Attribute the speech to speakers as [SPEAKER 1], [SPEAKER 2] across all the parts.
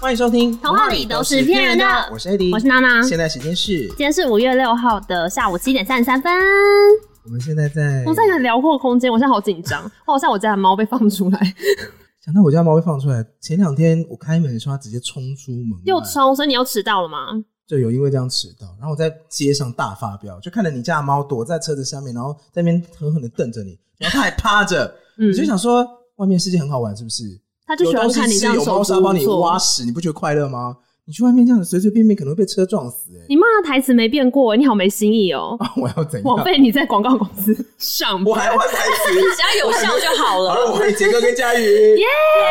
[SPEAKER 1] 欢迎收听《
[SPEAKER 2] 童话里都是骗人的
[SPEAKER 1] 我是 AD，
[SPEAKER 2] 我是娜娜。
[SPEAKER 1] 现在时间是，
[SPEAKER 2] 今天是五月六号的下午七点三十三分。
[SPEAKER 1] 我们现在在，
[SPEAKER 2] 我在一个辽阔空间，我现在好紧 张，哦我好像我家的猫被放出来，
[SPEAKER 1] 嗯想到我家猫被放出来。前两天我开门的时候，它直接冲出门外，
[SPEAKER 2] 又冲，所以你又迟到了吗？
[SPEAKER 1] 就有因为这样迟到，然后我在街上大发飙，就看着你家的猫躲在车子下面，然后在那边狠狠的瞪着你，然后它还趴着，
[SPEAKER 2] 嗯
[SPEAKER 1] 你，就想说外面世界很好玩是不是？
[SPEAKER 2] 他就喜欢看你这样
[SPEAKER 1] 有
[SPEAKER 2] 手
[SPEAKER 1] 猫砂
[SPEAKER 2] 足无
[SPEAKER 1] 帮你挖
[SPEAKER 2] 措。
[SPEAKER 1] 屎，你不觉得快乐吗？你去外面这样子随随便便可能会被车撞死哎、
[SPEAKER 2] 你骂的台词没变过，你好没新意 哦。
[SPEAKER 1] 啊， 我要怎样？
[SPEAKER 2] 枉费你在广告公司上
[SPEAKER 1] 我
[SPEAKER 2] 班。
[SPEAKER 1] 还换台词。
[SPEAKER 3] 只要有效就好
[SPEAKER 1] 好
[SPEAKER 3] 了。
[SPEAKER 1] 了，我会杰哥跟佳宇。耶！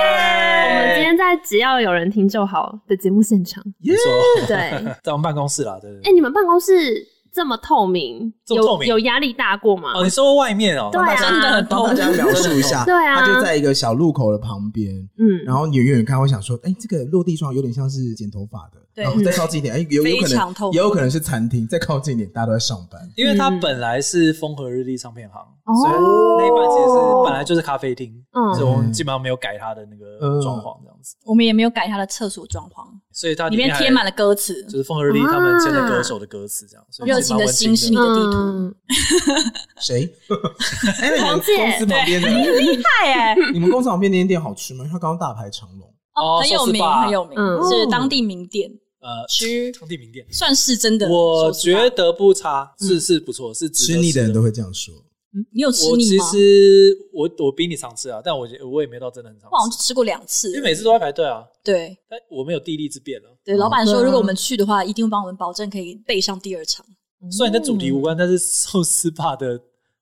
[SPEAKER 2] 我们
[SPEAKER 1] 哎
[SPEAKER 2] 今天在只要有人听就好的节目现场。
[SPEAKER 1] 耶！
[SPEAKER 3] 说
[SPEAKER 2] 对，
[SPEAKER 3] 在我们办公室啦，对对
[SPEAKER 2] 哎、你们办公室这么透明，
[SPEAKER 3] 这么透明
[SPEAKER 2] 有有压力大过吗？
[SPEAKER 4] 哎
[SPEAKER 3] 哦，你说外面哦，
[SPEAKER 2] 对啊
[SPEAKER 3] 真的很
[SPEAKER 1] 帮
[SPEAKER 3] 多
[SPEAKER 1] 大家描述一下，
[SPEAKER 2] 对啊
[SPEAKER 1] 它就在一个小路口的旁边，
[SPEAKER 2] 嗯，
[SPEAKER 1] 然后你远远看会想说，哎、这个落地窗有点像是剪头发的，
[SPEAKER 3] 对
[SPEAKER 1] 然后再靠近一点，哎、有有可
[SPEAKER 3] 非
[SPEAKER 1] 能
[SPEAKER 3] 常透
[SPEAKER 1] 也有可能是餐厅，再靠近一点，大家都在上班，
[SPEAKER 3] 因为它本来是风和日丽唱片行，所以
[SPEAKER 2] 哦，
[SPEAKER 3] 那一半其实是本来就是咖啡厅，
[SPEAKER 2] 嗯
[SPEAKER 3] 所以我们基本上没有改它的那个
[SPEAKER 1] 嗯
[SPEAKER 3] 装潢这样子，
[SPEAKER 4] 我们也没有改他的厕所装潢，
[SPEAKER 3] 所以它
[SPEAKER 4] 里面
[SPEAKER 3] 啊还
[SPEAKER 4] 贴满了歌词
[SPEAKER 3] 就。是风和日丽他们签的歌手的歌词这样，所以
[SPEAKER 4] 热
[SPEAKER 3] 其实
[SPEAKER 4] 情
[SPEAKER 3] 蛮
[SPEAKER 4] 的
[SPEAKER 3] 温
[SPEAKER 4] 心是你
[SPEAKER 3] 的
[SPEAKER 4] 的地图，
[SPEAKER 2] 嗯
[SPEAKER 1] 谁？哎、那你们
[SPEAKER 2] 黄姐
[SPEAKER 1] 公司旁边的，
[SPEAKER 4] 嗨哎，
[SPEAKER 1] 你们公司旁边那间店好吃吗？因为它刚刚大排长龙，
[SPEAKER 3] 哦
[SPEAKER 4] 很有
[SPEAKER 3] 寿司
[SPEAKER 4] 名，
[SPEAKER 3] 吧
[SPEAKER 4] 很有名
[SPEAKER 2] 嗯，
[SPEAKER 4] 是当地名店，
[SPEAKER 3] 呃
[SPEAKER 4] 吃
[SPEAKER 3] 当地名店，
[SPEAKER 4] 算是真的。
[SPEAKER 3] 我
[SPEAKER 4] 寿司吧
[SPEAKER 3] 觉得不差，是是不错，是
[SPEAKER 1] 嗯
[SPEAKER 3] 值
[SPEAKER 1] 吃
[SPEAKER 3] 得
[SPEAKER 1] 腻的人
[SPEAKER 3] 的
[SPEAKER 1] 都。会这样说。
[SPEAKER 4] 你有吃
[SPEAKER 3] 我
[SPEAKER 4] 腻
[SPEAKER 3] 其
[SPEAKER 4] 吗？
[SPEAKER 3] 实我我比你常吃啊，但我觉我也没到真的很常
[SPEAKER 4] 我好像
[SPEAKER 3] 吃，
[SPEAKER 4] 吃过两次
[SPEAKER 3] 因为。每次都在排队啊，
[SPEAKER 4] 对
[SPEAKER 3] 但我没有地利之便啊。
[SPEAKER 4] 对，老板
[SPEAKER 1] 对
[SPEAKER 4] 说
[SPEAKER 1] 啊
[SPEAKER 4] 如果我们去的话，一定会帮我们保证可以备上第二场。
[SPEAKER 3] 虽然跟主题无关，但是寿司吧的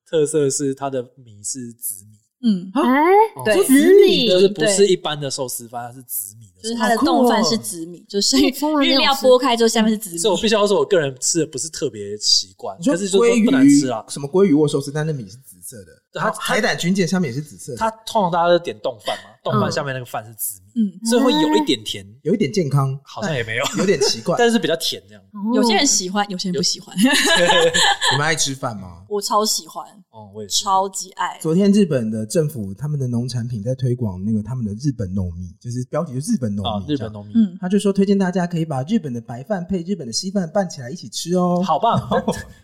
[SPEAKER 3] 特色是它的米是紫米，
[SPEAKER 4] 嗯，
[SPEAKER 2] 哎、
[SPEAKER 4] 对
[SPEAKER 1] 哦
[SPEAKER 2] 紫米
[SPEAKER 3] 就是不是
[SPEAKER 4] 对
[SPEAKER 3] 一般的寿司饭，它是紫米的寿司。
[SPEAKER 4] 就是它的冻饭是紫米，就是
[SPEAKER 2] 我从来没有
[SPEAKER 4] 日料
[SPEAKER 2] 吃
[SPEAKER 4] 剥开之后下面是紫
[SPEAKER 3] 所以我必
[SPEAKER 4] 米。
[SPEAKER 3] 须要说，我个人吃的不是特别习惯，
[SPEAKER 1] 你
[SPEAKER 3] 但
[SPEAKER 1] 说
[SPEAKER 3] 是就是
[SPEAKER 1] 鲑
[SPEAKER 3] 说
[SPEAKER 1] 鱼
[SPEAKER 3] 不难吃啊。
[SPEAKER 1] 什么鲑鱼握寿司，但那米是紫色的，
[SPEAKER 3] 对它
[SPEAKER 1] 然后海胆军舰下面也是紫色的，
[SPEAKER 3] 它通常大家都点冻饭嘛，冻
[SPEAKER 2] 嗯
[SPEAKER 3] 饭下面那个饭是紫米，
[SPEAKER 4] 嗯，
[SPEAKER 3] 所以会有一点甜，
[SPEAKER 1] 有一点健康，
[SPEAKER 3] 好像也没有，
[SPEAKER 1] 但有点奇 怪。
[SPEAKER 3] 但是比较甜这样。
[SPEAKER 2] 哦
[SPEAKER 4] 有些人喜欢，有些人不喜欢。
[SPEAKER 1] 你们爱吃饭吗？
[SPEAKER 4] 我超喜欢，
[SPEAKER 3] 哦，我也是。
[SPEAKER 4] 超级爱。
[SPEAKER 1] 昨天日本的政府他们的农产品在推广那个他们的日本糯米，就是标题就是日本
[SPEAKER 3] 啊
[SPEAKER 1] 糯米，，
[SPEAKER 3] 日本。农民，
[SPEAKER 4] 嗯，
[SPEAKER 1] 他就说推荐大家可以把日本的白饭配日本的稀饭拌起来一起吃哦。
[SPEAKER 3] 好棒，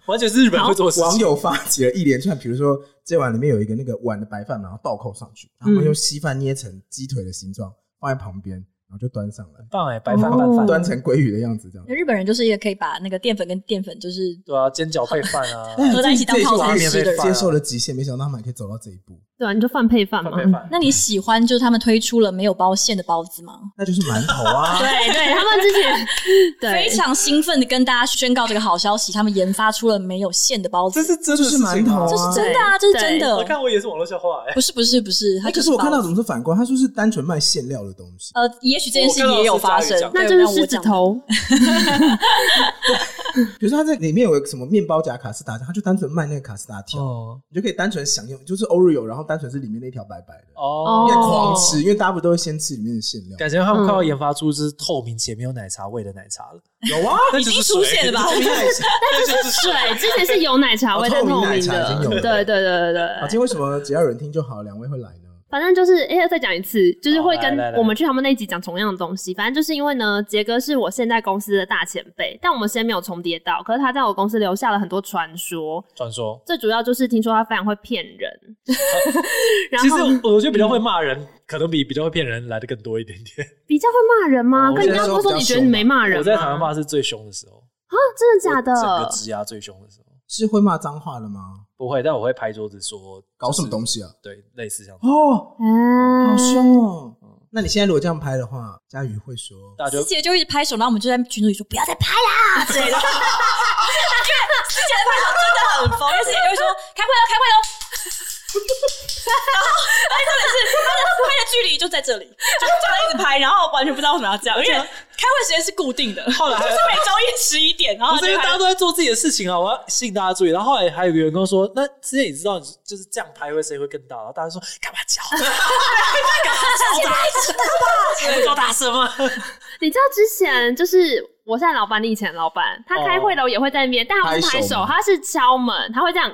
[SPEAKER 3] 完全是日本会做的事
[SPEAKER 1] 网
[SPEAKER 3] 情。
[SPEAKER 1] 友发起了一连串，比如说这碗里面有一个那个碗的白饭，然后倒扣上去，然后他们用稀饭捏成鸡腿的形状放在旁边，然后就端上来
[SPEAKER 3] 很，棒哎，白饭拌
[SPEAKER 2] 哦
[SPEAKER 3] 饭，
[SPEAKER 1] 端成鲑鱼的样子这样。
[SPEAKER 4] 日本人就是也可以把那个淀粉跟淀粉就是
[SPEAKER 3] 对啊，煎饺配饭 啊，
[SPEAKER 4] 合在一起当套餐吃
[SPEAKER 3] 这也是
[SPEAKER 4] 的
[SPEAKER 3] 我还没
[SPEAKER 4] 人。
[SPEAKER 1] 接受了极限，没想到他们还可以走到这一步，
[SPEAKER 2] 对啊，你就饭配饭嘛
[SPEAKER 3] 饭。配饭。
[SPEAKER 4] 那你喜欢就是他们推出了没有包馅的包子吗？
[SPEAKER 1] 那就是馒头啊。
[SPEAKER 2] 对对，他们之前对
[SPEAKER 4] 非常兴奋的跟大家宣告这个好消息，他们研发出了没有馅的包 子，
[SPEAKER 3] 这是真的
[SPEAKER 1] 就是馒头啊
[SPEAKER 3] 事情吗
[SPEAKER 1] 这
[SPEAKER 4] 真的啊，这
[SPEAKER 2] 对
[SPEAKER 4] 是真
[SPEAKER 3] 我
[SPEAKER 4] 的，
[SPEAKER 3] 看我也是网络笑话哎、
[SPEAKER 4] 不是不是不是，它
[SPEAKER 1] 哎可
[SPEAKER 4] 就是
[SPEAKER 1] 我看到
[SPEAKER 4] 包
[SPEAKER 1] 怎
[SPEAKER 4] 子
[SPEAKER 1] 么是反光，他说是单纯卖馅料的东西，
[SPEAKER 4] 呃，也许这件事
[SPEAKER 3] 我看到
[SPEAKER 4] 也有
[SPEAKER 3] 是
[SPEAKER 4] 发
[SPEAKER 3] 佳宇
[SPEAKER 4] 生
[SPEAKER 3] 讲，
[SPEAKER 2] 那
[SPEAKER 4] 对
[SPEAKER 2] 就是
[SPEAKER 4] 但
[SPEAKER 2] 狮
[SPEAKER 4] 我
[SPEAKER 2] 子
[SPEAKER 4] 讲
[SPEAKER 2] 头，
[SPEAKER 1] 比如说它在里面有个什么面包夹卡斯达，它就单纯卖那个卡斯达条，
[SPEAKER 3] 哦
[SPEAKER 1] 你就可以单纯享用，就是 Oreo，然后单纯是里面那条白白的，
[SPEAKER 3] 哦
[SPEAKER 1] 你可以
[SPEAKER 2] 哦
[SPEAKER 1] 狂吃，因为大家不都会先吃里面的馅料？
[SPEAKER 3] 感觉他们快要研发出就是透明且没有奶茶味的奶茶了，
[SPEAKER 1] 有啊，
[SPEAKER 3] 那
[SPEAKER 4] 已
[SPEAKER 3] 就是
[SPEAKER 4] 经
[SPEAKER 3] 水
[SPEAKER 4] 出 现了吧？
[SPEAKER 1] 透明奶茶。
[SPEAKER 3] 那就是水
[SPEAKER 2] 对，之前是有奶茶味，
[SPEAKER 1] 哦
[SPEAKER 2] 但
[SPEAKER 1] 透
[SPEAKER 2] 透
[SPEAKER 1] 明奶
[SPEAKER 2] 明
[SPEAKER 1] 茶已经
[SPEAKER 2] 的
[SPEAKER 1] 有，了
[SPEAKER 2] 对对对对
[SPEAKER 1] 啊，今
[SPEAKER 2] 对。
[SPEAKER 1] 天为什么只要有人听就好，两位会来呢？
[SPEAKER 2] 反正就是，哎、再讲一次，就是会
[SPEAKER 3] 好来
[SPEAKER 2] 跟
[SPEAKER 3] 来来
[SPEAKER 2] 我们去他们那一集讲同样的东西。反正就是因为呢，杰哥是我现在公司的大前辈，但我们先没有重叠到，可是他在我公司留下了很多传说。
[SPEAKER 3] 传说。
[SPEAKER 2] 最主要就是听说他非常会骗人， 然
[SPEAKER 3] 其实
[SPEAKER 2] 后
[SPEAKER 3] 我我觉得比较会骂人，可能比比较会骗人来的更多一 点点。
[SPEAKER 2] 比较会骂人吗？
[SPEAKER 3] 哦我
[SPEAKER 2] 跟人家
[SPEAKER 1] 那时候
[SPEAKER 2] 说
[SPEAKER 1] 比较
[SPEAKER 2] 说你觉得
[SPEAKER 1] 凶
[SPEAKER 2] 你
[SPEAKER 1] 嘛
[SPEAKER 2] 没骂人吗，
[SPEAKER 3] 我在台湾骂是最凶的时候，
[SPEAKER 2] 真的假的？
[SPEAKER 3] 我整个职涯最凶的时候
[SPEAKER 1] 是会骂脏话的吗？
[SPEAKER 3] 不会，但我会拍桌子说
[SPEAKER 1] 搞什么东
[SPEAKER 3] 西？
[SPEAKER 1] 西啊？
[SPEAKER 3] 对，类似这样，
[SPEAKER 1] 哦，
[SPEAKER 2] 哎，
[SPEAKER 1] 好凶哦！那你现在如果这样拍的话，佳宇会说
[SPEAKER 3] 大家
[SPEAKER 4] 师
[SPEAKER 3] 就
[SPEAKER 4] 姐就一直拍手，然后我们就在群组里说不要再拍啦之类的。因为师姐的拍手真的很疯，因为师姐就会说开会了，哦开会了。然后，而且特别是他的拍的距离就在这里，就这样一直拍，然后完全不知道为什么要这样，因为开会时间是固定的，
[SPEAKER 3] 后来还
[SPEAKER 4] 就是每周一十一点，然后
[SPEAKER 3] 不
[SPEAKER 4] 就是
[SPEAKER 3] 因为大家
[SPEAKER 4] 拍
[SPEAKER 3] 都在做自己的事情啊，我要吸引大家注意。然后后来还有一个员工说，那之前你知道就是这样拍会声音会更大，然后大家说干嘛 叫？
[SPEAKER 4] 师姐拍知道吧？
[SPEAKER 3] 够大声吗？
[SPEAKER 2] 你知道之前就是我现在老板，你以前的老板，他开会的也会在那边，但他不是
[SPEAKER 1] 哦
[SPEAKER 2] 拍
[SPEAKER 1] 拍手
[SPEAKER 2] 手，
[SPEAKER 1] 吗啊
[SPEAKER 2] 他是敲门，他会这样，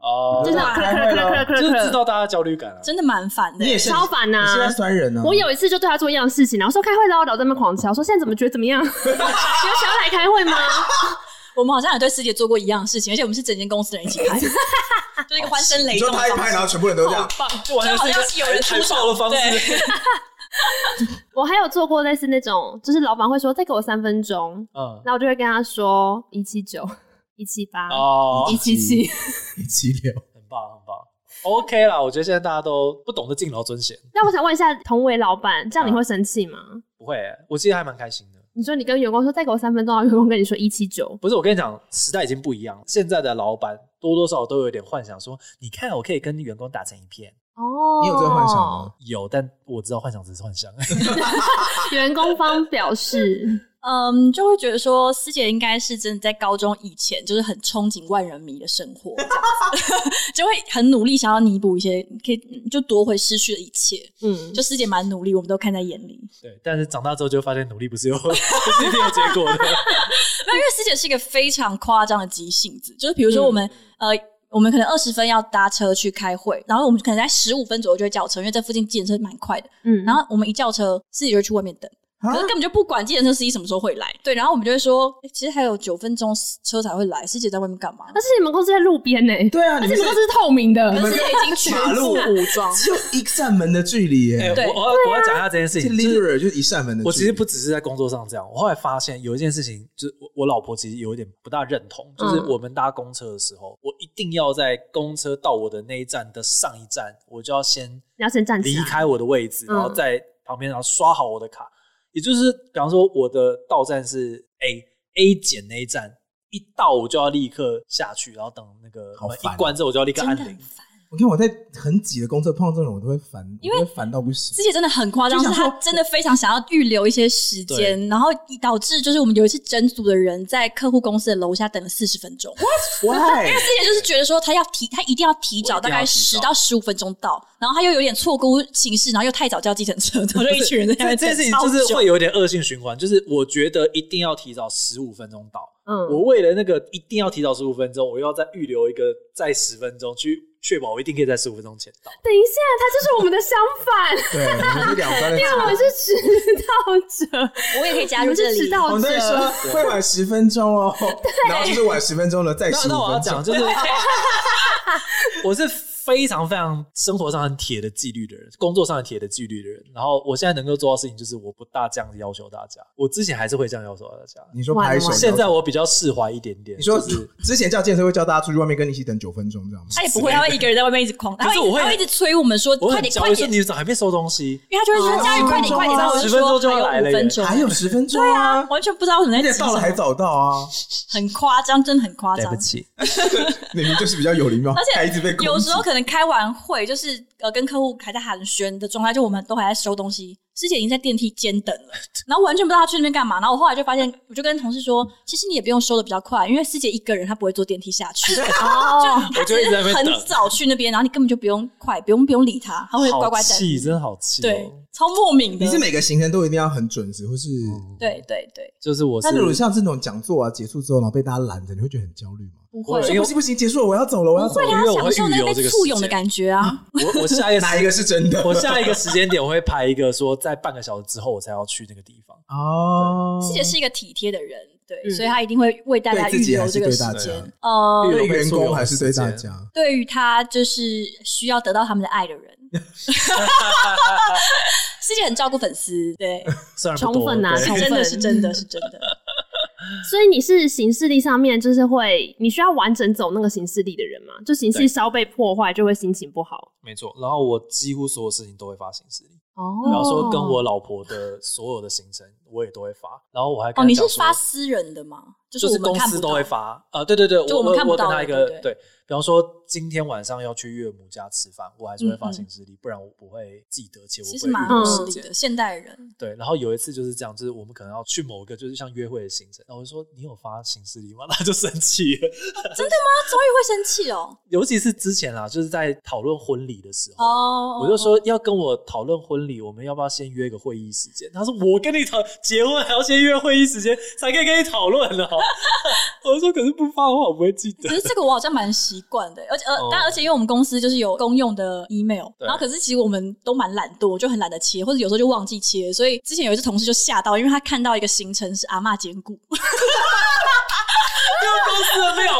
[SPEAKER 3] 哦，
[SPEAKER 2] 就是
[SPEAKER 1] 那
[SPEAKER 2] 那
[SPEAKER 1] 种
[SPEAKER 2] 种咔啦咔啦咔啦咔啦咔
[SPEAKER 3] 就是
[SPEAKER 2] 啦
[SPEAKER 3] 知道大家焦虑感啊。
[SPEAKER 4] 真的蛮烦的
[SPEAKER 1] 你。也是
[SPEAKER 2] 超烦
[SPEAKER 1] 你现
[SPEAKER 2] 呐
[SPEAKER 1] 在。酸人呢？啊
[SPEAKER 2] 我有一次就对他做一样的事情，然后说开会了，老在那边狂敲，说现在怎么觉得 怎么样？你们想要来开会吗？
[SPEAKER 4] 我们好像也对师姐做过一样的事情，而且我们是整间公司的 人一起拍，就是一个欢声雷
[SPEAKER 1] 你
[SPEAKER 4] 动
[SPEAKER 1] 说
[SPEAKER 4] 的
[SPEAKER 1] 他
[SPEAKER 4] 方
[SPEAKER 1] 一
[SPEAKER 4] 式。
[SPEAKER 1] 拍，然后全部人都这样
[SPEAKER 4] 好，棒，
[SPEAKER 3] 就完全
[SPEAKER 4] 好
[SPEAKER 3] 是一
[SPEAKER 4] 像
[SPEAKER 3] 个
[SPEAKER 4] 是有人出
[SPEAKER 3] 海
[SPEAKER 4] 手
[SPEAKER 3] 报的方式
[SPEAKER 4] 对。
[SPEAKER 2] 我还有做过类似那种，就是老板会说再给我三分钟，
[SPEAKER 3] 嗯，
[SPEAKER 2] 那我就会跟他说一七九、一七八、
[SPEAKER 3] 哦
[SPEAKER 2] 一，七七。
[SPEAKER 1] 一起流。
[SPEAKER 3] 很棒，很棒。OK 啦，我觉得现在大家都不懂得敬老尊贤，
[SPEAKER 2] 那我想问一下，同为老板，这样你会生气吗？
[SPEAKER 3] 不会、欸，我记得还蛮开心的。
[SPEAKER 2] 你说你跟员工说再给我三分钟，然后员工跟你说一七九，
[SPEAKER 3] 不是，我跟你讲，时代已经不一样了，现在的老板多多少少都有点幻想说，你看我可以跟员工打成一片。
[SPEAKER 2] 哦，
[SPEAKER 1] 你有这个幻想吗？？
[SPEAKER 3] 有，但我知道幻想只是幻想。
[SPEAKER 2] 员工方表 示，
[SPEAKER 4] 嗯，就会觉得说师姐应该是真的在高中以前就是很憧憬万人迷的生活，这样子 就会很努力想要弥补一些，可以就夺回失去的一切。
[SPEAKER 2] 嗯，
[SPEAKER 4] 就师姐蛮努力，我们都看在眼里。
[SPEAKER 3] 对，但是长大之后就发现努力不是有， 不是一定有结果的。
[SPEAKER 4] 没有，因为师姐是一个非常夸张的急性子，就是比如说我们、呃，我们可能二十分要搭车去开会，然后我们可能在十五分左右就会叫车，因为这附近计程车蛮快的。
[SPEAKER 2] 嗯，
[SPEAKER 4] 然
[SPEAKER 2] 后
[SPEAKER 4] 后我们一叫车，师姐就会去外面等，
[SPEAKER 1] 啊
[SPEAKER 4] 可是根本就不管计程车司机什么时候会来。对，然后我们就会说，诶其实还有九分钟车才会来，师姐在外面干嘛？
[SPEAKER 2] 但是你们公司在路边呢、
[SPEAKER 1] 对啊，
[SPEAKER 2] 而
[SPEAKER 1] 你
[SPEAKER 2] 且
[SPEAKER 1] 们
[SPEAKER 2] 你们公司是透明的，
[SPEAKER 1] 你
[SPEAKER 4] 可
[SPEAKER 1] 们
[SPEAKER 4] 是师姐已经全
[SPEAKER 1] 马
[SPEAKER 4] 副
[SPEAKER 1] 路
[SPEAKER 4] 武装，
[SPEAKER 1] 只有一扇门的距离
[SPEAKER 3] 哎、
[SPEAKER 1] 耶，
[SPEAKER 4] 对
[SPEAKER 3] 我我要我要讲一下这件事
[SPEAKER 1] 这
[SPEAKER 3] 情，就是
[SPEAKER 1] literal 就是一扇门的距离。
[SPEAKER 3] 我其实不只是在工作上这样，我后来发现有一件事情，就是我我老婆其实有一点不大认同，就是
[SPEAKER 2] 嗯
[SPEAKER 3] 我们搭公车的时候，我一定要在公车到我的那一站的上一站，我就要先
[SPEAKER 2] 你要先站起
[SPEAKER 3] 离
[SPEAKER 2] 来
[SPEAKER 3] 开我的位置，
[SPEAKER 2] 嗯
[SPEAKER 3] 然后在旁边，然后刷好我的卡。也就是，比方说我的到站是 A，A 减那一站，一到我就要立刻下去，然后等那个
[SPEAKER 1] 好
[SPEAKER 3] 门
[SPEAKER 1] 烦
[SPEAKER 3] 一关之后，我就要立刻
[SPEAKER 4] 真
[SPEAKER 3] 按
[SPEAKER 4] 的很
[SPEAKER 3] 铃。
[SPEAKER 4] 烦。
[SPEAKER 1] 我看我在很挤的公厕碰到这种，我都会烦，因为烦到不行
[SPEAKER 4] 师。姐真的很夸张，
[SPEAKER 1] 就是想说
[SPEAKER 4] 她真的非常想要预留一些时间，然后导致就是我们有一次整组的人在客户公司的楼下等了四十分钟。
[SPEAKER 1] Why？
[SPEAKER 4] 师姐就是觉得说，她要提，她一定要提早
[SPEAKER 3] 我一
[SPEAKER 4] 大
[SPEAKER 3] 定要
[SPEAKER 4] 概
[SPEAKER 3] 提
[SPEAKER 4] 十
[SPEAKER 3] 早
[SPEAKER 4] 到十五分钟到，然后她又有点错估形势，然后又太早叫计程车，然后就一群人在那
[SPEAKER 3] 这
[SPEAKER 4] 边
[SPEAKER 3] 这件事情
[SPEAKER 4] 等超
[SPEAKER 3] 就是
[SPEAKER 4] 久
[SPEAKER 3] 会有点恶性循环，就是我觉得一定要提早十五分钟到，我
[SPEAKER 2] 嗯，
[SPEAKER 3] 为了那个一定要提早十五分钟，我又要再预留一个再十分钟，去确保我一定可以在十五分钟前到。
[SPEAKER 2] 等一下，他就是我们的相
[SPEAKER 1] 对，
[SPEAKER 2] 反，
[SPEAKER 1] 我们 是两端的。
[SPEAKER 2] 因为我们是迟到者，
[SPEAKER 4] 我也 可以加
[SPEAKER 2] 你
[SPEAKER 4] 入
[SPEAKER 2] 们
[SPEAKER 4] 这
[SPEAKER 2] 是迟
[SPEAKER 4] 里。
[SPEAKER 1] 我
[SPEAKER 2] 到
[SPEAKER 1] 们在
[SPEAKER 2] 者，
[SPEAKER 1] 哦说会晚十分钟哦，然后就是晚十分钟了，再
[SPEAKER 3] 那
[SPEAKER 1] 十
[SPEAKER 3] 那
[SPEAKER 1] 五
[SPEAKER 3] 我要
[SPEAKER 1] 分
[SPEAKER 3] 讲
[SPEAKER 1] 钟。
[SPEAKER 3] 就是， 我是非常非常生活上很铁的纪律的人，工作上很铁的纪律的人。然后我现在能够做到的事情就是，我不大这样子要求大家。我之前还是会这样要求大家，
[SPEAKER 1] 你说拍手，
[SPEAKER 3] 现在我比较释怀一点点。
[SPEAKER 1] 你说
[SPEAKER 3] 就是
[SPEAKER 1] 之前叫健身会叫大家出去外面跟你一起等九分钟，这样吗？
[SPEAKER 4] 她也不会，她会一个人在外面一直狂，她
[SPEAKER 3] 可是我
[SPEAKER 4] 会
[SPEAKER 3] 会
[SPEAKER 4] 她会一直催我们说
[SPEAKER 3] 我
[SPEAKER 4] 快
[SPEAKER 3] 很
[SPEAKER 4] 点
[SPEAKER 3] 焦
[SPEAKER 4] 快
[SPEAKER 3] 虑，说
[SPEAKER 4] 点，
[SPEAKER 3] 你怎么还没收东西？
[SPEAKER 4] 因为她就会说
[SPEAKER 1] 哦
[SPEAKER 4] 佳宇快点快点，然后我就
[SPEAKER 3] 十分钟就要
[SPEAKER 4] 说
[SPEAKER 3] 来
[SPEAKER 4] 还
[SPEAKER 3] 了
[SPEAKER 4] 有五
[SPEAKER 3] 耶
[SPEAKER 4] 分钟，
[SPEAKER 1] 还有十分钟啊，
[SPEAKER 4] 完全不知道我们
[SPEAKER 1] 而
[SPEAKER 4] 在
[SPEAKER 1] 且
[SPEAKER 4] 急
[SPEAKER 1] 到了
[SPEAKER 4] 什么
[SPEAKER 1] 还早到 啊，
[SPEAKER 4] 很夸张，真的很夸
[SPEAKER 3] 对
[SPEAKER 4] 张
[SPEAKER 3] 不。起，
[SPEAKER 1] 你明明就是比较有礼貌，
[SPEAKER 4] 而且
[SPEAKER 1] 还一直被攻击
[SPEAKER 4] 有时候可能开完会，就是呃跟客户还在寒暄的状态，就我们都还在收东西，师姐已经在电梯间等了，然后完全不知道她去那边干嘛。然后我后来就发现，我就跟同事说，其实你也不用收的比较快，因为师姐一个人她不会坐电梯下去，
[SPEAKER 2] 哦，
[SPEAKER 3] 我就一直在那边
[SPEAKER 4] 很
[SPEAKER 3] 等，
[SPEAKER 4] 早去那边，然后你根本就不用快，不用不用理她，她会乖
[SPEAKER 3] 好
[SPEAKER 4] 乖等你。
[SPEAKER 3] 气，真的好气。哦
[SPEAKER 4] 对，，超莫名的。
[SPEAKER 1] 你是每个行程都一定要很准时，或是
[SPEAKER 4] 对对对，
[SPEAKER 3] 就是我是
[SPEAKER 1] 嗯那如果像这种讲座啊结束之后，然后被大家拦着，你会觉得很焦虑吗？
[SPEAKER 4] 不
[SPEAKER 3] 我
[SPEAKER 4] 会
[SPEAKER 1] 不
[SPEAKER 3] 因
[SPEAKER 1] 行
[SPEAKER 3] 为
[SPEAKER 1] 不行不行，结束了，我要走了，我要走
[SPEAKER 4] 会
[SPEAKER 1] 了。
[SPEAKER 3] 因
[SPEAKER 4] 啊，
[SPEAKER 3] 为我会
[SPEAKER 4] 享受那
[SPEAKER 3] 预留
[SPEAKER 4] 个
[SPEAKER 3] 这
[SPEAKER 4] 被
[SPEAKER 3] 个
[SPEAKER 4] 簇
[SPEAKER 3] 时
[SPEAKER 4] 拥的
[SPEAKER 3] 间
[SPEAKER 4] 感觉啊。
[SPEAKER 3] 我我下一个时
[SPEAKER 1] 哪一个是真的？
[SPEAKER 3] 我下一个时间点我会排一个说，在半个小时之后我才要去那个地方。
[SPEAKER 1] 哦，
[SPEAKER 4] 师姐是一个体贴的人，对，
[SPEAKER 2] 嗯
[SPEAKER 4] 所以她一定会为大家
[SPEAKER 1] 对
[SPEAKER 4] 预
[SPEAKER 1] 自己还是
[SPEAKER 4] 留这个
[SPEAKER 1] 对
[SPEAKER 4] 时
[SPEAKER 1] 大
[SPEAKER 4] 间
[SPEAKER 1] 家。
[SPEAKER 4] 呃，
[SPEAKER 1] 哦对员工还是对大家？
[SPEAKER 4] 对于他就是需要得到他们的爱 的人。师姐很照顾粉丝，对，
[SPEAKER 3] 虽然不多
[SPEAKER 2] 宠粉啊
[SPEAKER 3] 对嗯
[SPEAKER 2] 宠
[SPEAKER 4] 是真的是真的是真的。
[SPEAKER 2] 所以你是行事历上面就是会，你需要完整走那个行事历的人嘛？就行事历
[SPEAKER 3] 对
[SPEAKER 2] 稍被破坏，就会心情不好。
[SPEAKER 3] 没错。然后我几乎所有事情都会发行事历，
[SPEAKER 2] 哦
[SPEAKER 3] 然后说跟我老婆的所有的行程我也都会发，然后我还
[SPEAKER 4] 哦，
[SPEAKER 3] 跟
[SPEAKER 4] 你
[SPEAKER 3] 她讲
[SPEAKER 4] 是
[SPEAKER 3] 说
[SPEAKER 4] 发私人的吗？就
[SPEAKER 3] 就是
[SPEAKER 4] 我们
[SPEAKER 3] 公
[SPEAKER 4] 看
[SPEAKER 3] 司
[SPEAKER 4] 不
[SPEAKER 3] 都
[SPEAKER 4] 到
[SPEAKER 3] 会。发，呃，对对对，
[SPEAKER 4] 就我
[SPEAKER 3] 我
[SPEAKER 4] 们看不
[SPEAKER 3] 我
[SPEAKER 4] 到
[SPEAKER 3] 跟他
[SPEAKER 4] 的
[SPEAKER 3] 一个
[SPEAKER 4] 对不对
[SPEAKER 3] 对，比方说今天晚上要去岳母家吃饭，我还是会
[SPEAKER 4] 嗯
[SPEAKER 3] 发
[SPEAKER 4] 嗯
[SPEAKER 3] 行事历，不然我不会记得，且我
[SPEAKER 4] 其
[SPEAKER 3] 不
[SPEAKER 4] 实
[SPEAKER 3] 会
[SPEAKER 4] 蛮
[SPEAKER 3] 预
[SPEAKER 4] 合
[SPEAKER 3] 留
[SPEAKER 4] 适
[SPEAKER 3] 时
[SPEAKER 4] 理
[SPEAKER 3] 间
[SPEAKER 4] 的，。现代人
[SPEAKER 3] 对，然后有一次就是这样，就是我们可能要去某个就是像约会的行程，然后我就说你有发行事历吗？ 他就生气了。
[SPEAKER 4] 他终于会生气哦。
[SPEAKER 3] 尤其是之前啊，就是在讨论婚礼的时候，
[SPEAKER 4] 哦，
[SPEAKER 3] 我就说要跟我讨论婚礼，我们要不要先约个会议时间？他说我跟你讨结婚还要先约会议时间才可以跟你讨论哦。 我说可是不发的话，我不会记
[SPEAKER 4] 可
[SPEAKER 3] 得。
[SPEAKER 4] 是这个我好像蛮习惯的，而且呃
[SPEAKER 3] 哦，
[SPEAKER 4] 但而且因为我们公司就是有公用的 email，
[SPEAKER 3] 对
[SPEAKER 4] 然后可是其实我们都蛮懒惰，就很懒得切，或者有时候就忘记切，所以之前有一次同事就吓到，因为他看到一个行程是阿嬷兼顾，
[SPEAKER 3] 哦公司的料，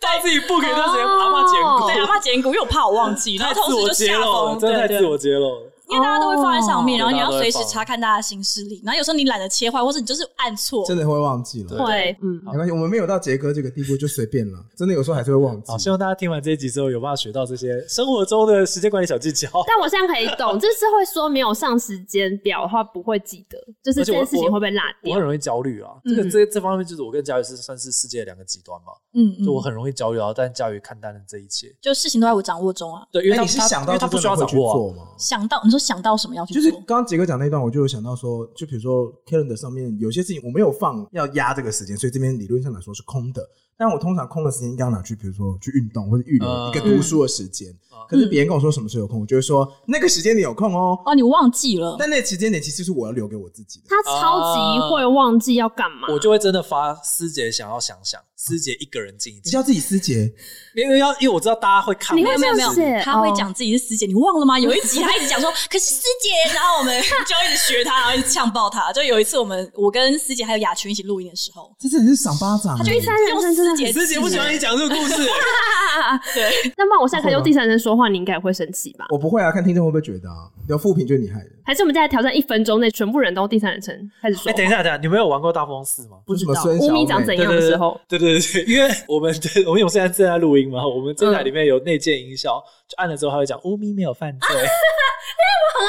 [SPEAKER 3] 但自己不给段时间阿妈剪
[SPEAKER 2] 哦
[SPEAKER 3] 过，
[SPEAKER 4] 对阿嬷兼顾，因为我怕我忘记，然
[SPEAKER 3] 太
[SPEAKER 4] 后
[SPEAKER 3] 自
[SPEAKER 4] 同事
[SPEAKER 3] 我
[SPEAKER 4] 就
[SPEAKER 3] 揭
[SPEAKER 4] 吓
[SPEAKER 3] 露了，
[SPEAKER 4] 疯，
[SPEAKER 3] 真的太
[SPEAKER 4] 对
[SPEAKER 3] 自
[SPEAKER 4] 对。
[SPEAKER 3] 我揭露了。
[SPEAKER 4] 因为大家都会放在上面，
[SPEAKER 3] 哦
[SPEAKER 4] 然后你要随时
[SPEAKER 3] 对大家都会放
[SPEAKER 4] 查看大家的行事历，然后有时候你懒得切换，或者你就是按错，
[SPEAKER 1] 真的会忘记了
[SPEAKER 3] 对。
[SPEAKER 2] 会，嗯，
[SPEAKER 1] 没关系，我们没有到杰哥这个地步，就随便了。真的有时候还是会忘记
[SPEAKER 3] 好，。希望大家听完这一集之后，有办法学到这些生活中的时间管理小技巧。
[SPEAKER 2] 但我现在可以 懂，就是会说没有上时间表的话不会记得，就是
[SPEAKER 3] 而
[SPEAKER 2] 这
[SPEAKER 3] 且我
[SPEAKER 2] 件事情会被落
[SPEAKER 3] 我
[SPEAKER 2] 掉
[SPEAKER 3] 很。容易焦虑啊，这个
[SPEAKER 4] 嗯
[SPEAKER 3] 这这方面就是我跟佳宇是算是世界的两个极端嘛，
[SPEAKER 4] 嗯嗯
[SPEAKER 3] 就我很容易焦虑啊，但佳宇看淡了这一切。
[SPEAKER 4] 就事情都在我掌握中啊。
[SPEAKER 3] 对，因为
[SPEAKER 1] 哎
[SPEAKER 3] 他
[SPEAKER 1] 你是
[SPEAKER 3] 他
[SPEAKER 1] 想
[SPEAKER 3] 因
[SPEAKER 1] 到
[SPEAKER 3] 为他
[SPEAKER 1] 就
[SPEAKER 3] 不需
[SPEAKER 1] 真
[SPEAKER 3] 要
[SPEAKER 1] 的
[SPEAKER 3] 掌
[SPEAKER 1] 会去
[SPEAKER 3] 握啊。
[SPEAKER 1] 做吗？
[SPEAKER 4] 想到你说想到什么要去
[SPEAKER 1] 就
[SPEAKER 4] 做，
[SPEAKER 1] 是刚刚杰哥讲那一段，我就有想到说，就比如说 calendar 上面有些事情我没有放要压这个时间，所以这边理论上来说是空的。但我通常空的时间应该要拿去，比如说去运动或者预留
[SPEAKER 3] 嗯
[SPEAKER 1] 一个读书的时间
[SPEAKER 3] 嗯。
[SPEAKER 1] 可是别人跟我说什么时候有空，我就会说那个时间点有空哦。
[SPEAKER 4] 哦，你忘记了，
[SPEAKER 1] 但那个时间点其实是我要留给我自己的。
[SPEAKER 2] 他超级会忘记要干嘛，
[SPEAKER 3] 啊我就会真的发师姐想要想想，
[SPEAKER 1] 嗯
[SPEAKER 3] 师姐一个人静一
[SPEAKER 1] 你
[SPEAKER 3] 静，
[SPEAKER 1] 叫自己思杰，
[SPEAKER 3] 因为要因为我知道大家会看
[SPEAKER 2] 你
[SPEAKER 3] 我，
[SPEAKER 2] 会
[SPEAKER 4] 没有没有没有
[SPEAKER 2] 这样，写
[SPEAKER 4] 他会
[SPEAKER 2] 哦
[SPEAKER 4] 讲自己是师姐，你忘了吗？有一集他一直讲说可是师姐，然后我们就一直学他，然后一直呛爆他。就有一次我们我跟师姐还有雅群一起录音的时候，
[SPEAKER 1] 这真的是赏巴掌
[SPEAKER 4] 他就
[SPEAKER 1] 欸
[SPEAKER 4] 一直
[SPEAKER 2] 三人
[SPEAKER 4] 用
[SPEAKER 2] 称真的
[SPEAKER 4] 师
[SPEAKER 2] 很
[SPEAKER 4] 姐，
[SPEAKER 3] 师姐不喜欢你讲这个故事，哎
[SPEAKER 4] 对，
[SPEAKER 2] 那么我现在可以用第三人称说话，你应该也会生气吧？
[SPEAKER 1] 我不会啊，看听众会不会觉得啊，有负评就是你害的。
[SPEAKER 2] 还是我们再来挑战一分钟内全部人都用第三人称开始说
[SPEAKER 3] 哎、
[SPEAKER 2] 话？
[SPEAKER 3] 等一下，等一下，你们有玩过大风四吗？
[SPEAKER 1] 不
[SPEAKER 2] 知
[SPEAKER 1] 什
[SPEAKER 2] 道
[SPEAKER 1] 么孙
[SPEAKER 2] 乌
[SPEAKER 1] 小
[SPEAKER 2] 米长怎
[SPEAKER 1] 美，
[SPEAKER 2] 样的时候，
[SPEAKER 3] 对对对，对因为我们 对，我们有现在正在录音嘛，我们这台里面有内建音效，就按了之后，它会讲“乌咪没有犯罪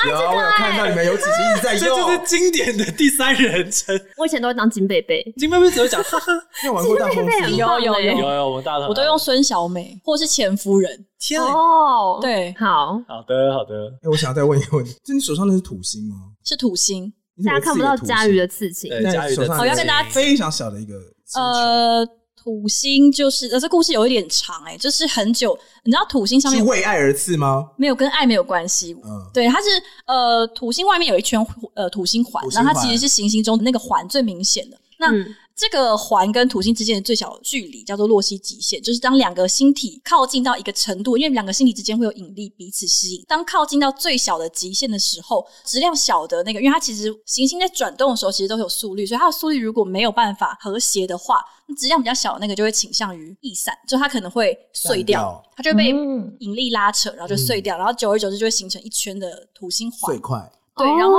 [SPEAKER 1] 有啊我有看到你们有几集一直在”，
[SPEAKER 3] 所以哎这
[SPEAKER 1] 用
[SPEAKER 3] 是。经典的第三人称。
[SPEAKER 2] 我以前都会当金贝贝，
[SPEAKER 3] 金妹妹只会讲哈哈，
[SPEAKER 1] 你有玩过大风
[SPEAKER 2] 贝贝很
[SPEAKER 1] 狮？
[SPEAKER 2] 棒
[SPEAKER 4] 有有
[SPEAKER 2] 欸
[SPEAKER 4] 有
[SPEAKER 3] 有有，我们大头
[SPEAKER 4] 我都用孙小美或是前夫人，
[SPEAKER 3] 天啊。
[SPEAKER 2] 哦，
[SPEAKER 4] 对，
[SPEAKER 2] 好，
[SPEAKER 3] 好的，好的，
[SPEAKER 1] 哎，我想要再问一个问题，就你手上那是土星吗？
[SPEAKER 4] 是土星，
[SPEAKER 1] 你怎
[SPEAKER 2] 大
[SPEAKER 1] 么会
[SPEAKER 2] 家看
[SPEAKER 1] 自
[SPEAKER 2] 不
[SPEAKER 1] 己
[SPEAKER 2] 到
[SPEAKER 1] 有土
[SPEAKER 2] 佳
[SPEAKER 1] 星
[SPEAKER 2] 瑜的刺青，嗯
[SPEAKER 3] 对，
[SPEAKER 1] 那
[SPEAKER 3] 佳宇
[SPEAKER 1] 手
[SPEAKER 3] 的
[SPEAKER 1] 上
[SPEAKER 3] 刺
[SPEAKER 4] 哦要跟大家
[SPEAKER 3] 青
[SPEAKER 1] 非常小的一个星球
[SPEAKER 4] 呃。土星就是，呃，这故事有一点长哎、就是很久。你知道土星上面
[SPEAKER 1] 是为爱而刺吗？
[SPEAKER 4] 没有跟爱没有关系，
[SPEAKER 1] 嗯，
[SPEAKER 4] 对，它是呃土星外面有一圈呃土星环
[SPEAKER 1] 土，星
[SPEAKER 4] 然
[SPEAKER 1] 环
[SPEAKER 4] 后它其实是行星中那个环最明显的。那、
[SPEAKER 2] 嗯
[SPEAKER 4] 这个环跟土星之间的最小距离叫做洛希极限，就是当两个星体靠近到一个程度，因为两个星体之间会有引力彼此吸引。当靠近到最小的极限的时候，质量小的那个，因为它其实行星在转动的时候其实都有速率，所以它的速率如果没有办法和谐的话，那质量比较小的那个就会倾向于易散，就它可能会碎
[SPEAKER 1] 散
[SPEAKER 4] 掉，
[SPEAKER 1] 掉
[SPEAKER 4] 它就会被
[SPEAKER 2] 嗯
[SPEAKER 4] 引力拉扯，然后就碎掉，然后久而久之就会形成一圈的土星环
[SPEAKER 1] 最。快
[SPEAKER 2] 嗯
[SPEAKER 4] 对，然后、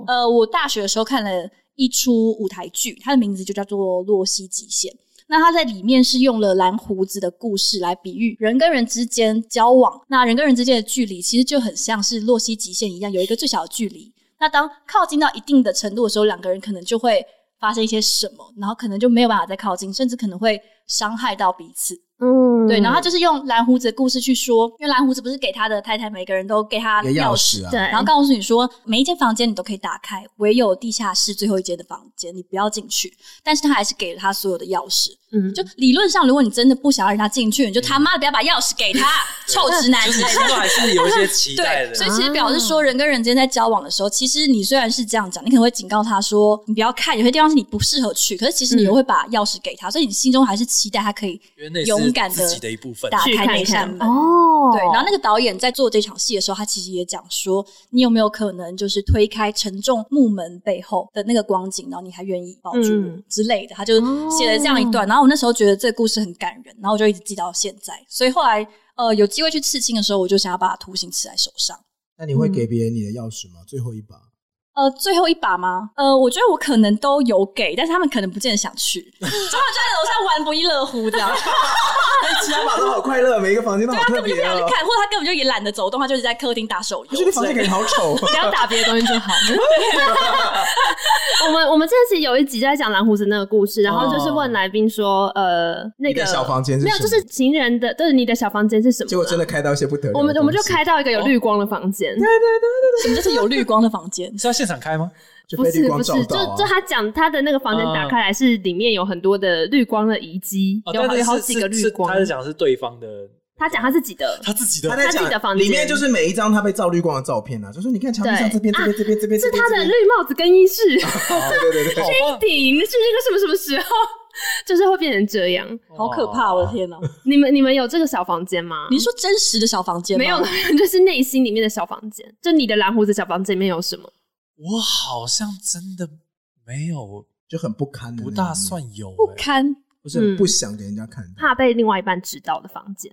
[SPEAKER 2] 哦
[SPEAKER 4] 呃，我大学的时候看了一出舞台剧，它的名字就叫做《洛希极限》。那它在里面是用了蓝胡子的故事来比喻人跟人之间交往，那人跟人之间的距离其实就很像是洛希极限一样，有一个最小的距离。那当靠近到一定的程度的时候，两个人可能就会发生一些什么，然后可能就没有办法再靠近，甚至可能会伤害到彼此。
[SPEAKER 2] 嗯
[SPEAKER 4] 对，然后他就是用蓝胡子的故事去说，因为蓝胡子不是给他的太太每个人都给他
[SPEAKER 1] 一个
[SPEAKER 4] 钥
[SPEAKER 1] 钥
[SPEAKER 4] 匙，
[SPEAKER 1] 匙啊
[SPEAKER 2] 对，，
[SPEAKER 4] 然后
[SPEAKER 3] 嗯
[SPEAKER 4] 告诉你说每一间房间你都可以打开，唯有地下室最后一间的房间你不要进去。但是他还是给了他所有的钥匙。
[SPEAKER 2] 嗯
[SPEAKER 4] 就理论上，如果你真的不想要让他进去，你就他妈的不要把钥匙给他，臭直男
[SPEAKER 3] 嗯就
[SPEAKER 4] 之
[SPEAKER 3] 是你
[SPEAKER 4] 类的
[SPEAKER 3] 心中还是有一些期待 的。
[SPEAKER 4] 对，
[SPEAKER 3] 啊
[SPEAKER 4] 所以其实表示说，人跟人之间在交往的时候，其实你虽然是这样讲，你可能会警告他说，你不要看，有些地方是你不适合去，可是其实你
[SPEAKER 3] 嗯
[SPEAKER 4] 又会把钥匙给他，所以你心中还是期待他可以
[SPEAKER 3] 因为那是
[SPEAKER 4] 勇敢地
[SPEAKER 3] 自己的一部分。
[SPEAKER 4] 打
[SPEAKER 2] 去
[SPEAKER 4] 开
[SPEAKER 2] 看
[SPEAKER 4] 那
[SPEAKER 2] 一
[SPEAKER 4] 扇
[SPEAKER 2] 看
[SPEAKER 4] 门。
[SPEAKER 2] 哦，
[SPEAKER 4] 对，然后那个导演在做这场戏的时候，他其实也讲说，你有没有可能就是推开沉重木门背后的那个光景，然后你还愿意抱住我
[SPEAKER 2] 嗯
[SPEAKER 4] 之类的，他就写了这样一段。然后我那时候觉得这个故事很感人，然后我就一直记到现在。所以后来呃有机会去刺青的时候，我就想要把图形刺在手上。
[SPEAKER 1] 那你会给别人你的钥匙吗？最后一把，
[SPEAKER 4] 呃，最后一把吗？呃，我觉得我可能都有给，但是他们可能不见得想去，所以我就在楼上玩不亦乐乎这样。
[SPEAKER 2] 啊
[SPEAKER 1] 哎，其他把都好快乐，每一个房间都好
[SPEAKER 4] 他
[SPEAKER 1] 特
[SPEAKER 4] 根本就
[SPEAKER 1] 别
[SPEAKER 4] 不想去
[SPEAKER 1] 哦。
[SPEAKER 4] 看，或者他根本就也懒得走动，他就是在客厅打手游
[SPEAKER 1] 我
[SPEAKER 4] 之
[SPEAKER 1] 觉得
[SPEAKER 4] 类的。
[SPEAKER 1] 房间感觉好 丑哦，
[SPEAKER 2] 不要打别的东西 就好。 我们我们这次有一集在讲蓝胡子那个故事，然后
[SPEAKER 3] 哦
[SPEAKER 2] 就是问来宾说，呃，那
[SPEAKER 1] 你
[SPEAKER 2] 个
[SPEAKER 1] 的小房间是
[SPEAKER 2] 没有，
[SPEAKER 1] 什
[SPEAKER 2] 就
[SPEAKER 1] 么
[SPEAKER 2] 是情人的，就是你的小房间是什么？
[SPEAKER 1] 结果真的，开到一些不得了的
[SPEAKER 2] 我们我们就
[SPEAKER 1] 东西
[SPEAKER 2] 开到一
[SPEAKER 3] 哦
[SPEAKER 2] 个有绿光的房间，
[SPEAKER 4] 什么就是有绿光的房间
[SPEAKER 3] 你？是要现场开吗？
[SPEAKER 1] 就
[SPEAKER 2] 不
[SPEAKER 1] 被绿
[SPEAKER 2] 是
[SPEAKER 1] 光
[SPEAKER 2] 不是
[SPEAKER 1] 照，
[SPEAKER 2] 就
[SPEAKER 1] 到啊
[SPEAKER 2] 就他讲他的那个房间打开来是里面有很多的绿光的遗迹，
[SPEAKER 3] 嗯哦，
[SPEAKER 2] 有
[SPEAKER 3] 但
[SPEAKER 2] 好
[SPEAKER 3] 是
[SPEAKER 2] 有好
[SPEAKER 3] 是
[SPEAKER 2] 几个
[SPEAKER 3] 是
[SPEAKER 2] 绿光
[SPEAKER 3] 他。是讲是对方的，
[SPEAKER 2] 他讲他自己的，
[SPEAKER 3] 他自己的
[SPEAKER 1] 他，在
[SPEAKER 2] 他自己的
[SPEAKER 1] 讲
[SPEAKER 2] 房间
[SPEAKER 1] 里面就是每一张他被照绿光的照片啊，就说你看墙壁上
[SPEAKER 2] 对
[SPEAKER 1] 这边这边这边这边，
[SPEAKER 2] 是
[SPEAKER 1] 这边
[SPEAKER 2] 他的嗯
[SPEAKER 1] 这
[SPEAKER 2] 绿
[SPEAKER 1] 边
[SPEAKER 2] 帽子更衣室。
[SPEAKER 1] 哦对对对对，
[SPEAKER 3] 好棒
[SPEAKER 2] 顶是那个什么什么时候？ 就是会变成这样。
[SPEAKER 4] 好可怕！我的天 哪！
[SPEAKER 2] 你们你们有这个小房间吗？
[SPEAKER 4] 你是说真实的小房间吗
[SPEAKER 2] 没有， 就是内心里面的小房间，就你的蓝胡子小房间里面有什么？
[SPEAKER 3] 我好像真的没有，
[SPEAKER 1] 就很不堪的那
[SPEAKER 3] 不
[SPEAKER 1] 种，
[SPEAKER 3] 大算有、
[SPEAKER 4] 不
[SPEAKER 3] 欸，
[SPEAKER 4] 堪。
[SPEAKER 1] 不是很不想给人家看到，
[SPEAKER 2] 怕被另外一半知道的房间。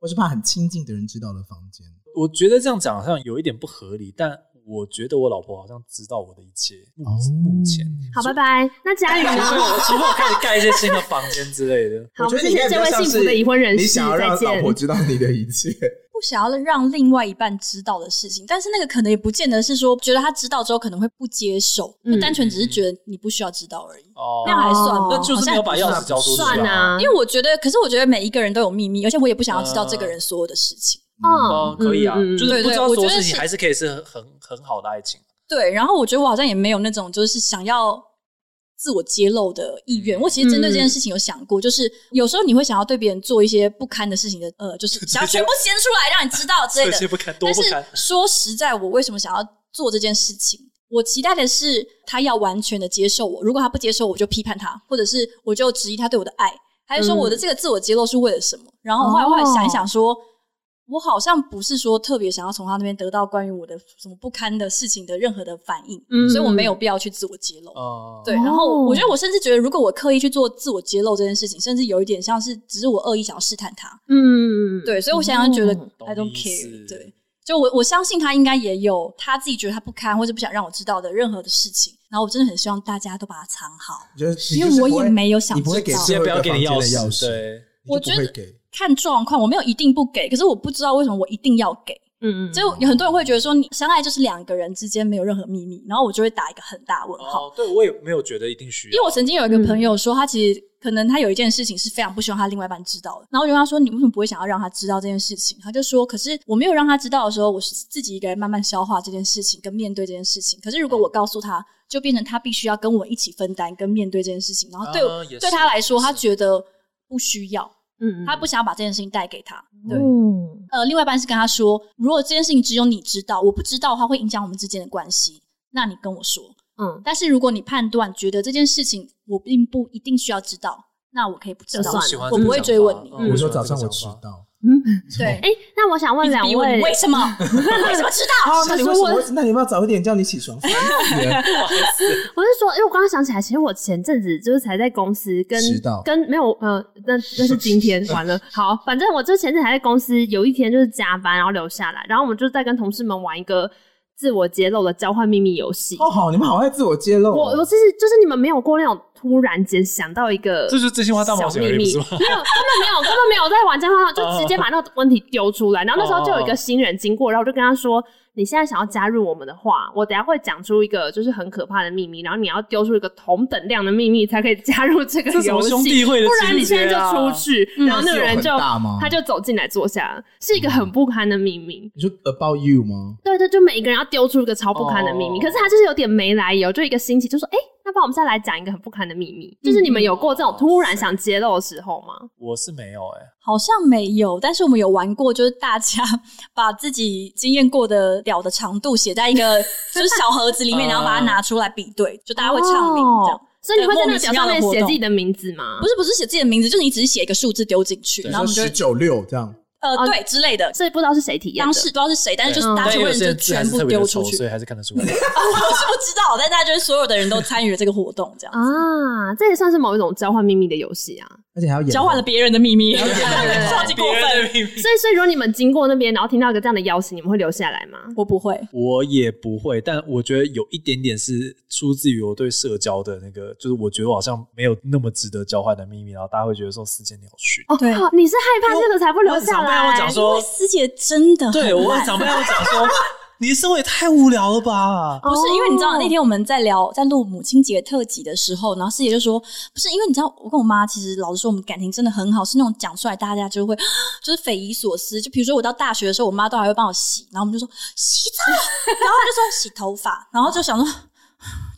[SPEAKER 1] 我是怕很亲近的人知道的房间。
[SPEAKER 3] 我觉得这样讲好像有一点不合理，但我觉得我老婆好像知道我的一切。目、
[SPEAKER 1] 哦
[SPEAKER 2] 哦
[SPEAKER 3] 目前，
[SPEAKER 2] 好，拜拜。那佳宇
[SPEAKER 3] 除非
[SPEAKER 2] 呢？
[SPEAKER 3] 我除非我开始盖一些新的房间之类的。
[SPEAKER 2] 好，
[SPEAKER 1] 我
[SPEAKER 2] 我
[SPEAKER 1] 觉
[SPEAKER 2] 们
[SPEAKER 1] 得你
[SPEAKER 2] 谢
[SPEAKER 1] 应该比
[SPEAKER 2] 谢这
[SPEAKER 1] 较
[SPEAKER 2] 位
[SPEAKER 1] 像
[SPEAKER 2] 幸
[SPEAKER 1] 是
[SPEAKER 2] 福的已婚人
[SPEAKER 1] 你
[SPEAKER 2] 士，
[SPEAKER 1] 想要
[SPEAKER 2] 再
[SPEAKER 1] 让老
[SPEAKER 2] 见
[SPEAKER 1] 婆。知道你的一切，
[SPEAKER 4] 不想要让另外一半知道的事情，但是那个可能也不见得是说觉得他知道之后可能会不接受，
[SPEAKER 2] 嗯
[SPEAKER 4] 就单纯只是觉得你不需要知道而已，
[SPEAKER 3] 哦
[SPEAKER 4] 那样还算吗？
[SPEAKER 3] 那就是没有把钥匙交出去、
[SPEAKER 2] 算啊，
[SPEAKER 4] 因为我觉得，可是我觉得每一个人都有秘密，而且我也不想要知
[SPEAKER 3] 嗯
[SPEAKER 4] 道这个人所有的事情。
[SPEAKER 3] 哦
[SPEAKER 2] 哦，，
[SPEAKER 3] 可以啊，
[SPEAKER 2] 嗯嗯嗯
[SPEAKER 3] 就是不知道
[SPEAKER 4] 对
[SPEAKER 3] 所有
[SPEAKER 4] 对
[SPEAKER 3] 事
[SPEAKER 4] 我觉
[SPEAKER 3] 情
[SPEAKER 4] 得是
[SPEAKER 3] 还是可以是很很很好的爱情。
[SPEAKER 4] 对，然后我觉得我好像也没有那种就是想要自我揭露的意
[SPEAKER 3] 嗯
[SPEAKER 4] 愿。我其实针对这件事情有想过，就是有时候你会想要对别人做一些不堪的事情的，呃，就是想要全部掀出来让你知道之类
[SPEAKER 3] 这
[SPEAKER 4] 的
[SPEAKER 3] 些。不堪，多
[SPEAKER 4] 但
[SPEAKER 3] 不
[SPEAKER 4] 是
[SPEAKER 3] 堪。
[SPEAKER 4] 说实在，我为什么想要做这件事情？我期待的是他要完全的接受我，如果他不接受，我就批判他，或者是我就质疑他对我的爱，还是说
[SPEAKER 2] 嗯
[SPEAKER 4] 我的这个自我揭露是为了什么？然后后来
[SPEAKER 2] 哦
[SPEAKER 4] 后来想一想说。我好像不是说特别想要从他那边得到关于我的什么不堪的事情的任何的反应，
[SPEAKER 2] 嗯
[SPEAKER 4] 所以我没有必要去自我揭露。
[SPEAKER 3] 嗯，
[SPEAKER 4] 对，
[SPEAKER 2] 哦
[SPEAKER 4] 然后我觉得我甚至觉得，如果我刻意去做自我揭露这件事情，甚至有一点像是只是我恶意想要试探他。
[SPEAKER 2] 嗯，
[SPEAKER 4] 对，所以我想想觉得、
[SPEAKER 2] 哦
[SPEAKER 4] I
[SPEAKER 3] 懂
[SPEAKER 4] don't
[SPEAKER 3] 你意思
[SPEAKER 4] care。对，就我我相信他应该也有他自己觉得他不堪或者不想让我知道的任何的事情，然后我真的很希望大家都把它藏好。
[SPEAKER 1] 你就是
[SPEAKER 4] 因为
[SPEAKER 1] 你就是
[SPEAKER 4] 我
[SPEAKER 1] 不会
[SPEAKER 4] 也没有想
[SPEAKER 1] 你不会
[SPEAKER 4] 知
[SPEAKER 1] 给
[SPEAKER 4] 道
[SPEAKER 3] 直
[SPEAKER 1] 最
[SPEAKER 3] 接
[SPEAKER 1] 后
[SPEAKER 3] 不
[SPEAKER 1] 一
[SPEAKER 3] 要
[SPEAKER 1] 个
[SPEAKER 3] 给
[SPEAKER 1] 房
[SPEAKER 3] 你
[SPEAKER 1] 间
[SPEAKER 3] 钥
[SPEAKER 1] 的钥匙，
[SPEAKER 3] 对，
[SPEAKER 1] 你就
[SPEAKER 4] 我
[SPEAKER 1] 不
[SPEAKER 4] 觉
[SPEAKER 1] 会
[SPEAKER 4] 得
[SPEAKER 1] 给。
[SPEAKER 4] 看状况，我没有一定不给，可是我不知道为什么我一定要给。
[SPEAKER 2] 嗯嗯，
[SPEAKER 4] 就有很多人会觉得说，你相爱就是两个人之间没有任何秘密，然后我就会打一个很大问号。
[SPEAKER 3] 哦，对我也没有觉得一定需要，
[SPEAKER 4] 因为我曾经有一
[SPEAKER 3] 嗯
[SPEAKER 4] 个朋友说，他其实可能他有一件事情是非常不希望他另外一半知道的，然后我就跟他说：“你为什么不会想要让他知道这件事情？”他就说：“可是我没有让他知道的时候，我是自己一个人慢慢消化这件事情跟面对这件事情。可是如果
[SPEAKER 3] 嗯
[SPEAKER 4] 我告诉他，就变成他必须要跟我一起分担跟面对这件事情，然后对我、
[SPEAKER 3] 啊也是
[SPEAKER 4] 对他来说，
[SPEAKER 3] 也是
[SPEAKER 4] 他觉得不需要，
[SPEAKER 2] 嗯，
[SPEAKER 4] 他不想要把这件事情带给他。对，
[SPEAKER 2] 嗯
[SPEAKER 4] 呃，另外一半是跟他说，如果这件事情只有你知道，我不知道的话，会影响我们之间的关系，那你跟我说。”
[SPEAKER 2] 嗯，
[SPEAKER 4] 但是如果你判断觉得这件事情我并不一定需要知道，那我可以不知
[SPEAKER 2] 就
[SPEAKER 4] 道
[SPEAKER 2] 算
[SPEAKER 3] 我喜欢，
[SPEAKER 4] 我
[SPEAKER 3] 这
[SPEAKER 4] 不
[SPEAKER 3] 个
[SPEAKER 4] 会
[SPEAKER 3] 想
[SPEAKER 4] 追
[SPEAKER 3] 法
[SPEAKER 4] 问你。
[SPEAKER 3] 嗯
[SPEAKER 1] 我
[SPEAKER 3] 喜
[SPEAKER 1] 说
[SPEAKER 3] 欢
[SPEAKER 1] 早
[SPEAKER 3] 这
[SPEAKER 1] 上
[SPEAKER 3] 个
[SPEAKER 1] 我
[SPEAKER 3] 想
[SPEAKER 1] 知
[SPEAKER 3] 法嗯
[SPEAKER 1] 道，
[SPEAKER 4] 对，
[SPEAKER 2] 哎，那我想问
[SPEAKER 4] 一直
[SPEAKER 2] 两
[SPEAKER 4] 逼问
[SPEAKER 2] 位
[SPEAKER 4] 你，为什么？为什么知道？
[SPEAKER 1] 啊，那你
[SPEAKER 2] 可
[SPEAKER 1] 为
[SPEAKER 2] 是
[SPEAKER 1] 什
[SPEAKER 2] 我
[SPEAKER 1] 么会？那你要不要早一点叫你起 床？哦烦死了
[SPEAKER 2] 我是说，因为我刚刚想起来，其实我前阵子就是才在公司跟
[SPEAKER 1] 迟到
[SPEAKER 2] 跟没有呃，那那是今天完了。好，反正我之前阵子还在公司，有一天就是加班，然后留下来，然后我们就在跟同事们玩一个自我揭露的交换秘密游戏。
[SPEAKER 1] 哦，好，你们好爱自我揭露哦。
[SPEAKER 2] 我我其实就是你们没有过那种突然间想到一个，
[SPEAKER 3] 这就是真心话大冒险而已
[SPEAKER 2] 秘
[SPEAKER 3] 不
[SPEAKER 2] 密，
[SPEAKER 3] 是
[SPEAKER 2] 没有
[SPEAKER 3] 吗
[SPEAKER 2] 根本没有根本没有在玩真心话， 就直接把那个问题丢出来。然后那时候就有一个新人经过，然后我就跟他说：“你现在想要加入我们的话，我等一下会讲出一个就是很可怕的秘密，然后你要丢出一个同等量的秘密才可以加入这个
[SPEAKER 3] 这什
[SPEAKER 2] 游
[SPEAKER 3] 么
[SPEAKER 2] 戏，
[SPEAKER 3] 兄弟会的
[SPEAKER 2] 不然你现在就
[SPEAKER 3] 情节啊
[SPEAKER 2] 出 去。”
[SPEAKER 4] 嗯
[SPEAKER 2] 然后那个人
[SPEAKER 1] 是
[SPEAKER 2] 就
[SPEAKER 1] 有很大吗
[SPEAKER 2] 他就走进来坐下了，是一个很不堪的秘密。
[SPEAKER 1] 你说 about you 吗？
[SPEAKER 2] 对对，就每一个人要丢出一个超不堪的秘密，
[SPEAKER 3] 哦
[SPEAKER 2] 可是他就是有点没来由，就一个星期就说，哎、那不然我们再来讲一个很不堪的秘密，
[SPEAKER 4] 嗯
[SPEAKER 2] 就是你们有过这种突然想揭露的时候吗？
[SPEAKER 3] 我是没有哎，
[SPEAKER 4] 好像没有，但是我们有玩过，就是大家 把自己经验过的屌的长度写在一个就是小盒子里面，
[SPEAKER 3] 嗯
[SPEAKER 4] 然后把它拿出来比对，就大家会唱名这样。
[SPEAKER 2] 所以你会在那个表上
[SPEAKER 4] 对莫名其妙的
[SPEAKER 2] 面
[SPEAKER 4] 活动
[SPEAKER 2] 写自己的名字吗？
[SPEAKER 4] 不是不是写自己的名字，就是你只是写一个数字丢进去，然后我们就
[SPEAKER 1] 十九六这样，
[SPEAKER 4] 呃
[SPEAKER 2] 哦
[SPEAKER 4] 对之类的，
[SPEAKER 2] 所以不知道是谁体验的。
[SPEAKER 4] 当事不知道是谁，但是就是
[SPEAKER 2] 对
[SPEAKER 4] 大
[SPEAKER 3] 但
[SPEAKER 4] 家
[SPEAKER 3] 有
[SPEAKER 4] 会
[SPEAKER 3] 些
[SPEAKER 4] 就
[SPEAKER 3] 人字还
[SPEAKER 4] 全
[SPEAKER 3] 是
[SPEAKER 4] 部
[SPEAKER 3] 特别
[SPEAKER 4] 丢
[SPEAKER 3] 的
[SPEAKER 4] 出
[SPEAKER 3] 丑，
[SPEAKER 4] 去。
[SPEAKER 3] 所以还是看得出 来。
[SPEAKER 4] 我是不知道，但大家就是所有的人都参与了这个活动，这样子
[SPEAKER 2] 啊，这也算是某一种交换秘密的游戏 啊。
[SPEAKER 1] 而且还要演
[SPEAKER 4] 交换了别人的秘密，
[SPEAKER 2] 对
[SPEAKER 4] 超级过分。
[SPEAKER 3] 秘密，
[SPEAKER 2] 所以，所以如果你们经过那边，然后听到一个这样的邀请，你们会留下来吗？
[SPEAKER 4] 我不会，
[SPEAKER 3] 我也不会，但我觉得有一点点是出自于我对社交的那个，就是我觉得我好像没有那么值得交换的秘密，然后大家会觉得说世间鸟絮。
[SPEAKER 2] 哦，
[SPEAKER 4] 对
[SPEAKER 2] 好你是害怕这个才不留下
[SPEAKER 3] 我很常被他
[SPEAKER 2] 来
[SPEAKER 3] 们。讲说
[SPEAKER 4] 因为师姐真的很
[SPEAKER 3] 对我
[SPEAKER 4] 烂
[SPEAKER 3] 长辈要讲说，你生活也太无聊了吧？
[SPEAKER 2] 哦
[SPEAKER 4] 不是因为你知道那天我们在聊在录母亲节特辑的时候，然后师姐就说不是因为你知道我跟我妈其实老实说我们感情真的很好，是那种讲出来大家就会 就是匪夷所思。就比如说我到大学的时候，我妈都还会帮我洗，然后我们就说 洗澡，然后她就说洗头发，然后就 想说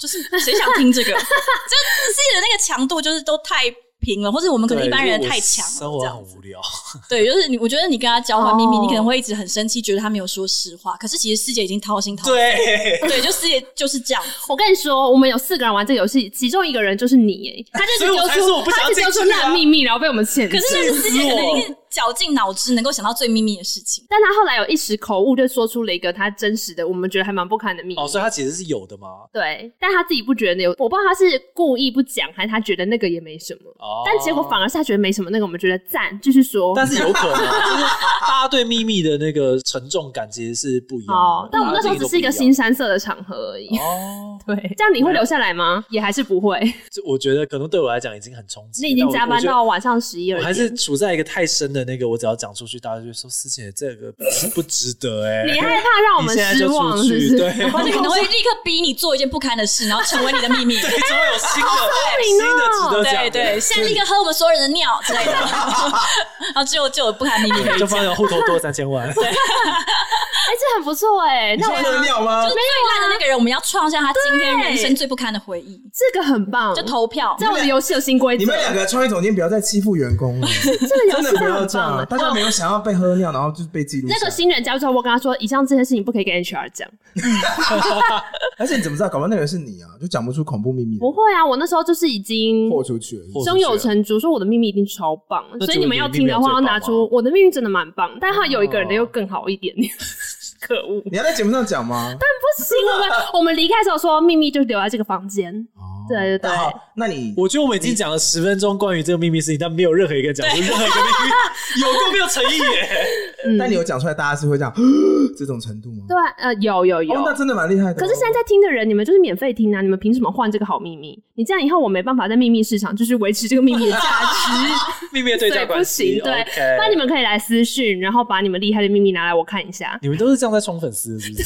[SPEAKER 4] 就是谁想听这个？就师姐的那个强度就是都太平了，或者我 们可能
[SPEAKER 3] 对
[SPEAKER 4] 一般人
[SPEAKER 3] 因为我
[SPEAKER 4] 太强
[SPEAKER 3] 生
[SPEAKER 4] 了，
[SPEAKER 3] 活
[SPEAKER 4] 这
[SPEAKER 3] 很
[SPEAKER 4] 样
[SPEAKER 3] 无聊。
[SPEAKER 4] 对，就是你，我觉得你跟他交换秘密，
[SPEAKER 2] 哦
[SPEAKER 4] 你可能会一直很生气，觉得他没有说实话。可是其实师姐已经掏心掏肺，
[SPEAKER 3] 对，
[SPEAKER 4] 对，就师姐就是这样。
[SPEAKER 2] 我跟你说，我们有四个人玩这个游戏，其中一个人就是你，哎，他就
[SPEAKER 3] 所以我
[SPEAKER 2] 丢
[SPEAKER 3] 才说我
[SPEAKER 2] 出
[SPEAKER 3] 不想
[SPEAKER 2] 他
[SPEAKER 3] 要
[SPEAKER 2] 就丢
[SPEAKER 3] 进
[SPEAKER 2] 出
[SPEAKER 3] 去啊
[SPEAKER 2] 那秘密，然后被我们限制。
[SPEAKER 4] 可是那个师姐可
[SPEAKER 3] 气死我
[SPEAKER 4] 能已经绞尽脑汁，能够想到最秘密的事情。
[SPEAKER 2] 但他后来有一时口误，就说出了一个他真实的，我们觉得还蛮不堪的秘密。
[SPEAKER 3] 哦，所以他其实是有的嘛。
[SPEAKER 2] 对，但他自己不觉得有，我不知道他是故意不讲，还是他觉得那个也没什么。
[SPEAKER 3] 哦，
[SPEAKER 2] 但结果反而是他觉得没什么，那个我们觉得赞，继续说。
[SPEAKER 3] 但是有可能，啊 就是大家对秘密的那个沉重感其实是不一样的。
[SPEAKER 2] 哦，但我们那时候只是一个新
[SPEAKER 3] 生。
[SPEAKER 2] 三色的场合而已。
[SPEAKER 3] 哦，
[SPEAKER 2] 对，这样你会留下来吗？也还是不 会？
[SPEAKER 3] 这我觉得可能对我来讲已经很冲击了。
[SPEAKER 2] 你已经
[SPEAKER 3] 但
[SPEAKER 2] 加
[SPEAKER 3] 我
[SPEAKER 2] 班到。晚上十一
[SPEAKER 3] 我觉得
[SPEAKER 2] 二
[SPEAKER 3] 我
[SPEAKER 2] 点，
[SPEAKER 3] 还是处在一个太深的那个，我只要讲出去，大家就会说师姐这个不值得哎、
[SPEAKER 2] 你害怕让我
[SPEAKER 3] 你
[SPEAKER 2] 们
[SPEAKER 3] 现在
[SPEAKER 2] 失
[SPEAKER 3] 就
[SPEAKER 2] 望，
[SPEAKER 3] 出
[SPEAKER 2] 是不
[SPEAKER 3] 去，
[SPEAKER 2] 是？
[SPEAKER 3] 对，
[SPEAKER 4] 而且可能会立刻逼你做一件不堪的事，然后成为你的秘密。
[SPEAKER 3] 对，总有新的、新的
[SPEAKER 2] 哦
[SPEAKER 3] 值得讲
[SPEAKER 4] 对
[SPEAKER 3] 的。
[SPEAKER 4] 对，现在立刻喝我们所有人的尿之类的，然后就就有不堪秘密可以
[SPEAKER 3] 对，就
[SPEAKER 4] 讲。
[SPEAKER 3] 发现户头多三 千万。对，
[SPEAKER 2] 哎，这很不错哎，那
[SPEAKER 1] 现在喝得
[SPEAKER 2] 我
[SPEAKER 1] 了吗？
[SPEAKER 3] 啊
[SPEAKER 4] 最烂的那个人，我们要创下他今天人生最不堪的回忆，
[SPEAKER 2] 这个很棒，
[SPEAKER 4] 就投票。
[SPEAKER 2] 在我的游戏有新规
[SPEAKER 1] 你
[SPEAKER 2] 则
[SPEAKER 1] 们，两个创意总监不要再欺负员工 了，
[SPEAKER 2] 这个游
[SPEAKER 1] 真的
[SPEAKER 2] 戏
[SPEAKER 1] 不要
[SPEAKER 2] 很
[SPEAKER 1] 这
[SPEAKER 2] 棒
[SPEAKER 1] 样。
[SPEAKER 2] 哎。
[SPEAKER 1] 大家没有想要被喝尿，然后就是被记录下
[SPEAKER 2] 那
[SPEAKER 1] 来。
[SPEAKER 2] 个新人加入之后，我跟他说，以上这件事情不可以跟 HR 讲。
[SPEAKER 1] 嗯而且你怎么知道？搞不好那个人是你啊，就讲不出恐怖秘密的，
[SPEAKER 2] 不会啊，我那时候就是已经
[SPEAKER 1] 豁出去了。
[SPEAKER 3] 豁
[SPEAKER 2] 胸有成竹，说我的秘密一定超棒，
[SPEAKER 3] 那
[SPEAKER 2] 所以你们要听的话，
[SPEAKER 3] 结果
[SPEAKER 2] 要
[SPEAKER 3] 你的秘密有最棒吗
[SPEAKER 2] 拿出我的秘密真的蛮棒，但他有一个人的又更好一点
[SPEAKER 1] 哦
[SPEAKER 2] 点，可恶！
[SPEAKER 1] 你要在节目上讲吗？
[SPEAKER 2] 不行，我们我们离开的时候说秘密就留在这个房间，
[SPEAKER 1] 哦
[SPEAKER 2] 对对对
[SPEAKER 1] 那好，那你
[SPEAKER 3] 我觉得我们已经讲了十分钟关于这个秘密事情，但没有任何一个人讲出任何一 个秘密，有够没有诚意耶！
[SPEAKER 2] 嗯，
[SPEAKER 1] 但你有讲出来，大家是会这样这种程度吗？
[SPEAKER 2] 对啊呃有有有
[SPEAKER 1] 哦，。那真的蛮厉害的哦。
[SPEAKER 2] 可是现在在听的人，你们就是免费听啊！你们凭什么换这个好秘密？你这样以后我没办法在秘密市场就是维持这个秘密的价 值，
[SPEAKER 3] 秘密的对
[SPEAKER 2] 所
[SPEAKER 3] 价
[SPEAKER 2] 以不
[SPEAKER 3] 关系，
[SPEAKER 2] 行。对
[SPEAKER 3] OK，
[SPEAKER 2] 那你们可以来私讯，然后把你们厉害的秘密拿来我看一下。
[SPEAKER 3] 你们都是这样在冲粉丝，是不 是？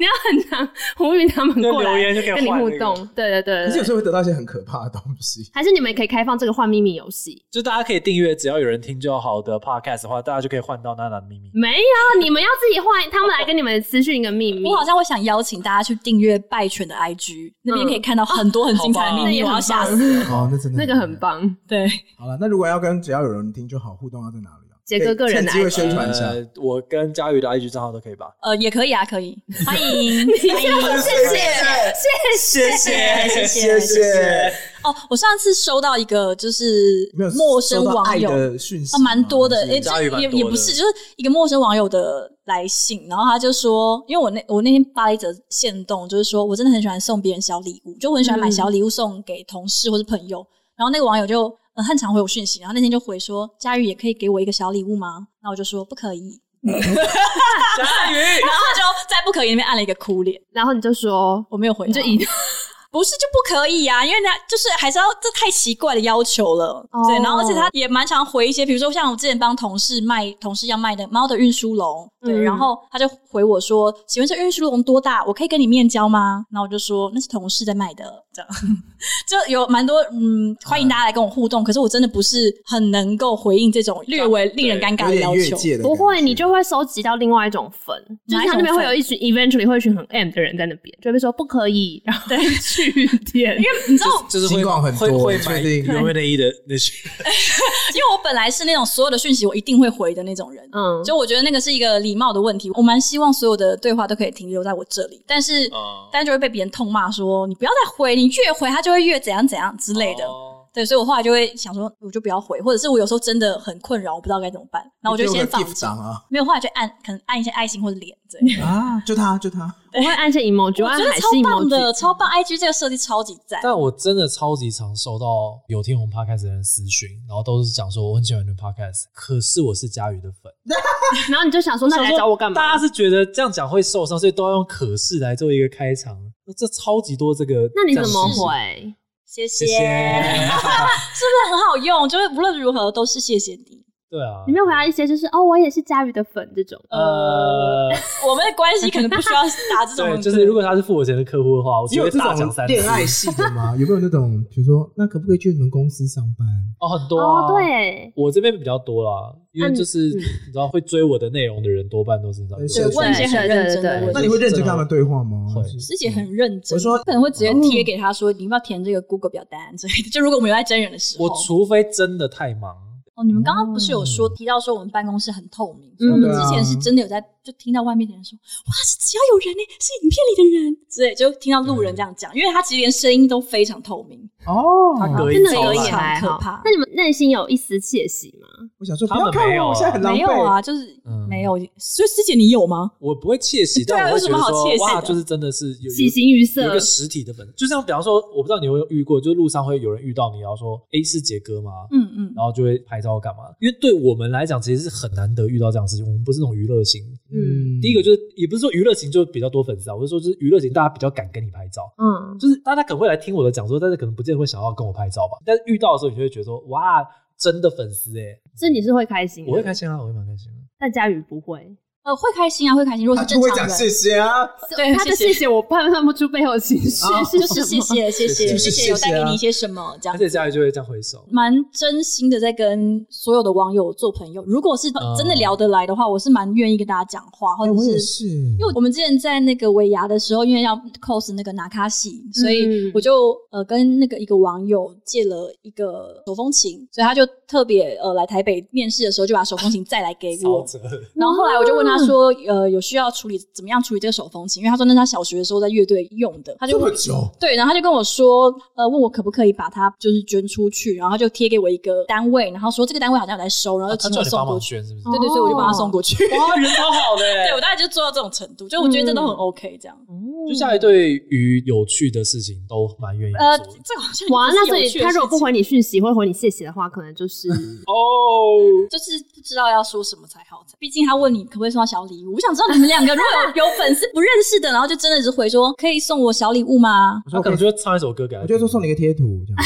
[SPEAKER 2] 你要很常呼吁他们过
[SPEAKER 3] 就
[SPEAKER 2] 来
[SPEAKER 3] 留言就可以
[SPEAKER 2] 跟 你
[SPEAKER 3] 换
[SPEAKER 2] 互
[SPEAKER 3] 那个
[SPEAKER 2] 动，对对对
[SPEAKER 1] 可是
[SPEAKER 2] 对
[SPEAKER 1] 有时候会得到一些很可怕的东西。
[SPEAKER 2] 还是你们也可以开放这个换秘密游戏？
[SPEAKER 3] 就大家可以订阅，只要有人听就好的 podcast 的话，大家就可以换到娜娜的秘密。
[SPEAKER 2] 没有，你们要自己换，他们来跟你们私讯一个秘密。
[SPEAKER 4] 我好像会想邀请大家去订阅拜犬的 IG，那边可以看到很多很精彩的秘密，
[SPEAKER 2] 好
[SPEAKER 4] 我
[SPEAKER 2] 吧
[SPEAKER 4] 要吓死。
[SPEAKER 1] 哦，那真的
[SPEAKER 2] 那个很。棒，
[SPEAKER 4] 对，
[SPEAKER 1] 好了，那如果要跟只要有人听就好，互动要在哪里啊？
[SPEAKER 2] 杰哥个人
[SPEAKER 1] 可
[SPEAKER 2] 的
[SPEAKER 1] 以趁机会
[SPEAKER 2] IG
[SPEAKER 1] 宣传一下。
[SPEAKER 3] 呃，我跟佳宇的 IG 账号都可以吧？
[SPEAKER 4] 呃，也可以啊，可以，欢迎，欢迎，
[SPEAKER 2] 谢谢
[SPEAKER 4] 谢谢
[SPEAKER 1] 谢谢。
[SPEAKER 4] 哦，我上次收到一个就是
[SPEAKER 1] 没有
[SPEAKER 4] 陌生
[SPEAKER 1] 收到
[SPEAKER 4] 网
[SPEAKER 1] 爱
[SPEAKER 4] 友，
[SPEAKER 1] 的嗯讯息
[SPEAKER 4] 哦，
[SPEAKER 1] 吗，
[SPEAKER 4] 蛮多的，
[SPEAKER 1] 还是
[SPEAKER 4] 诶，
[SPEAKER 3] 佳宇
[SPEAKER 4] 这
[SPEAKER 3] 蛮
[SPEAKER 4] 也
[SPEAKER 3] 多
[SPEAKER 4] 也
[SPEAKER 3] 的
[SPEAKER 4] 不是，就是一个陌生网友的来信，然后他就说，因为我那我那天发了一则线动，就是说我真的很喜欢送别人小礼物，就我很喜欢买
[SPEAKER 2] 嗯
[SPEAKER 4] 小礼物送给同事或是朋友，然后那个网友就呃很常回我讯息，然后那天就回说，佳宇也可以给我一个小礼物吗？那我就说不 可以，
[SPEAKER 3] 佳宇，
[SPEAKER 4] 然后他就在不可以那边按了一个哭脸，
[SPEAKER 2] 然后你就说，
[SPEAKER 4] 我没有回他，
[SPEAKER 2] 你就以
[SPEAKER 4] 不是就不可以啊，因为那就是还是要这太奇怪的要求了。
[SPEAKER 2] 哦
[SPEAKER 4] 对，然后而且他也蛮常回一些，比如说像我之前帮同事卖，同事要卖的猫的运输笼，对，
[SPEAKER 2] 嗯
[SPEAKER 4] 然后他就回我说：“请问这运输笼多大？我可以跟你面交吗？”然后我就说：“那是同事在卖的。”这样 就有蛮多嗯，欢迎大家来跟我互动。可是我真的不是很能够回应这种略微令人尴尬
[SPEAKER 1] 有
[SPEAKER 4] 的要
[SPEAKER 1] 点越
[SPEAKER 4] 求。
[SPEAKER 1] 界的感觉，
[SPEAKER 2] 不会，你就会收集到另外一种粉，就是他那
[SPEAKER 4] 哪一
[SPEAKER 2] 边
[SPEAKER 4] 种
[SPEAKER 2] 会
[SPEAKER 4] 粉
[SPEAKER 2] 有一群 eventually 会有一群很 M 的人在那边，就会说不可以，然后 去点，因为
[SPEAKER 4] 你知道，
[SPEAKER 3] 就是
[SPEAKER 1] 新
[SPEAKER 3] 会
[SPEAKER 1] 冠很
[SPEAKER 3] 会
[SPEAKER 1] 多
[SPEAKER 3] 会
[SPEAKER 1] 确
[SPEAKER 3] 买
[SPEAKER 1] 定
[SPEAKER 3] 原味内衣的那 些。
[SPEAKER 4] 因为我本来是那种所有的讯息我一定会回的那种人，
[SPEAKER 2] 嗯，
[SPEAKER 4] 就我觉得那个是一个礼貌的问题，我蛮希望所有的对话都可以停留在我这里，但是、
[SPEAKER 3] 哦
[SPEAKER 4] 但就会被别人痛骂说你不要再回，你越回他就会越怎样怎样之类的。
[SPEAKER 3] 哦
[SPEAKER 4] 对，所以我后来就会想说，我就不要回，或者是我有时候真的很困扰，我不知道该怎么办，然后我就
[SPEAKER 1] 你
[SPEAKER 4] 先
[SPEAKER 1] 给个
[SPEAKER 4] 放
[SPEAKER 1] gift
[SPEAKER 4] 着。
[SPEAKER 1] 档 啊
[SPEAKER 4] 没有，后来就按，可能按一些爱心或者脸
[SPEAKER 3] 嗯
[SPEAKER 4] 这样。
[SPEAKER 1] 啊，就他就他，
[SPEAKER 2] 我会按一些 emoji，我
[SPEAKER 4] 我
[SPEAKER 2] 按
[SPEAKER 4] 觉得
[SPEAKER 2] 海
[SPEAKER 4] 超
[SPEAKER 2] 星
[SPEAKER 4] 棒的，
[SPEAKER 2] emoji，
[SPEAKER 4] 超棒！IG 这个设计超级赞。
[SPEAKER 3] 但我真的超级常收到有听我们 podcast 的人私讯，然后都是讲说我很喜欢你们 podcast，可是我是佳宇的粉。
[SPEAKER 2] 然后你就想说，那你来
[SPEAKER 3] 想说
[SPEAKER 2] 找我干嘛？
[SPEAKER 3] 大家是觉得这样讲会受伤，所以都要用可是来做一个开场。这超级多这个，
[SPEAKER 2] 那你怎么
[SPEAKER 3] 这样的事情？
[SPEAKER 2] 回？
[SPEAKER 4] 谢
[SPEAKER 3] 谢
[SPEAKER 4] 谢，
[SPEAKER 3] 谢。
[SPEAKER 4] 是不是很好用？就是无论如何都是谢谢你。
[SPEAKER 3] 对啊
[SPEAKER 2] 你，没有回答一些就是哦，我也是佳瑜的粉这种。
[SPEAKER 3] 呃，
[SPEAKER 4] 我们的关系可能不需要打这
[SPEAKER 3] 对，
[SPEAKER 4] 种，
[SPEAKER 3] 就是如果他是付我钱的客户的话，我
[SPEAKER 1] 你
[SPEAKER 3] 就
[SPEAKER 1] 有
[SPEAKER 3] 会
[SPEAKER 1] 这
[SPEAKER 3] 大讲
[SPEAKER 1] 种
[SPEAKER 3] 三
[SPEAKER 1] 恋爱
[SPEAKER 3] 次
[SPEAKER 1] 系 的吗？有没有那种，比如说，那可不可以去你们公司上班？
[SPEAKER 3] 哦，很多啊
[SPEAKER 2] 哦，，对，
[SPEAKER 3] 我这边比较多啦，因为
[SPEAKER 2] 嗯
[SPEAKER 3] 就是
[SPEAKER 2] 嗯
[SPEAKER 3] 你知道会追我的内容的人，多半都是你知道
[SPEAKER 1] 对
[SPEAKER 4] 对问一些很认
[SPEAKER 2] 对对对
[SPEAKER 4] 真的
[SPEAKER 2] 对
[SPEAKER 4] 问
[SPEAKER 1] 那
[SPEAKER 4] 题。
[SPEAKER 1] 你会认真跟他们对话吗？
[SPEAKER 3] 会
[SPEAKER 4] 师姐很认
[SPEAKER 1] 嗯
[SPEAKER 4] 真，
[SPEAKER 1] 我说哦
[SPEAKER 4] 可能会直接贴给他说，你要不要填这个 Google 表单之类的。就如果我们有在真人的时候，
[SPEAKER 3] 我除非真的太忙，
[SPEAKER 4] 哦，你们刚刚不是有说提到说我们办公室很透明，所以我们
[SPEAKER 2] 对
[SPEAKER 1] 啊
[SPEAKER 4] 之前是真的有在就听到外面的人说，哇，是只要有人呢、是影片里的人之类，就听到路
[SPEAKER 1] 嗯
[SPEAKER 4] 人这样讲，因为他其实连声音都非常透明，
[SPEAKER 1] 哦，
[SPEAKER 3] 他隔一
[SPEAKER 2] 真的
[SPEAKER 3] 层
[SPEAKER 2] 有一
[SPEAKER 3] 啊
[SPEAKER 2] 点还好
[SPEAKER 4] 可怕
[SPEAKER 2] 那你们内心有一丝窃喜吗？
[SPEAKER 1] 我想说，不
[SPEAKER 3] 他们
[SPEAKER 1] 要看
[SPEAKER 3] 没有
[SPEAKER 1] 我，
[SPEAKER 3] 啊
[SPEAKER 1] 我现在很狼
[SPEAKER 4] 没有
[SPEAKER 1] 狈。
[SPEAKER 4] 啊，就是
[SPEAKER 3] 嗯
[SPEAKER 4] 没有。所以师姐你有吗？
[SPEAKER 3] 我不会窃喜，
[SPEAKER 4] 对啊
[SPEAKER 3] 但我会觉得
[SPEAKER 4] 有什么好窃
[SPEAKER 3] 说
[SPEAKER 4] 喜
[SPEAKER 3] 哇，
[SPEAKER 4] 的
[SPEAKER 3] 就是真的是有
[SPEAKER 2] 喜形于
[SPEAKER 3] 有一
[SPEAKER 2] 色
[SPEAKER 3] 个，实体的粉丝，就像比方说，我不知道你有没有遇过，就是路上会有人遇到你，然后说 A 是杰哥吗？
[SPEAKER 4] 嗯嗯，
[SPEAKER 3] 然后就会拍照干嘛？因为对我们来讲，其实是很难得遇到这样的事情。我们不是那种娱乐型，
[SPEAKER 2] 嗯
[SPEAKER 3] 第一个
[SPEAKER 4] 哦
[SPEAKER 3] 就是也不是说娱乐型就比较多粉丝啊，我是说就是娱乐型大家比较敢跟你拍照，
[SPEAKER 2] 嗯，
[SPEAKER 3] 就是大家可能会来听我的讲座，但是可能不见得会想要跟我拍照吧。但是遇到的时候，你就会觉得说哇，真的粉丝哎、
[SPEAKER 2] 所以你是会开心，
[SPEAKER 3] 我会开，心啊，我会蛮开心的。
[SPEAKER 2] 但佳瑜不会。
[SPEAKER 4] 呃，会开心啊，会开心。如果
[SPEAKER 1] 他
[SPEAKER 4] 是
[SPEAKER 1] 就
[SPEAKER 4] 正
[SPEAKER 1] 会
[SPEAKER 4] 常
[SPEAKER 1] 讲谢
[SPEAKER 4] 人，
[SPEAKER 1] 谢啊，
[SPEAKER 4] 对
[SPEAKER 2] 他的
[SPEAKER 4] 谢谢
[SPEAKER 2] 谢谢我判断不出背后的情绪
[SPEAKER 1] 啊
[SPEAKER 3] 哦
[SPEAKER 2] 是
[SPEAKER 4] 就是
[SPEAKER 2] 什
[SPEAKER 4] 谢
[SPEAKER 2] 么。
[SPEAKER 4] 谢谢
[SPEAKER 1] 谢
[SPEAKER 3] 就是
[SPEAKER 4] 谢谢
[SPEAKER 1] 谢
[SPEAKER 4] 谢，
[SPEAKER 1] 啊
[SPEAKER 4] 有带给你一些什么这样
[SPEAKER 3] 而。且佳瑜就会这样挥手，
[SPEAKER 4] 蛮真心的在跟所有的网友做朋友。如果是
[SPEAKER 3] 嗯
[SPEAKER 4] 真的聊得来的话，我是蛮愿意跟大家讲话，或
[SPEAKER 1] 哎，
[SPEAKER 4] 者
[SPEAKER 1] 我也
[SPEAKER 4] 哦是
[SPEAKER 1] 是，
[SPEAKER 4] 因为我们之前在那个尾牙的时候，因为要 cos 那个拿卡西，所以
[SPEAKER 2] 嗯
[SPEAKER 4] 我就呃跟那个一个网友借了一个手风琴，所以他就特别呃来台北面试的时候就把手风琴再来给
[SPEAKER 3] 超
[SPEAKER 4] 我。
[SPEAKER 3] 扯。
[SPEAKER 4] 然后后来我就问他说，呃，有需要处理怎么样处理这个手风琴？因为他说那是他小学的时候在乐队用的，他就
[SPEAKER 1] 这么久，
[SPEAKER 4] 对，然后他就跟我说，呃，问我可不可以把它就是捐出去，然后他就贴给我一个单位，然后说这个单位好像有在收，然后
[SPEAKER 3] 啊
[SPEAKER 4] 就
[SPEAKER 3] 他
[SPEAKER 4] 请我
[SPEAKER 3] 叫你
[SPEAKER 4] 送
[SPEAKER 3] 帮
[SPEAKER 4] 过
[SPEAKER 3] 忙
[SPEAKER 4] 去。
[SPEAKER 3] 宣是不是？
[SPEAKER 2] 哦
[SPEAKER 4] 对对，所以我就帮他送过去。
[SPEAKER 3] 哇，人超好的、欸。
[SPEAKER 4] 对我大概就做到这种程度，就我觉得这都很
[SPEAKER 2] 嗯
[SPEAKER 4] OK 这样。
[SPEAKER 2] 哦
[SPEAKER 3] 就下一对于有趣的事情都蛮愿意
[SPEAKER 4] 呃，
[SPEAKER 3] 做的。
[SPEAKER 4] 这个好像
[SPEAKER 2] 哇，
[SPEAKER 4] 也
[SPEAKER 2] 那
[SPEAKER 4] 不是
[SPEAKER 2] 所
[SPEAKER 4] 有
[SPEAKER 2] 以
[SPEAKER 4] 趣的
[SPEAKER 2] 他如果
[SPEAKER 4] 事情
[SPEAKER 2] 不回，你讯息或者回你谢谢的话，可能 就是
[SPEAKER 3] 哦，
[SPEAKER 4] 就是不知道要说什么才好。毕竟他问你可不可以送他小礼物，我想知道你 们两个如果有有粉丝不认识的，然后就真的是回说可以送我小礼物吗？
[SPEAKER 1] 我
[SPEAKER 3] 他
[SPEAKER 1] 说
[SPEAKER 3] 可
[SPEAKER 1] 可
[SPEAKER 3] 能
[SPEAKER 1] 以，
[SPEAKER 3] 就会唱一首歌给他
[SPEAKER 1] 我
[SPEAKER 3] 听。
[SPEAKER 1] 就说送你一个贴图这 样。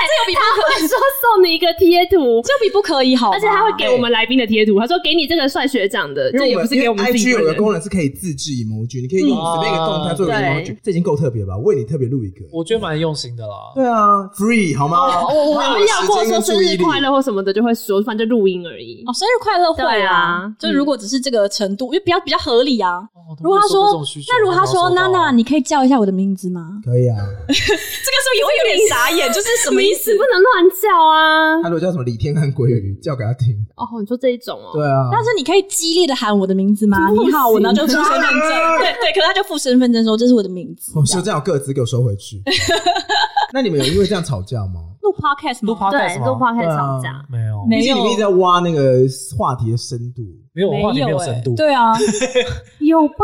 [SPEAKER 4] 这有比不可
[SPEAKER 2] 他会说送你一个贴图，
[SPEAKER 4] 这有比不可以好吗，
[SPEAKER 2] 而且他会给我们来宾的贴图，他说给你这个帅学长的，这也不是给我们自
[SPEAKER 1] IG
[SPEAKER 2] 己
[SPEAKER 1] 有
[SPEAKER 2] 本
[SPEAKER 1] 个
[SPEAKER 2] 人。
[SPEAKER 1] 功能是可以自制 emoji，你可以用随便一个动态做一个
[SPEAKER 2] 嗯
[SPEAKER 1] emoji，
[SPEAKER 2] 对
[SPEAKER 1] 这已经够特别了吧？为你特别录一个，
[SPEAKER 3] 我觉得蛮用心的啦。
[SPEAKER 1] 对啊，free 好吗？
[SPEAKER 2] 哦我我们要过说生日快乐或什么的，就会说，反正就录音而已
[SPEAKER 4] 哦，。生日快乐会
[SPEAKER 2] 对
[SPEAKER 4] 啊
[SPEAKER 2] 啊，
[SPEAKER 4] 就如果只是这个程度，因为比较比较合理啊。
[SPEAKER 3] 哦
[SPEAKER 4] 如果他说，那如果他说娜娜，，你可以叫一下我的名字吗？
[SPEAKER 1] 可以啊。
[SPEAKER 4] 这个是不是也会有点傻眼？就是什么意思
[SPEAKER 2] 你不能乱叫啊！
[SPEAKER 1] 他如果叫什么李天汉鲑鱼，叫给他听。
[SPEAKER 2] 哦，你说这一种哦，
[SPEAKER 1] 对啊，
[SPEAKER 4] 但是你可以激烈的喊我的名字吗？
[SPEAKER 2] 不行
[SPEAKER 4] 你好，我然后就附身份证，对 对，可是他就附身份证说这是我的名字。
[SPEAKER 1] 我哦说这样有各自给我收回 去。那你们有因为这样吵架吗？
[SPEAKER 4] 录 podcast
[SPEAKER 3] 录
[SPEAKER 4] 吗？
[SPEAKER 2] 对，
[SPEAKER 3] podcast 吗
[SPEAKER 2] 都花开
[SPEAKER 1] 对啊
[SPEAKER 2] 吵架。
[SPEAKER 3] 没有
[SPEAKER 4] 没
[SPEAKER 1] 毕竟你们一直在挖那个话题的深度。
[SPEAKER 3] 没有话题没有
[SPEAKER 4] 欸
[SPEAKER 3] 深度。
[SPEAKER 4] 对啊，
[SPEAKER 2] 有吧？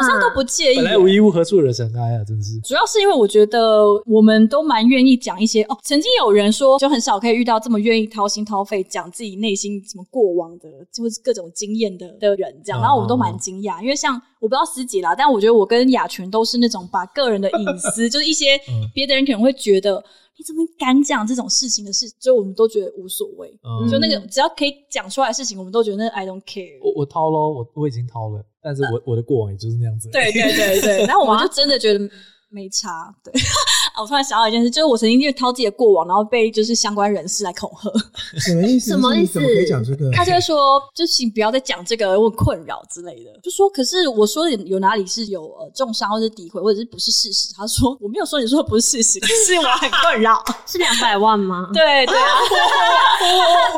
[SPEAKER 2] 好
[SPEAKER 4] 好像都不介意
[SPEAKER 3] 本。来无一物，何处惹尘埃啊！真是
[SPEAKER 4] 主要是因为我觉得我们都蛮愿意讲一些哦，曾经有人说就很少可以遇到这么愿意掏心掏肺讲自己内心什么过往的，就是各种经验的的人这样，
[SPEAKER 3] 嗯
[SPEAKER 4] 然后我们都蛮惊讶，因为像我不知道师姐啦，但我觉得我跟雅群都是那种把个人的隐私， 就是一些
[SPEAKER 3] 嗯
[SPEAKER 4] 别的人可能会觉得你怎么敢讲这种事情的事，就我们都觉得无所谓，
[SPEAKER 3] 嗯
[SPEAKER 4] 就那个只要可以讲出来的事情，我们都觉得那 I don't care。
[SPEAKER 3] 我我掏喽，我我已经掏了，但是我我的过往也就是那样子。
[SPEAKER 4] 对对对对， 然后我们就真的觉得没差。对， 啊，我突然想到一件事，就是我曾经因为掏自己的过往，然后被就是相关人士来恐 吓，
[SPEAKER 1] 什么意思？
[SPEAKER 2] 什么
[SPEAKER 1] 就是
[SPEAKER 2] 意
[SPEAKER 1] 你
[SPEAKER 2] 思
[SPEAKER 1] 怎么可以讲这个？
[SPEAKER 4] 他就会说，就请不要再讲这个，我很困扰之类的。就说，可是我说的有哪里是有呃重伤或者诋毁或者是不是事实？他说我没有说你说的不是事实， 可是我很困扰。
[SPEAKER 2] 是两百万吗？
[SPEAKER 4] 对对啊，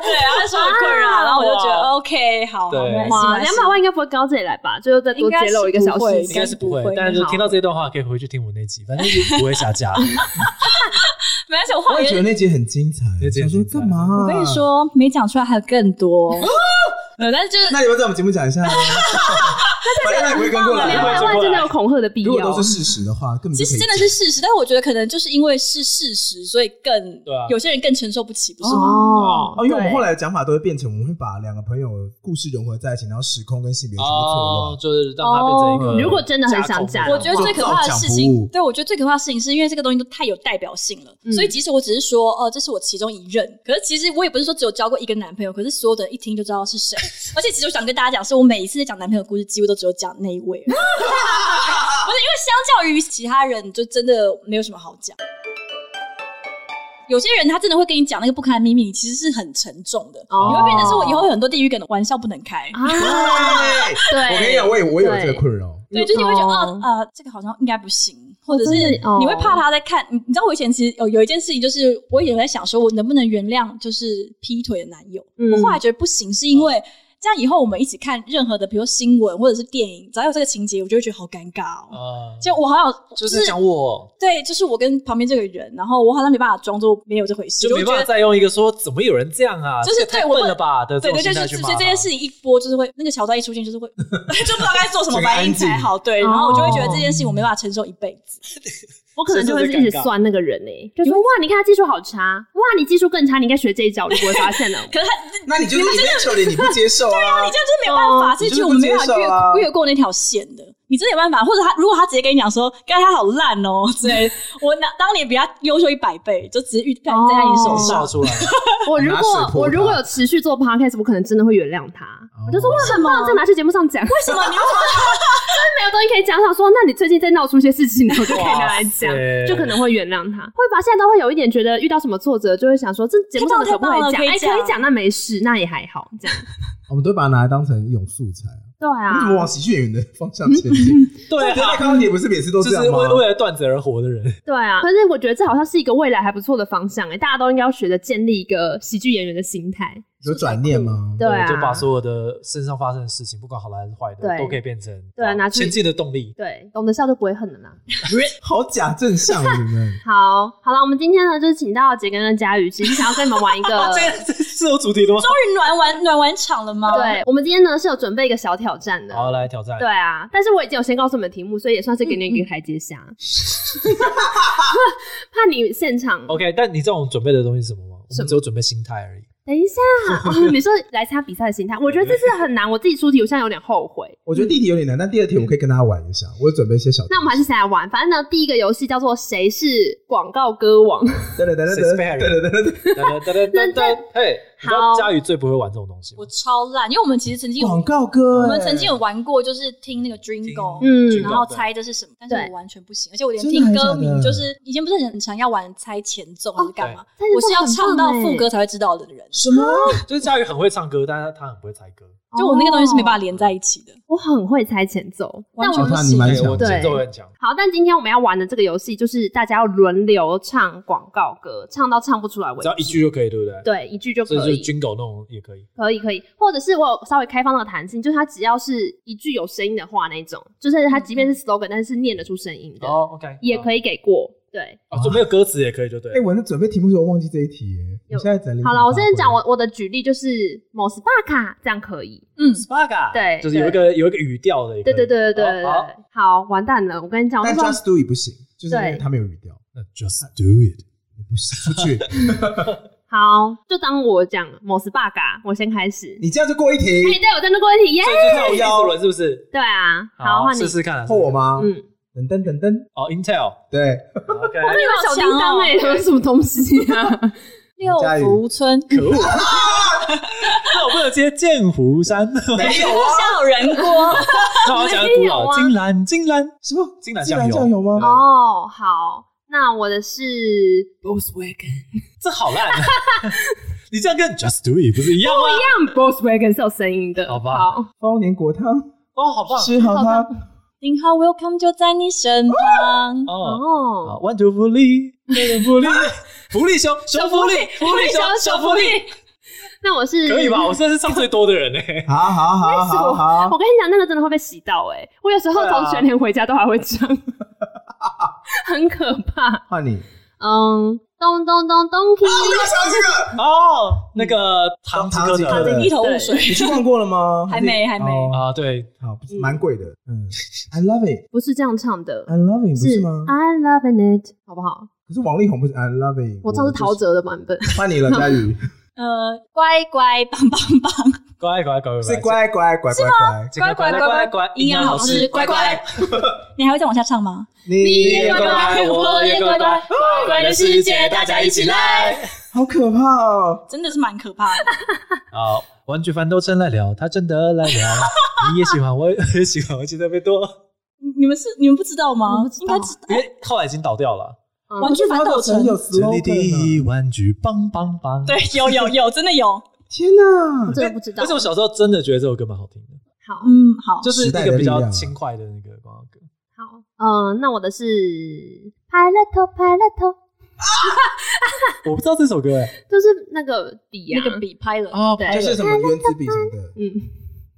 [SPEAKER 4] 对啊，他说很困扰，然后我就觉得 OK，好，好
[SPEAKER 3] 对
[SPEAKER 4] 没关系
[SPEAKER 2] 哇，
[SPEAKER 4] 没关
[SPEAKER 2] 两
[SPEAKER 4] 系
[SPEAKER 2] 百万应该不会高这里来吧？最后再多
[SPEAKER 4] 应该
[SPEAKER 2] 揭
[SPEAKER 4] 是
[SPEAKER 2] 露一个小
[SPEAKER 4] 不会
[SPEAKER 2] 事
[SPEAKER 3] 应
[SPEAKER 2] 情
[SPEAKER 3] 该。是不会
[SPEAKER 4] 应该不，会
[SPEAKER 3] 但是就听到这段话可以回去听我那集，反正就是不会下 架。
[SPEAKER 4] 没关系，我后
[SPEAKER 1] 我
[SPEAKER 4] 来
[SPEAKER 1] 也觉得那集很精彩
[SPEAKER 3] 那。集
[SPEAKER 1] 想
[SPEAKER 3] 很
[SPEAKER 1] 说啊
[SPEAKER 3] 精彩
[SPEAKER 1] 干嘛？
[SPEAKER 4] 啊我跟你，说，没讲出来还有更多。对，但是就是
[SPEAKER 1] 那你们在我们节目讲一下啊，反正你不会跟过
[SPEAKER 2] 连
[SPEAKER 3] 两
[SPEAKER 1] 来
[SPEAKER 3] 位。
[SPEAKER 2] 台湾真的有恐吓的必
[SPEAKER 1] 如果
[SPEAKER 2] 要
[SPEAKER 1] 都。是事实的话，根本就
[SPEAKER 4] 其
[SPEAKER 1] 可
[SPEAKER 4] 实
[SPEAKER 1] 以
[SPEAKER 4] 真的是事实，但我觉得可能就是因为是事实，所以更
[SPEAKER 3] 对啊
[SPEAKER 4] 有些人更承受不起，不是吗？
[SPEAKER 2] 哦
[SPEAKER 1] 哦，因为我们
[SPEAKER 2] 对
[SPEAKER 1] 后来的讲法都会变成，我们会把两个朋友故事融合在一起，然后时空跟性别全部错
[SPEAKER 3] 哦
[SPEAKER 1] 乱，。
[SPEAKER 3] 就是让它变成一个
[SPEAKER 1] 哦
[SPEAKER 3] 架空的。
[SPEAKER 1] 如
[SPEAKER 2] 果真的很想讲
[SPEAKER 4] 我觉得最可怕的事
[SPEAKER 1] 造假服务
[SPEAKER 4] 情，对我觉得最可怕的事情是因为这个东西都太有代表性了，
[SPEAKER 2] 嗯
[SPEAKER 4] 所以即使我只是说哦，这是我其中一任，可是其实我也不是说只有交过一个男朋友，可是所有的人一听就知道是 谁。而且其实我想跟大家讲，是我每一次在讲男朋友的故事，几乎都只有讲那一位而已。 不是因为相较于其他人，就真的没有什么好讲。有些人他真的会跟你讲那个不堪的秘密，其实是很沉重的，
[SPEAKER 2] 哦
[SPEAKER 4] 你会变成是我以后有很多地狱梗的玩笑不能开。
[SPEAKER 2] 啊，对，
[SPEAKER 1] 对，我跟你讲，我也我也有这个困扰。
[SPEAKER 4] 对，就是你会觉得
[SPEAKER 2] 哦
[SPEAKER 4] 啊啊，这个好像应该不行，或者是
[SPEAKER 2] 真的哦
[SPEAKER 4] 你会怕他在看。你你知道我以前其实有有一件事情，就是我以前在想说，我能不能原谅就是劈腿的男友？
[SPEAKER 2] 嗯
[SPEAKER 4] 我后来觉得不行，是因为。这样以后我们一起看任何的，比如新闻或者是电影，只要有这个情节，我就会觉得好尴尬哦。
[SPEAKER 3] 啊，
[SPEAKER 4] 就我好像
[SPEAKER 3] 就是讲我，
[SPEAKER 4] 对，就是我跟旁边这个人，然后我好像没办法装作没有这回事，
[SPEAKER 3] 就
[SPEAKER 4] 我
[SPEAKER 3] 没
[SPEAKER 4] 觉
[SPEAKER 3] 办
[SPEAKER 4] 得
[SPEAKER 3] 法再用一个说怎么有人这样啊，
[SPEAKER 4] 就是
[SPEAKER 3] 这个太
[SPEAKER 4] 对我
[SPEAKER 3] 笨了吧的这
[SPEAKER 4] 对
[SPEAKER 3] 种
[SPEAKER 4] 对，就
[SPEAKER 3] 心
[SPEAKER 4] 是
[SPEAKER 3] 态去骂
[SPEAKER 4] 所以
[SPEAKER 3] 他。
[SPEAKER 4] 这件事情一播，就是会那个桥段一出现，就是会 就不知道该做什么
[SPEAKER 1] 整个
[SPEAKER 4] 反应才
[SPEAKER 1] 安静
[SPEAKER 4] 好。对，然后我就会觉得这件事情我没办法承受一辈子。
[SPEAKER 2] 我可能就会一直算那个人呢、就说哇，你看他技术好差，哇，你技术更差，你应该学这一招，你不会发现的。
[SPEAKER 4] 可是他
[SPEAKER 1] 那你就是一面臭脸，你不接受啊？
[SPEAKER 4] 你这样就是没有办法，
[SPEAKER 1] 哦
[SPEAKER 4] 这就是我们没办
[SPEAKER 1] 你就是不接受啊
[SPEAKER 4] 法越越过那条线的。你真的没办法，或者他如果他直接跟你讲说，刚才他好烂哦，之类的，我那当年比他优秀一百倍，就只是遇在在他你手
[SPEAKER 2] 哦
[SPEAKER 4] 上
[SPEAKER 3] 笑。出来，
[SPEAKER 2] 我如
[SPEAKER 1] 拿水泼
[SPEAKER 2] 果
[SPEAKER 1] 他
[SPEAKER 2] 我如果有持续做 podcast，我可能真的会原谅他。我就说哇，很棒，再拿去节目上讲。为什么你为什么？ 真的没有东西可以讲，想说那你最近在闹出些事情，我就可以拿来讲
[SPEAKER 3] 哇塞，
[SPEAKER 2] 就可能会原谅他。会吧，现在都会有一点觉得遇到什么挫折，就会想说这节目上可不可以
[SPEAKER 4] 太棒了
[SPEAKER 2] 讲？
[SPEAKER 4] 可以
[SPEAKER 2] 哎，
[SPEAKER 4] 讲
[SPEAKER 2] 可以讲，那没事，那也还好，这样。
[SPEAKER 1] 我们都会把它拿来当成一种素材。
[SPEAKER 2] 对
[SPEAKER 1] 为什
[SPEAKER 2] 啊
[SPEAKER 1] 么，往喜剧演员的方向前进？
[SPEAKER 3] 对
[SPEAKER 1] 对啊，
[SPEAKER 3] 啊，
[SPEAKER 1] 康姐不是每次都
[SPEAKER 3] 就
[SPEAKER 1] 这样
[SPEAKER 3] 是为
[SPEAKER 1] 吗？
[SPEAKER 3] 为了段子而活的人，
[SPEAKER 2] 对啊。可是我觉得这好像是一个未来还不错的方向哎，大家都应该要学着建立一个喜剧演员的心态。
[SPEAKER 1] 有转念吗？
[SPEAKER 2] 对啊，
[SPEAKER 3] 就把所有的身上发生的事情，不管好的还是坏的，
[SPEAKER 2] 对
[SPEAKER 3] 都可以变成
[SPEAKER 2] 对啊拿去
[SPEAKER 3] 前进的动力。
[SPEAKER 2] 对懂得笑就不会恨了啦。
[SPEAKER 1] 好假正向啊，你们。
[SPEAKER 2] 好，好了，我们今天呢，就是请到杰根跟佳宇，其实想要跟你们玩 一
[SPEAKER 4] 啊
[SPEAKER 2] 个。
[SPEAKER 3] 这这是有主题的吗？
[SPEAKER 4] 终于暖完暖完场了吗？
[SPEAKER 2] 对，我们今天呢是有准备一个小挑战的。
[SPEAKER 3] 好，来挑战。
[SPEAKER 2] 对啊，但是我已经有先告诉你们题目，所以也算是给你一个台阶 下。怕你现场
[SPEAKER 3] OK，但你知道我们准备的东西是什么吗？我
[SPEAKER 2] 什么
[SPEAKER 3] 们只有准备心态 而已。
[SPEAKER 2] 等一 下，哦你说来参加比赛的心态，我觉得这次很难，我自己出题，我现在有点后悔。
[SPEAKER 1] 我觉得第一题有点难，但第二题我可以跟大家玩一下。我有准备一些小。
[SPEAKER 2] 那我们还是先来玩，反正呢，第一个游戏叫做“谁是广告歌王
[SPEAKER 1] 等等等等
[SPEAKER 3] 谁
[SPEAKER 1] 等
[SPEAKER 3] 是被害
[SPEAKER 1] 等
[SPEAKER 3] 人
[SPEAKER 1] 等等等。
[SPEAKER 3] 噔噔噔噔噔嘿，你知道
[SPEAKER 2] 好
[SPEAKER 3] 佳宇最不会玩这种东西吗
[SPEAKER 4] 我？超烂，因为我们其实曾经有
[SPEAKER 1] 广告欸歌，哎
[SPEAKER 4] 我们曾经有玩过，就是听那个 Dream Go，
[SPEAKER 2] 嗯
[SPEAKER 4] 然后猜这是什么，但是
[SPEAKER 2] 对
[SPEAKER 4] 我完全不行，而且我连
[SPEAKER 1] 真的
[SPEAKER 4] 听
[SPEAKER 1] 还
[SPEAKER 4] 歌
[SPEAKER 1] 假的
[SPEAKER 4] 名就是以前不是很常要玩猜前奏还是干
[SPEAKER 1] 哦
[SPEAKER 4] 嘛，
[SPEAKER 2] 对
[SPEAKER 4] 我是要
[SPEAKER 2] 猜前奏
[SPEAKER 4] 唱到
[SPEAKER 2] 很棒
[SPEAKER 4] 副歌
[SPEAKER 2] 欸
[SPEAKER 4] 才会知道的人，
[SPEAKER 1] 什么？
[SPEAKER 2] 哦
[SPEAKER 3] 就是佳宇很会唱歌，但是他很不会猜歌。”？
[SPEAKER 4] 就我那个东西是没办法
[SPEAKER 2] 哦，
[SPEAKER 4] 连在一起的。
[SPEAKER 2] 我很会猜前奏，但
[SPEAKER 4] 完
[SPEAKER 2] 我
[SPEAKER 4] 全
[SPEAKER 1] 哦
[SPEAKER 2] 不
[SPEAKER 1] 那你
[SPEAKER 2] 行。
[SPEAKER 1] 蛮
[SPEAKER 3] 对，
[SPEAKER 1] 强
[SPEAKER 3] 我
[SPEAKER 1] 的。
[SPEAKER 3] 节奏会很强。
[SPEAKER 2] 好，但今天我们要玩的这个游戏就是大家要轮流唱广告歌，唱到唱不出来为
[SPEAKER 3] 只
[SPEAKER 2] 止
[SPEAKER 3] 要。一句就可以，对不对？，
[SPEAKER 2] 对，一句就
[SPEAKER 3] 所以
[SPEAKER 2] 可
[SPEAKER 3] 就是
[SPEAKER 2] 以，
[SPEAKER 3] 军狗那种也可以。
[SPEAKER 2] 可以，可以，或者是我有稍微开放那个弹性，就是它只要是一句有声音的话那种，就是它即便是 slogan，但是念得出声音的，
[SPEAKER 3] 哦，OK，
[SPEAKER 2] 也可
[SPEAKER 3] 以。
[SPEAKER 2] 以给过。对，
[SPEAKER 3] 哦就没有歌词也可以，就对
[SPEAKER 1] 哎，。我那准备题目的时候忘记这一题耶。
[SPEAKER 2] 有
[SPEAKER 1] 我现在整理。
[SPEAKER 2] 好了，我现在讲我。我的举例就是某 SPA 卡这样可以。
[SPEAKER 4] 嗯，
[SPEAKER 3] Spaga，
[SPEAKER 2] 对
[SPEAKER 3] 就是有一个有一个语调的也可
[SPEAKER 2] 对
[SPEAKER 3] 以。
[SPEAKER 2] 对对对对对，
[SPEAKER 3] 好，好
[SPEAKER 2] 好，完蛋了，我跟你讲，我那
[SPEAKER 1] 但
[SPEAKER 2] 时候
[SPEAKER 1] Just Do It 不行，就是因为
[SPEAKER 2] 对
[SPEAKER 1] 他没有语调。
[SPEAKER 3] 那 Just do it。
[SPEAKER 1] 你不行，出去！
[SPEAKER 2] 好，就当我讲某 SPA 卡，我先开始。
[SPEAKER 1] 你这样就过一题
[SPEAKER 2] 哎，，对我真的过一题耶！
[SPEAKER 3] 所以就是我们第四轮是不是？
[SPEAKER 2] 对啊，好，
[SPEAKER 3] 好，
[SPEAKER 2] 换你
[SPEAKER 3] 试。试看啊。
[SPEAKER 1] 破我吗？
[SPEAKER 2] 嗯，
[SPEAKER 1] 等等等等，
[SPEAKER 3] 哦，Intel。
[SPEAKER 1] 对，
[SPEAKER 3] OK，
[SPEAKER 2] 这个小叮
[SPEAKER 4] 强
[SPEAKER 2] 当
[SPEAKER 4] 哦
[SPEAKER 2] 哎，有什么东西啊？
[SPEAKER 4] 六
[SPEAKER 1] 佳宇
[SPEAKER 4] 福村
[SPEAKER 3] 可恶。那我不能接剑 湖山，
[SPEAKER 1] 没有啊，
[SPEAKER 4] 笑人锅，
[SPEAKER 3] 那我要讲个古
[SPEAKER 2] 没有
[SPEAKER 3] 老
[SPEAKER 2] 啊
[SPEAKER 3] 金兰，金兰
[SPEAKER 1] 什么？
[SPEAKER 3] 金兰
[SPEAKER 1] 竟然
[SPEAKER 3] 酱
[SPEAKER 1] 酱
[SPEAKER 3] 油
[SPEAKER 1] 油吗？
[SPEAKER 2] 哦，好，那我的是 Volkswagen。
[SPEAKER 3] 这好 烂啊。你这样跟 Just do it 不是一样吗？
[SPEAKER 2] 但 Volkswagen 是有声音的，
[SPEAKER 3] 好吧
[SPEAKER 2] 好
[SPEAKER 1] 包年果汤，
[SPEAKER 3] 哦，好棒。
[SPEAKER 1] 吃好它。
[SPEAKER 4] 您好，Welcome 就在你身旁。
[SPEAKER 3] 哦，
[SPEAKER 2] 哦，
[SPEAKER 3] 好，万图福利，万福利，福利熊，熊福利，福利熊，熊福利，
[SPEAKER 2] 那我是
[SPEAKER 3] 可以吧？我真的是唱最多的人欸呢。
[SPEAKER 1] 好好好好好
[SPEAKER 2] 我跟你讲，那个真的会被洗到哎、我有时候
[SPEAKER 3] 对啊
[SPEAKER 2] 从全年回家都还会唱，很可怕。
[SPEAKER 1] 换你。
[SPEAKER 2] 嗯，咚咚咚咚 key，
[SPEAKER 1] 要唱这
[SPEAKER 3] 哦，那个唐吉诃
[SPEAKER 1] 唐吉诃
[SPEAKER 3] 德
[SPEAKER 1] 德
[SPEAKER 4] 一头雾水
[SPEAKER 1] 个，，你去逛过了吗？
[SPEAKER 4] 还没还没
[SPEAKER 1] 哦
[SPEAKER 3] 啊，对，
[SPEAKER 1] 好，不是蛮贵的。嗯，I love it，I
[SPEAKER 2] 不是这样唱的，
[SPEAKER 1] love 啊 it，不
[SPEAKER 2] 是啊
[SPEAKER 1] 是吗？
[SPEAKER 2] I love it，好不好？
[SPEAKER 1] 可是王力宏不是 I love it，
[SPEAKER 2] 我唱是陶，喆的版本，
[SPEAKER 1] 就是换你了，佳宇，
[SPEAKER 4] 呃，乖乖棒棒棒，
[SPEAKER 3] 乖乖乖乖，
[SPEAKER 1] 是乖乖乖乖乖，
[SPEAKER 3] 乖乖乖乖乖，营养好吃，乖乖，
[SPEAKER 4] 你还会再往下唱吗？
[SPEAKER 1] 你
[SPEAKER 3] 也乖乖，我也乖乖，乖乖的世界，大家一起来。
[SPEAKER 1] 好可怕哦！
[SPEAKER 4] 真的是蛮可怕的。
[SPEAKER 3] 好，玩具反斗城来了，他真的来了，你也喜欢，我也喜欢，我记得别多，
[SPEAKER 4] 你你们是你们不知道吗？
[SPEAKER 2] 我不知
[SPEAKER 4] 应
[SPEAKER 2] 道
[SPEAKER 4] 该知
[SPEAKER 3] 因为后来已经倒掉了。
[SPEAKER 2] 嗯
[SPEAKER 4] 玩具反斗城
[SPEAKER 1] 很有
[SPEAKER 3] 这里
[SPEAKER 1] slogan
[SPEAKER 3] 的
[SPEAKER 1] 啊
[SPEAKER 3] 玩具棒棒棒，
[SPEAKER 4] 对，有有有，真的 有。
[SPEAKER 1] 天哪
[SPEAKER 2] 我！真的不知道
[SPEAKER 3] 而且。我小时候真的觉得这首歌蛮好听的，
[SPEAKER 2] 好，
[SPEAKER 4] 嗯，好，
[SPEAKER 3] 就是那个比较轻快的那个广告歌。
[SPEAKER 2] 好，嗯，那我的是拍了头，拍了头，
[SPEAKER 3] 我不知道这首歌哎，
[SPEAKER 2] 就是那个笔
[SPEAKER 4] 那
[SPEAKER 2] 啊，
[SPEAKER 4] 个笔拍了，
[SPEAKER 3] 哦
[SPEAKER 2] 对
[SPEAKER 1] 就是什么原子笔什么的，
[SPEAKER 2] 嗯，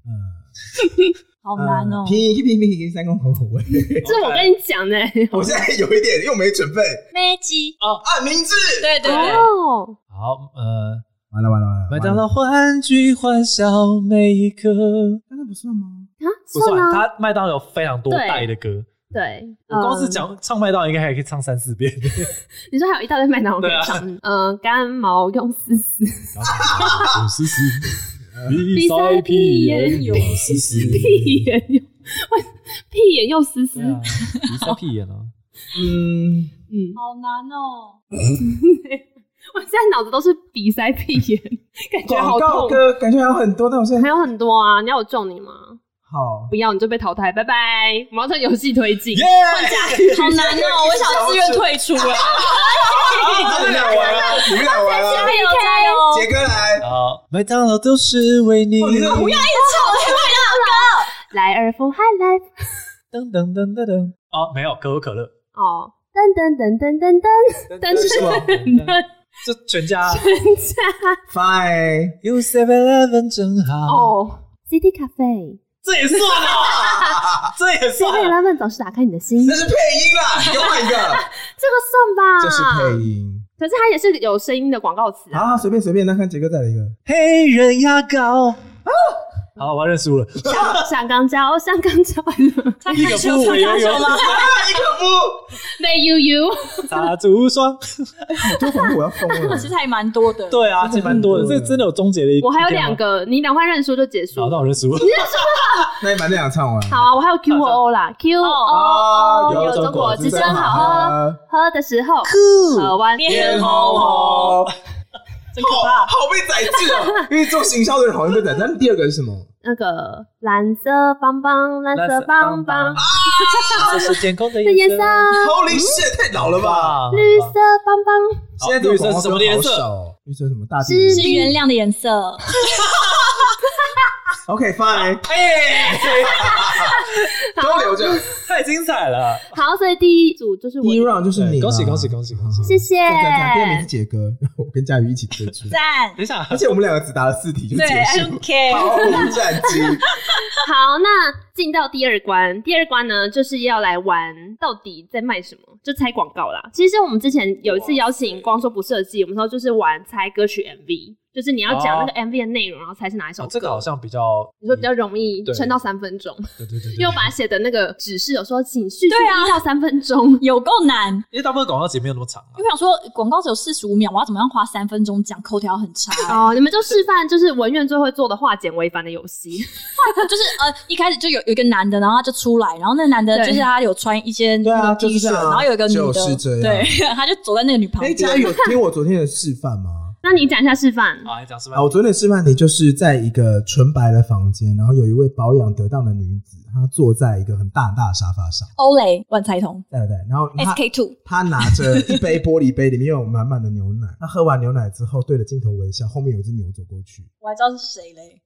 [SPEAKER 1] 嗯，
[SPEAKER 4] 好难哦。
[SPEAKER 1] 平平平平平三公口口味。
[SPEAKER 2] 这是我跟你讲的，
[SPEAKER 1] 我现在有一点又没准备
[SPEAKER 4] 麦基，
[SPEAKER 1] 啊，明治。
[SPEAKER 4] 对对对，
[SPEAKER 2] 哦，
[SPEAKER 3] 好，呃，
[SPEAKER 1] 完了完了完了，
[SPEAKER 3] 麦当
[SPEAKER 1] 完了，
[SPEAKER 3] 劳欢聚欢笑每一刻，
[SPEAKER 1] 那不算吗？
[SPEAKER 2] 啊，
[SPEAKER 3] 不算，
[SPEAKER 2] 啊，
[SPEAKER 3] 他麦当劳有非常多代的歌，
[SPEAKER 2] 对，
[SPEAKER 3] 我光是
[SPEAKER 2] 嗯
[SPEAKER 3] 讲唱麦当劳应该还可以唱三四 遍。
[SPEAKER 2] 你说还有一大堆麦当劳可
[SPEAKER 3] 对啊
[SPEAKER 2] 以唱，嗯，干毛用丝丝，
[SPEAKER 3] 有思 思，
[SPEAKER 2] 比赛屁眼有
[SPEAKER 3] 思思，
[SPEAKER 2] 屁眼又，喂 屁眼又丝丝
[SPEAKER 3] 对，啊，比赛屁眼
[SPEAKER 2] 哦
[SPEAKER 3] 啊，
[SPEAKER 1] 嗯，
[SPEAKER 2] 嗯，
[SPEAKER 4] 好难哦。
[SPEAKER 2] 我现在脑子都是鼻塞屁眼， 感觉好
[SPEAKER 1] 广告
[SPEAKER 2] 痛。
[SPEAKER 1] 歌感觉还有很多，但我现
[SPEAKER 2] 还
[SPEAKER 1] 在
[SPEAKER 2] 有很多啊，你要我撞你吗？
[SPEAKER 1] 好
[SPEAKER 2] 不要，你就被淘汰，拜拜！我们要趁游戏推进。
[SPEAKER 4] 好难哦，我想自愿退出欸了。
[SPEAKER 3] 啊
[SPEAKER 1] 你们俩完了，你们俩啊完了，
[SPEAKER 4] 加油加油！
[SPEAKER 1] 杰哥来，
[SPEAKER 3] 好，麦当劳都是为你。
[SPEAKER 1] 哦你这不要
[SPEAKER 2] 来二峰，嗨来
[SPEAKER 3] 噔噔噔噔噔。哦，没有可口可 乐。
[SPEAKER 2] 哦，噔噔噔噔噔噔噔
[SPEAKER 1] 是什么
[SPEAKER 2] 噔噔，
[SPEAKER 3] 这全家
[SPEAKER 2] 等一 下
[SPEAKER 1] Fine，
[SPEAKER 3] U Seven Eleven 真好。
[SPEAKER 2] 哦 ，City Cafe，
[SPEAKER 3] 这也算啊，这也
[SPEAKER 2] 对对，
[SPEAKER 3] 算。
[SPEAKER 2] 他们总是打开你的心，
[SPEAKER 1] 那是配音啦，你给我换一 个，
[SPEAKER 2] 这
[SPEAKER 1] 这
[SPEAKER 2] 个
[SPEAKER 1] 是
[SPEAKER 2] 算吧？
[SPEAKER 1] 配音。
[SPEAKER 2] 可是它也是有声音的广告词啊。
[SPEAKER 1] 好，随便随便，那看杰哥再来一个，
[SPEAKER 3] 黑人牙
[SPEAKER 2] 哦
[SPEAKER 3] 膏。好，我要认输了。
[SPEAKER 2] 香香港脚，香港 脚，
[SPEAKER 4] 他
[SPEAKER 3] 一个
[SPEAKER 4] 看
[SPEAKER 3] 不为
[SPEAKER 4] 他
[SPEAKER 3] 由由
[SPEAKER 4] 看秀 吗？
[SPEAKER 1] 一可
[SPEAKER 2] 没悠悠，
[SPEAKER 3] 擦足霜。
[SPEAKER 1] 不，多广告我要疯 了
[SPEAKER 4] 其。实还蛮多的。
[SPEAKER 3] 对啊，这蛮多的，这真的有终结的一。
[SPEAKER 2] 嗯我还有两。个，你赶快认输就结束
[SPEAKER 3] 啊好，。那我认输。
[SPEAKER 1] 那你把这两个唱完。
[SPEAKER 2] 好啊，我还有 Q O O 啦，Q O
[SPEAKER 1] 啊
[SPEAKER 2] O 有
[SPEAKER 1] 中
[SPEAKER 2] 中果
[SPEAKER 1] 国
[SPEAKER 2] 汁
[SPEAKER 1] 之
[SPEAKER 2] 真
[SPEAKER 1] 声
[SPEAKER 2] 好喝，
[SPEAKER 1] 喝，
[SPEAKER 2] 喝的时候呃喝完
[SPEAKER 4] 变红
[SPEAKER 1] 哦，
[SPEAKER 4] 真可怕。
[SPEAKER 1] 好被宰制 哦！因为做行销的人好像被宰制。那第二个是什么？
[SPEAKER 2] 那个蓝色棒棒，蓝色棒棒，
[SPEAKER 3] 这是天空的
[SPEAKER 2] 的
[SPEAKER 3] 颜
[SPEAKER 2] 颜
[SPEAKER 3] 色
[SPEAKER 2] 色，。
[SPEAKER 1] 好林也太老了
[SPEAKER 3] 啊
[SPEAKER 1] 吧！
[SPEAKER 2] 绿色棒棒，
[SPEAKER 1] 现在这种广告歌好少哦？绿色什么大地？
[SPEAKER 2] 是
[SPEAKER 4] 是原谅的颜色，
[SPEAKER 1] OK fine，
[SPEAKER 3] 哎，
[SPEAKER 1] 都留着。
[SPEAKER 3] 太精彩了！
[SPEAKER 2] 好，所以第一组就是
[SPEAKER 1] 第一
[SPEAKER 2] 我，
[SPEAKER 1] round 就是你啦，
[SPEAKER 3] 对哎恭喜恭喜恭喜恭喜！
[SPEAKER 2] 谢谢。
[SPEAKER 1] 赞赞赞！第二名是杰哥，然后我跟佳宇一起推出，
[SPEAKER 4] 赞。
[SPEAKER 3] 等一下
[SPEAKER 1] 而，且我们两个只答了四题就
[SPEAKER 4] 对哎
[SPEAKER 1] 结
[SPEAKER 4] ，I
[SPEAKER 1] 束
[SPEAKER 4] don't，care。
[SPEAKER 1] 毫无战绩。
[SPEAKER 2] 好，那进到第二关，第二关呢就是要来玩到底在卖什么，就猜广告啦。其实我们之前有一次邀请光说不设计，我们说就是玩猜歌曲 MV，就是你要讲那个 MV 的内容，然后猜是哪一首
[SPEAKER 3] 哦
[SPEAKER 2] 歌。
[SPEAKER 3] 这个好像比较
[SPEAKER 2] 你说比较容易
[SPEAKER 3] 嗯对
[SPEAKER 2] 撑到三分钟，
[SPEAKER 3] 对对对，对
[SPEAKER 2] 因为我把它写的那个指示有说，请续
[SPEAKER 4] 对啊
[SPEAKER 2] 一到三分钟。
[SPEAKER 4] 有够难，
[SPEAKER 3] 因为大部分广告词也没有那么长啊
[SPEAKER 2] 嗯
[SPEAKER 4] 因。为我想说广告只有四十五秒，我要怎么样花三分钟讲口条很差、
[SPEAKER 2] 哦，你们就示范就是文苑最会做的化简为繁的游戏，
[SPEAKER 4] 就是呃，一开始就有有一个男的，然后他就出来，然后那个男的
[SPEAKER 2] 对
[SPEAKER 4] 就是他有穿一些
[SPEAKER 1] 对啊
[SPEAKER 4] 那个
[SPEAKER 1] 就
[SPEAKER 4] T
[SPEAKER 1] 是这
[SPEAKER 4] 恤，
[SPEAKER 1] 样啊
[SPEAKER 4] 然后有一个女
[SPEAKER 1] 就
[SPEAKER 4] 的，
[SPEAKER 1] 是这样
[SPEAKER 4] 对，他就走在那个女旁
[SPEAKER 1] 哎，
[SPEAKER 4] 边。
[SPEAKER 1] 佳宇有听我昨天的示范吗？
[SPEAKER 2] 那你讲一下示范。
[SPEAKER 3] 啊，你讲什么
[SPEAKER 1] 啊，？我昨天的示范题就是在一个纯白的房间，然后有一位保养得当的女子，她坐在一个很大很大的沙发上，
[SPEAKER 4] 欧蕾万财童
[SPEAKER 1] 对对对，然后她
[SPEAKER 4] SK two，
[SPEAKER 1] 她拿着一杯玻璃杯，里面有满满的牛奶。她喝完牛奶之后，对着镜头微笑，后面有一只牛走过去，
[SPEAKER 4] 我还知道是谁嘞，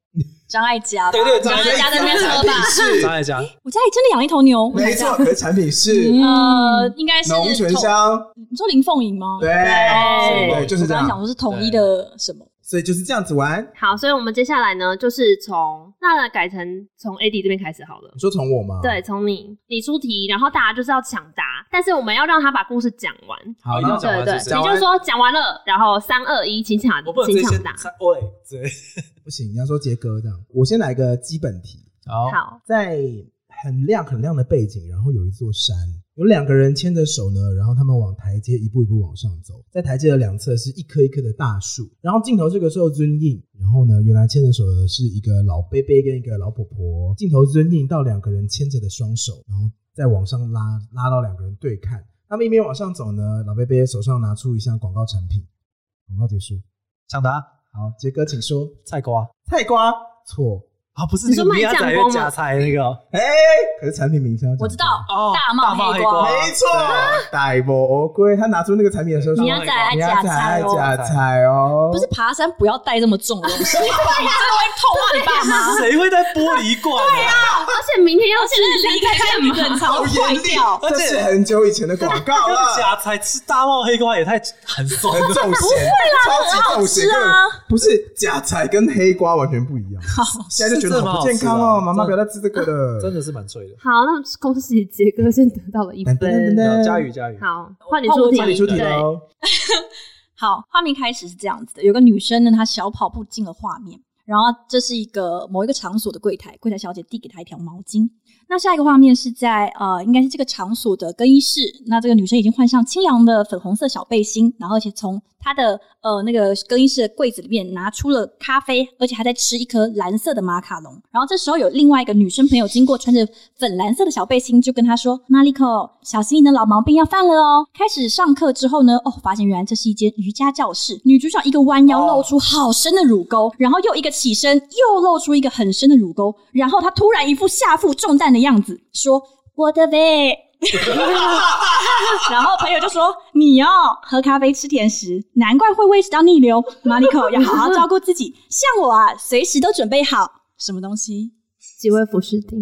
[SPEAKER 4] 张艾嘉吧，
[SPEAKER 3] 对对
[SPEAKER 4] 张
[SPEAKER 3] 张艾
[SPEAKER 4] 艾嘉在那 边喝吧。
[SPEAKER 3] 张
[SPEAKER 1] 是
[SPEAKER 3] 艾嘉，
[SPEAKER 4] 我家里真的养一头牛，我才
[SPEAKER 1] 没
[SPEAKER 4] 知
[SPEAKER 1] 错，
[SPEAKER 4] 道
[SPEAKER 1] 可是产品是
[SPEAKER 4] 呃，应该是
[SPEAKER 1] 龙泉
[SPEAKER 4] 统，
[SPEAKER 1] 香，
[SPEAKER 4] 你说林凤营吗？哦
[SPEAKER 1] 对，
[SPEAKER 2] 对
[SPEAKER 1] 对，就是
[SPEAKER 4] 我
[SPEAKER 1] 这
[SPEAKER 4] 刚刚想
[SPEAKER 1] 样，
[SPEAKER 4] 说是统一的什么，
[SPEAKER 1] 所以就是这样子玩。
[SPEAKER 2] 好，所以我们接下来呢，就是从那改成从 AD 这边开始好了
[SPEAKER 1] 你。说从我吗？
[SPEAKER 2] 对，从你你出题，然后大家就是要抢答，但是我们要让他把故事讲完。
[SPEAKER 3] 好，一定要讲
[SPEAKER 2] 对
[SPEAKER 3] 完
[SPEAKER 2] 对，
[SPEAKER 3] 是不
[SPEAKER 1] 讲
[SPEAKER 2] 也
[SPEAKER 3] 是？
[SPEAKER 2] 就是说讲完了，然后三二一，请抢
[SPEAKER 3] 我不能直
[SPEAKER 2] 请
[SPEAKER 3] 接
[SPEAKER 2] 抢
[SPEAKER 3] 先
[SPEAKER 2] 答。
[SPEAKER 3] 喂，对，
[SPEAKER 1] 不行，你要说杰哥这样。我先来一个基本题，
[SPEAKER 3] 好
[SPEAKER 2] 好，
[SPEAKER 1] 在很亮很亮的背景，然后有一座山，有两个人牵着手呢，然后他们往台阶一步一步往上走，在台阶的两侧是一棵一棵的大树，然后镜头这个时候尊映，然后呢，原来牵着手的是一个老伯伯跟一个老婆婆，镜头尊映到两个人牵着的双手，然后再往上拉，拉到两个人对看，他们一边往上走呢，老伯伯手上拿出一项广告产品，广告结束，
[SPEAKER 3] 抢答
[SPEAKER 1] 好，杰哥请说，
[SPEAKER 3] 菜瓜
[SPEAKER 1] 菜瓜错，
[SPEAKER 3] 啊，不是
[SPEAKER 2] 你
[SPEAKER 3] 那个
[SPEAKER 2] 说卖
[SPEAKER 3] 米亚
[SPEAKER 2] 酱
[SPEAKER 3] 仔
[SPEAKER 2] 光
[SPEAKER 3] 月
[SPEAKER 2] 吗
[SPEAKER 3] 假菜那个哦
[SPEAKER 1] 哎、可是产品名称要讲
[SPEAKER 4] 我知道
[SPEAKER 1] 出来
[SPEAKER 3] 哦，
[SPEAKER 4] 大帽
[SPEAKER 3] 帽
[SPEAKER 4] 黑
[SPEAKER 3] 黑
[SPEAKER 4] 瓜
[SPEAKER 1] 没 错，大魔龟，他拿出那个产品的时候说
[SPEAKER 4] 啊你要再来
[SPEAKER 1] 嗯你
[SPEAKER 4] 假
[SPEAKER 1] 要
[SPEAKER 4] 菜
[SPEAKER 1] 采
[SPEAKER 4] 哦，
[SPEAKER 1] 假菜哦，
[SPEAKER 4] 不是爬山不要带这么重的东西，你真的 会痛骂你爸妈。
[SPEAKER 3] 谁会在玻璃罐啊？对啊，
[SPEAKER 2] 而且明天要
[SPEAKER 4] 而且
[SPEAKER 2] 吃
[SPEAKER 4] 那离开
[SPEAKER 2] 干
[SPEAKER 4] 你
[SPEAKER 2] 嘛？
[SPEAKER 4] 冷藏坏掉，
[SPEAKER 3] 而
[SPEAKER 1] 这
[SPEAKER 3] 且
[SPEAKER 1] 是很久以前的广告啊 了，
[SPEAKER 3] 假菜吃大帽黑瓜也太很爽
[SPEAKER 1] 很
[SPEAKER 3] 了。
[SPEAKER 1] 重咸，超级重咸，
[SPEAKER 4] 很好吃啊
[SPEAKER 1] 根本不是假菜跟黑瓜完全不一样，现在就觉得好不健康哦，
[SPEAKER 3] 是真的蛮好吃的啊
[SPEAKER 1] 妈妈不要再吃这个了，
[SPEAKER 3] 真的是蛮脆的。
[SPEAKER 2] 好，那恭喜杰哥先得到了一
[SPEAKER 1] 噔噔
[SPEAKER 2] 分
[SPEAKER 1] 噔。噔
[SPEAKER 3] 佳宇，佳宇，
[SPEAKER 2] 好，换你
[SPEAKER 4] 换
[SPEAKER 2] 出
[SPEAKER 4] 我
[SPEAKER 2] 题，
[SPEAKER 1] 那你出题
[SPEAKER 2] 对，
[SPEAKER 1] 喽，
[SPEAKER 4] 好，画面开始是这样子的，有个女生呢，她小跑步进了画面，然后这是一个某一个场所的柜台，柜台小姐递给她一条毛巾。那下一个画面是在呃，应该是这个场所的更衣室。那这个女生已经换上清凉的粉红色小背心，然后而且从她的呃那个更衣室的柜子里面拿出了咖啡，而且还在吃一颗蓝色的马卡龙。然后这时候有另外一个女生朋友经过，穿着粉蓝色的小背心，就跟她说：“玛丽蔻，小心你的老毛病要犯了哦。”开始上课之后呢，哦，发现原来这是一间瑜伽教室。女主角一个弯腰
[SPEAKER 3] 哦
[SPEAKER 4] 露出好深的乳沟，然后又一个起身，又露出一个很深的乳沟，然后她突然一副下腹中弹的样子，说：“我的胃。” 然后朋友就说：“你哦，喝咖啡吃甜食，难怪会胃食道逆流。马里口要好好照顾自己，像我啊，随时都准备好什么东西。
[SPEAKER 2] 几位服饰丁，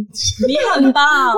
[SPEAKER 4] 你很棒，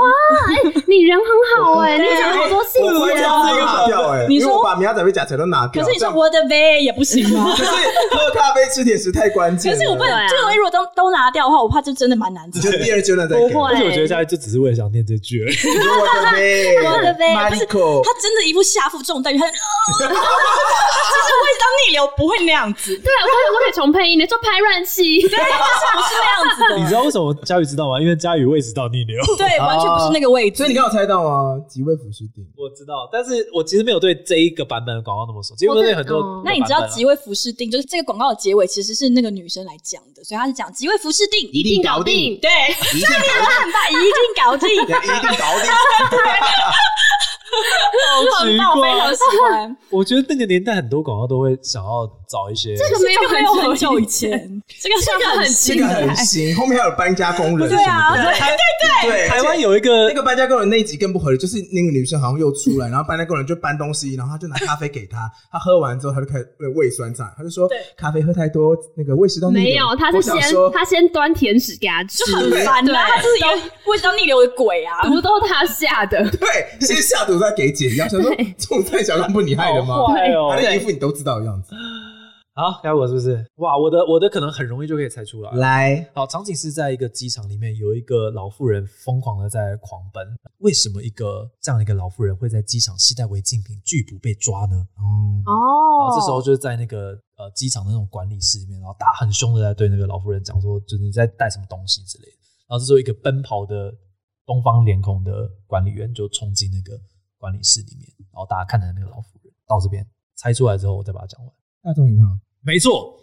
[SPEAKER 2] 你人很好哎，你
[SPEAKER 4] 对
[SPEAKER 2] 讲了好多细
[SPEAKER 3] 我
[SPEAKER 2] 节
[SPEAKER 3] 这
[SPEAKER 2] 哦
[SPEAKER 3] 样。子一个
[SPEAKER 1] 拿掉哎，
[SPEAKER 4] 你
[SPEAKER 1] 因为
[SPEAKER 4] 说
[SPEAKER 1] 我把苗仔被假菜都拿掉，
[SPEAKER 4] 可是你
[SPEAKER 1] 这
[SPEAKER 4] 说
[SPEAKER 1] 样
[SPEAKER 4] 我的呗也不行吗？
[SPEAKER 1] 可是喝咖啡吃甜食太关键
[SPEAKER 4] 可
[SPEAKER 1] 了，
[SPEAKER 4] 是我不
[SPEAKER 2] 对啊
[SPEAKER 4] 能，这个东西如果都都拿掉的话，我怕就真的蛮难
[SPEAKER 1] 你
[SPEAKER 4] 吃。
[SPEAKER 1] 就第二阶段再
[SPEAKER 2] 啊不
[SPEAKER 1] 给，
[SPEAKER 2] 会
[SPEAKER 3] 而且我觉得佳宇就只是为了想念这句而已。
[SPEAKER 1] 你说我的呗，
[SPEAKER 4] 我的呗
[SPEAKER 1] 马
[SPEAKER 4] 不
[SPEAKER 1] 里
[SPEAKER 4] 是
[SPEAKER 1] 口，
[SPEAKER 4] 他真的一副下腹中弹，他就、呃、 其实胃食道逆流不会那样子，
[SPEAKER 2] 对，我刚想说可以重配音，你说拍乱戏，
[SPEAKER 4] 不是那样子的，
[SPEAKER 3] 你知道为什么佳宇知道吗？因为佳宇胃食道逆流。
[SPEAKER 4] 对，完全不是那个位置。
[SPEAKER 1] 所以你刚有猜到吗？几位服饰定？
[SPEAKER 3] 我知道，但是我其实没有对这一个版本的广告那么熟，其实我对很多
[SPEAKER 2] 哦
[SPEAKER 3] 个版本啊。
[SPEAKER 4] 那你知道吉位服饰定，就是这个广告的结尾其实是那个女生来讲的，所以她是讲吉位服饰定，
[SPEAKER 1] 一定搞定
[SPEAKER 4] 对，
[SPEAKER 1] 一定搞
[SPEAKER 4] 办法一定搞定，
[SPEAKER 1] 定，一定搞定。
[SPEAKER 4] 很棒，我非常喜欢。
[SPEAKER 3] 我觉得那个年代很多广告都会想要找一些，
[SPEAKER 2] 这个没有
[SPEAKER 4] 没有
[SPEAKER 2] 很
[SPEAKER 4] 很久
[SPEAKER 2] 久
[SPEAKER 4] 以
[SPEAKER 2] 以前，
[SPEAKER 4] 前，这个这
[SPEAKER 2] 个很
[SPEAKER 1] 这个很行，后面还有搬家工人什
[SPEAKER 4] 对
[SPEAKER 1] 么
[SPEAKER 4] 啊，
[SPEAKER 1] 的。
[SPEAKER 4] 对
[SPEAKER 1] 对对
[SPEAKER 3] 台湾有一个
[SPEAKER 1] 那个搬家工人那一集更不合理，就是那个女生好像又出来，然后搬家工人就搬东西，然后他就拿咖啡给她，她喝完之后她就开始胃酸胀，她就说
[SPEAKER 4] 对
[SPEAKER 1] 咖啡喝太多，那个胃食道逆流
[SPEAKER 2] 没有，他是
[SPEAKER 1] 我想
[SPEAKER 2] 先
[SPEAKER 1] 说
[SPEAKER 2] 他先端甜食给他吃，
[SPEAKER 4] 就很烦
[SPEAKER 2] 对
[SPEAKER 4] 呐，他就是一个胃食道逆流的 鬼啊，
[SPEAKER 2] 毒都他下的，
[SPEAKER 1] 对，先下毒再给解药，想说
[SPEAKER 2] 对
[SPEAKER 1] 这种菜小刚不你害的
[SPEAKER 3] 好
[SPEAKER 1] 吗？
[SPEAKER 3] 坏哦
[SPEAKER 1] 他的衣服你都知道的样子。
[SPEAKER 3] 好，该我是不是？哇，我的我的可能很容易就可以猜出来。
[SPEAKER 1] 来，
[SPEAKER 3] 好，场景是在一个机场里面，有一个老妇人疯狂的在狂奔。为什么一个这样一个老妇人会在机场携带违禁品拒捕被抓呢？
[SPEAKER 1] 哦，
[SPEAKER 3] 然
[SPEAKER 2] 哦
[SPEAKER 3] 后这时候就是在那个呃机场的那种管理室里面，然后大家很凶的在对那个老妇人讲说，就是你在带什么东西之类的。然后这时候一个奔跑的东方脸孔的管理员就冲进那个管理室里面，然后大家看着那个老妇人到这边猜出来之后，我再把它讲完。
[SPEAKER 1] 大众银行，
[SPEAKER 3] 没错，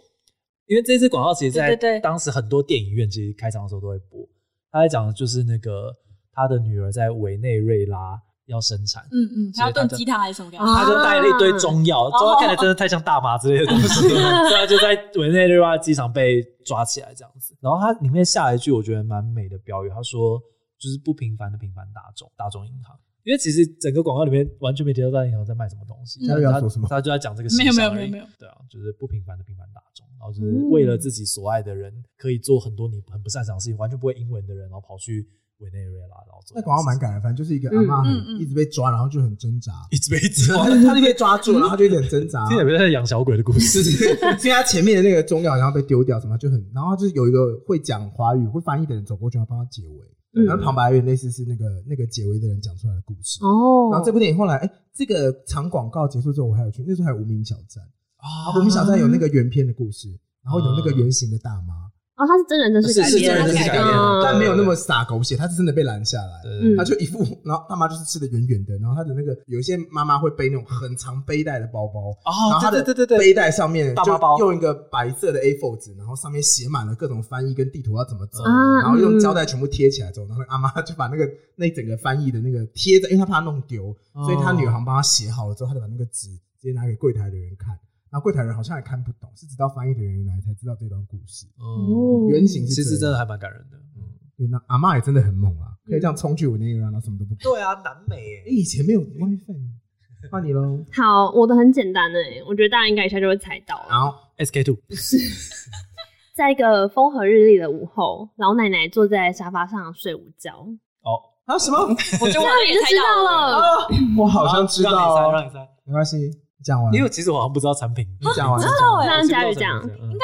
[SPEAKER 3] 因为这支广告其实在
[SPEAKER 4] 对对对
[SPEAKER 3] 当时很多电影院其实开场的时候都会播，他在讲的就是那个他的女儿在委内瑞拉要生产，
[SPEAKER 4] 嗯嗯，还要炖鸡汤还是什么感啊觉？
[SPEAKER 3] 他就带了一堆中
[SPEAKER 4] 哦
[SPEAKER 3] 药，中药看起来真的太像大麻之类的东 西，所以他就在委内瑞拉机场被抓起来这样子。然后他里面下一句我觉得蛮美的标语，他说就是不平凡的平凡大众，大众银行。因为其实整个广告里面完全没提到大众银行在卖什么东西，
[SPEAKER 4] 嗯
[SPEAKER 1] 嘉
[SPEAKER 3] 但
[SPEAKER 1] 瑞
[SPEAKER 3] 是
[SPEAKER 1] 要
[SPEAKER 3] 他
[SPEAKER 1] 说什么？
[SPEAKER 3] 他就在讲这个
[SPEAKER 4] 没有
[SPEAKER 3] 形象
[SPEAKER 4] 没有
[SPEAKER 3] 而已
[SPEAKER 4] 没有没嗯有
[SPEAKER 3] 对啊，就是不平凡的平凡大众，然后就是为了自己所爱的人，可以做很多你很不擅长的事情，完全不会英文的人，然后跑去委内瑞拉，然后做
[SPEAKER 1] 那广告蛮感人，反正就是一个阿妈
[SPEAKER 4] 嗯嗯嗯
[SPEAKER 1] 一直被抓，然后就很挣扎。
[SPEAKER 3] 一直被抓，
[SPEAKER 1] 他就他就被抓住，然后他就有点挣扎。
[SPEAKER 3] 听起来不像养小鬼的故事。
[SPEAKER 1] 是 是，因为他前面的那个中药，然后被丢掉，什么就很，然后就是有一个会讲华语、会翻译的人走过去，然后帮他解围。对
[SPEAKER 2] 嗯
[SPEAKER 1] 然后旁白有点类似是那个那个解围的人讲出来的故事。
[SPEAKER 2] 哦，
[SPEAKER 1] 然后这部电影后来，哎，这个长广告结束之后，我还有去，那时候还有无名小站，
[SPEAKER 3] 啊
[SPEAKER 1] 然后无名小站有那个原片的故事，然后有那个原型的大妈，
[SPEAKER 2] 哦，它是真人真事
[SPEAKER 3] 是
[SPEAKER 2] 改
[SPEAKER 3] 是
[SPEAKER 2] 编
[SPEAKER 3] 真人
[SPEAKER 2] 的，
[SPEAKER 3] 真事改编的
[SPEAKER 2] 嗯
[SPEAKER 1] 但没有那么洒狗血，她是真的被拦下来。
[SPEAKER 3] 对
[SPEAKER 1] 她就一副，然后大妈就是吃的圆圆的，然后她的那个有一些妈妈会背那种很长背带的包包，然
[SPEAKER 3] 哦，
[SPEAKER 1] 后她
[SPEAKER 3] 对
[SPEAKER 1] 的
[SPEAKER 3] 对对对
[SPEAKER 1] 背
[SPEAKER 3] 对，
[SPEAKER 1] 带上面
[SPEAKER 3] 大
[SPEAKER 1] 就
[SPEAKER 3] 包包
[SPEAKER 1] 用一个白色的 A4 纸，然后上面写满了各种翻译跟地图要怎么
[SPEAKER 3] 嗯
[SPEAKER 1] 走，
[SPEAKER 2] 啊，
[SPEAKER 1] 然后用胶
[SPEAKER 2] 带，
[SPEAKER 1] 带全部贴起来之后，然后那个阿妈就把那个那一整个翻译的那个贴在，因为她怕弄丢，
[SPEAKER 3] 哦
[SPEAKER 1] 所以她女行帮她写好了之后，她就把那个纸直接拿给柜台的人看，然后柜台人好像也看不懂，是直到翻译的人来才知道这段故事。
[SPEAKER 2] 哦
[SPEAKER 3] 嗯，
[SPEAKER 1] 原型是
[SPEAKER 3] 其实
[SPEAKER 1] 这
[SPEAKER 3] 嗯真
[SPEAKER 1] 样
[SPEAKER 3] 的还蛮感人的。嗯，
[SPEAKER 1] 对，那阿妈也真的很猛啊，可以这样冲去我那一然后什么都不管。
[SPEAKER 3] 对啊，南美耶
[SPEAKER 1] 哎，以前没有 WiFi，换你
[SPEAKER 3] 哦
[SPEAKER 1] 喽。
[SPEAKER 2] 好，我的很简单诶，我觉得大家应该一下就会猜到了。
[SPEAKER 1] 然后
[SPEAKER 3] SK two，
[SPEAKER 2] 在一个风和日丽的午后，老奶奶坐在沙发上睡午觉，
[SPEAKER 3] 哦，
[SPEAKER 1] 啊什么？
[SPEAKER 4] 我就
[SPEAKER 2] 这
[SPEAKER 4] 忘
[SPEAKER 2] 样
[SPEAKER 4] 了
[SPEAKER 2] 你就知道。了。
[SPEAKER 1] 啊，我好像知道哦，
[SPEAKER 3] 让你猜，让你猜，
[SPEAKER 1] 没关系，你讲完，
[SPEAKER 3] 因为其实我好像不知道产品，嗯
[SPEAKER 1] 你讲完，
[SPEAKER 4] 知
[SPEAKER 1] 你
[SPEAKER 4] 道
[SPEAKER 1] 讲完
[SPEAKER 4] 哎
[SPEAKER 2] 那佳宇
[SPEAKER 3] 这样
[SPEAKER 2] 讲，，
[SPEAKER 3] 应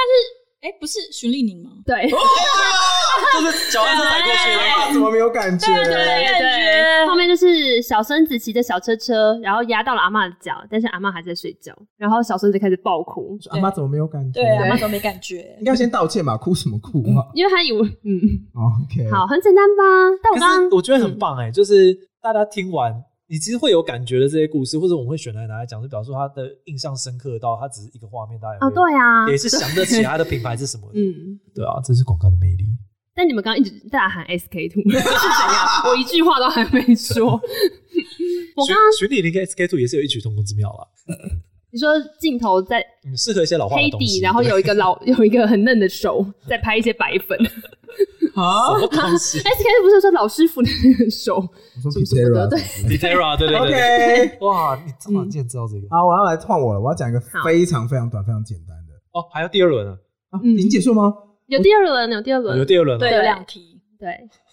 [SPEAKER 4] 哎，不是徐丽宁吗？
[SPEAKER 2] 对，
[SPEAKER 3] 该就是脚踏车踩过去
[SPEAKER 2] 哎
[SPEAKER 1] 啊，怎么没有感觉？
[SPEAKER 4] 感
[SPEAKER 2] 对，
[SPEAKER 4] 觉
[SPEAKER 2] 后面就是小孙子骑着小车车，然后压到了阿嬷的脚，但是阿嬷还在睡觉，然后小孙子开始暴哭，
[SPEAKER 1] 说阿妈怎么没有感觉？
[SPEAKER 4] 对啊，那时候没感觉
[SPEAKER 1] 应。该先道歉吧，哭什么哭啊？
[SPEAKER 2] 因为他以为嗯，
[SPEAKER 1] 哦 OK，
[SPEAKER 2] 好，很简单吧？但我
[SPEAKER 3] 可
[SPEAKER 2] 刚嗯
[SPEAKER 3] 是
[SPEAKER 2] 刚
[SPEAKER 3] 我觉得很棒哎、就是大家听完，你其实会有感觉的这些故事，或者我们会选来拿来讲，就表示说他的印象深刻到它只是一个画面，大家也会
[SPEAKER 2] 哦，对啊，
[SPEAKER 3] 欸也是想得起它的品牌是什么的。
[SPEAKER 2] 嗯，
[SPEAKER 3] 对啊，这是广告的魅力。
[SPEAKER 2] 但你们刚刚一直大喊 SK two 是怎样？我一句话都还没说。我刚刚
[SPEAKER 3] 巡巡礼林跟 SK two 也是有异曲同工之妙啦，
[SPEAKER 2] 你说镜头在
[SPEAKER 3] 嗯，适合一些老化
[SPEAKER 2] 黑
[SPEAKER 3] 的东
[SPEAKER 2] 底，
[SPEAKER 3] 西。
[SPEAKER 2] 然后
[SPEAKER 3] 对
[SPEAKER 2] 有一个老有一个很嫩的手在拍一些白粉。
[SPEAKER 1] 啊，
[SPEAKER 3] 什么东西
[SPEAKER 2] SK two 不是说老师傅的那个手？
[SPEAKER 1] 我说
[SPEAKER 2] 什么什么
[SPEAKER 1] Pitera
[SPEAKER 2] 的对
[SPEAKER 1] 什么
[SPEAKER 3] d
[SPEAKER 1] 的
[SPEAKER 3] e t e r a 对对对对。
[SPEAKER 1] OK，
[SPEAKER 3] 哇，你这么竟然知道这个？
[SPEAKER 1] 好，我要来换我了，我要讲一个
[SPEAKER 2] 好
[SPEAKER 1] 非常非常短、非常简单的
[SPEAKER 3] 哦，还有第二轮啊，
[SPEAKER 1] 啊，
[SPEAKER 2] 嗯
[SPEAKER 1] 已经结束吗？
[SPEAKER 2] 有第二轮，有第二
[SPEAKER 3] 有
[SPEAKER 2] 轮，
[SPEAKER 3] 第二轮啊。
[SPEAKER 4] 对，
[SPEAKER 2] 对
[SPEAKER 4] 有两题，
[SPEAKER 2] 对，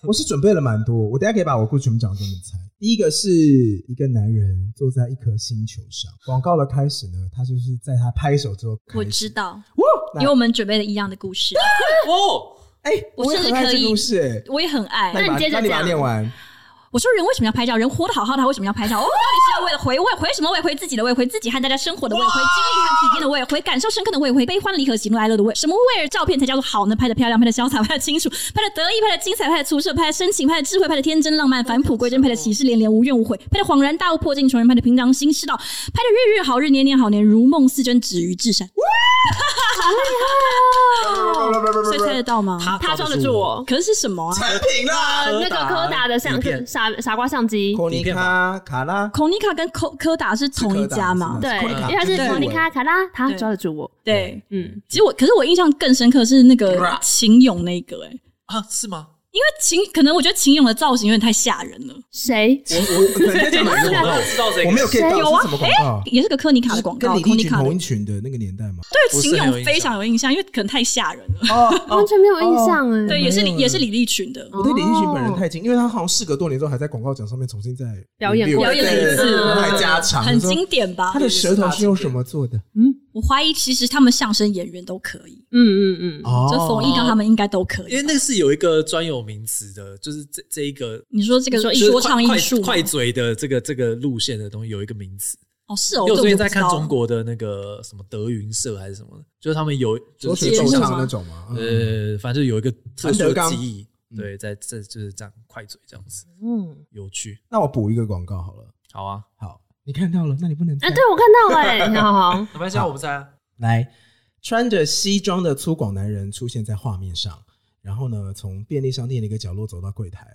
[SPEAKER 1] 我是准备了蛮多，我等一下可以把我故事全部讲完给你们猜。第一个是一个男人坐在一颗星球上，广告的开始呢，他就是在他拍手之后开始，
[SPEAKER 4] 我知道，
[SPEAKER 1] 哇，
[SPEAKER 4] 因
[SPEAKER 1] 来
[SPEAKER 4] 为我们准备了一样的故事，
[SPEAKER 3] 哦，
[SPEAKER 1] 哎，
[SPEAKER 4] 我
[SPEAKER 1] 我也
[SPEAKER 4] 甚
[SPEAKER 1] 很
[SPEAKER 4] 至
[SPEAKER 1] 爱
[SPEAKER 4] 可
[SPEAKER 1] 这
[SPEAKER 4] 以
[SPEAKER 1] 故事哎。
[SPEAKER 4] 我也很爱
[SPEAKER 2] 那。你
[SPEAKER 1] 把
[SPEAKER 2] 接着
[SPEAKER 1] 那你把它
[SPEAKER 2] 讲
[SPEAKER 1] 念完，
[SPEAKER 4] 我说人为什么要拍照？人活得好好的，他为什么要拍照？我到底是要为了回味，回什么味？回自己的味，回自己和大家生活的味，回经历和体验的味，回感受深刻的味，回悲欢离合、喜怒哀乐的味。什么味儿照片才叫做好呢？拍的漂亮，拍的潇洒，拍的清楚，拍的得意，拍的精彩，拍的出色，拍的深情，拍的智慧，拍的天真浪漫，返璞归真，拍的喜事连连，无怨无悔，拍的恍然大悟，破镜重圆，拍的平常心是道，拍的日日好日，年年好年，如梦似真，止于至善。所以猜得到吗？
[SPEAKER 3] 啊
[SPEAKER 2] 他抓得住我。
[SPEAKER 4] 可是是什么啊？
[SPEAKER 1] 产品啦，
[SPEAKER 2] 呃，那个柯达的相
[SPEAKER 3] 影片
[SPEAKER 2] 傻傻瓜相机，
[SPEAKER 1] 科尼卡卡拉
[SPEAKER 4] 孔尼卡跟科科达是同一家嘛？
[SPEAKER 2] 对，
[SPEAKER 1] 柯达
[SPEAKER 2] 因为他是
[SPEAKER 4] 对
[SPEAKER 2] 莫妮卡卡拉，他
[SPEAKER 4] 对
[SPEAKER 2] 抓得住我。
[SPEAKER 4] 对。
[SPEAKER 2] 嗯，
[SPEAKER 4] 其实我，可是我印象更深刻是那个
[SPEAKER 3] Bruh
[SPEAKER 4] 秦勇那个、欸，哎，
[SPEAKER 3] 啊，是吗？
[SPEAKER 4] 因为秦可能我觉得秦勇的造型有点太吓人了，
[SPEAKER 2] 谁？
[SPEAKER 1] 我我你在讲哪一个广告
[SPEAKER 3] 我？知道这个，
[SPEAKER 1] 我没有 get 到
[SPEAKER 4] 谁有啊
[SPEAKER 1] 是什么广告？
[SPEAKER 4] 也是个科尼卡的广告，
[SPEAKER 1] 跟
[SPEAKER 4] 科
[SPEAKER 1] 李立
[SPEAKER 4] 尼
[SPEAKER 1] 群
[SPEAKER 4] 卡的
[SPEAKER 1] 同一。群的那个年代吗？
[SPEAKER 4] 对秦
[SPEAKER 3] 不是很有印象
[SPEAKER 4] 勇非常有印象，因为可能太吓人了。
[SPEAKER 1] 哦，
[SPEAKER 2] 完全没有印象哎。
[SPEAKER 4] 对，也是
[SPEAKER 1] 没
[SPEAKER 3] 嗯
[SPEAKER 1] 有
[SPEAKER 4] 李
[SPEAKER 1] 了
[SPEAKER 4] 也是李立群的。
[SPEAKER 1] 我对李立群本人太近，因为他好像事隔多年之后还在广告奖上面重新再
[SPEAKER 2] 表演过
[SPEAKER 4] 表演了一
[SPEAKER 1] 对
[SPEAKER 4] 次，
[SPEAKER 1] 然后还加长，
[SPEAKER 4] 很经。典吧？
[SPEAKER 1] 他的舌头是用什么做的？
[SPEAKER 4] 我怀疑其实他们相声演员都可以，
[SPEAKER 2] 嗯嗯嗯，
[SPEAKER 1] 哦
[SPEAKER 4] 就冯一刚他们应该都可
[SPEAKER 3] 因为
[SPEAKER 4] 以。
[SPEAKER 3] 那个是有一个专有名词的，就是这这一个
[SPEAKER 4] 你说这个
[SPEAKER 3] 就是
[SPEAKER 4] 说
[SPEAKER 3] 快
[SPEAKER 4] 唱艺术吗
[SPEAKER 3] 快快嘴的这个这个路线的东西有一个名词。
[SPEAKER 4] 哦，是哦，
[SPEAKER 3] 因为我最近在
[SPEAKER 4] 这
[SPEAKER 3] 看
[SPEAKER 4] 我不知道
[SPEAKER 3] 中国的那个什么德云社还是什么的，就是他们有
[SPEAKER 1] 说
[SPEAKER 3] 就是
[SPEAKER 1] 学
[SPEAKER 4] 节
[SPEAKER 1] 奏
[SPEAKER 4] 目
[SPEAKER 1] 唱
[SPEAKER 4] 吗
[SPEAKER 1] 那种吗？嗯，
[SPEAKER 3] 呃，反正有一个特
[SPEAKER 1] 樊
[SPEAKER 3] 殊
[SPEAKER 1] 德
[SPEAKER 3] 的
[SPEAKER 1] 刚
[SPEAKER 3] 记忆，
[SPEAKER 1] 嗯
[SPEAKER 3] 对，在这就是这样快嘴这样子，
[SPEAKER 2] 嗯，
[SPEAKER 3] 有趣。
[SPEAKER 1] 那我补一个广告好了。
[SPEAKER 3] 好啊，
[SPEAKER 1] 好，你看到了，那你不能
[SPEAKER 2] 啊，对我看到哎，好好，
[SPEAKER 3] 没关系啊，我不在啊。
[SPEAKER 1] 来，穿着西装的粗犷男人出现在画面上，然后呢，从便利商店的一个角落走到柜台，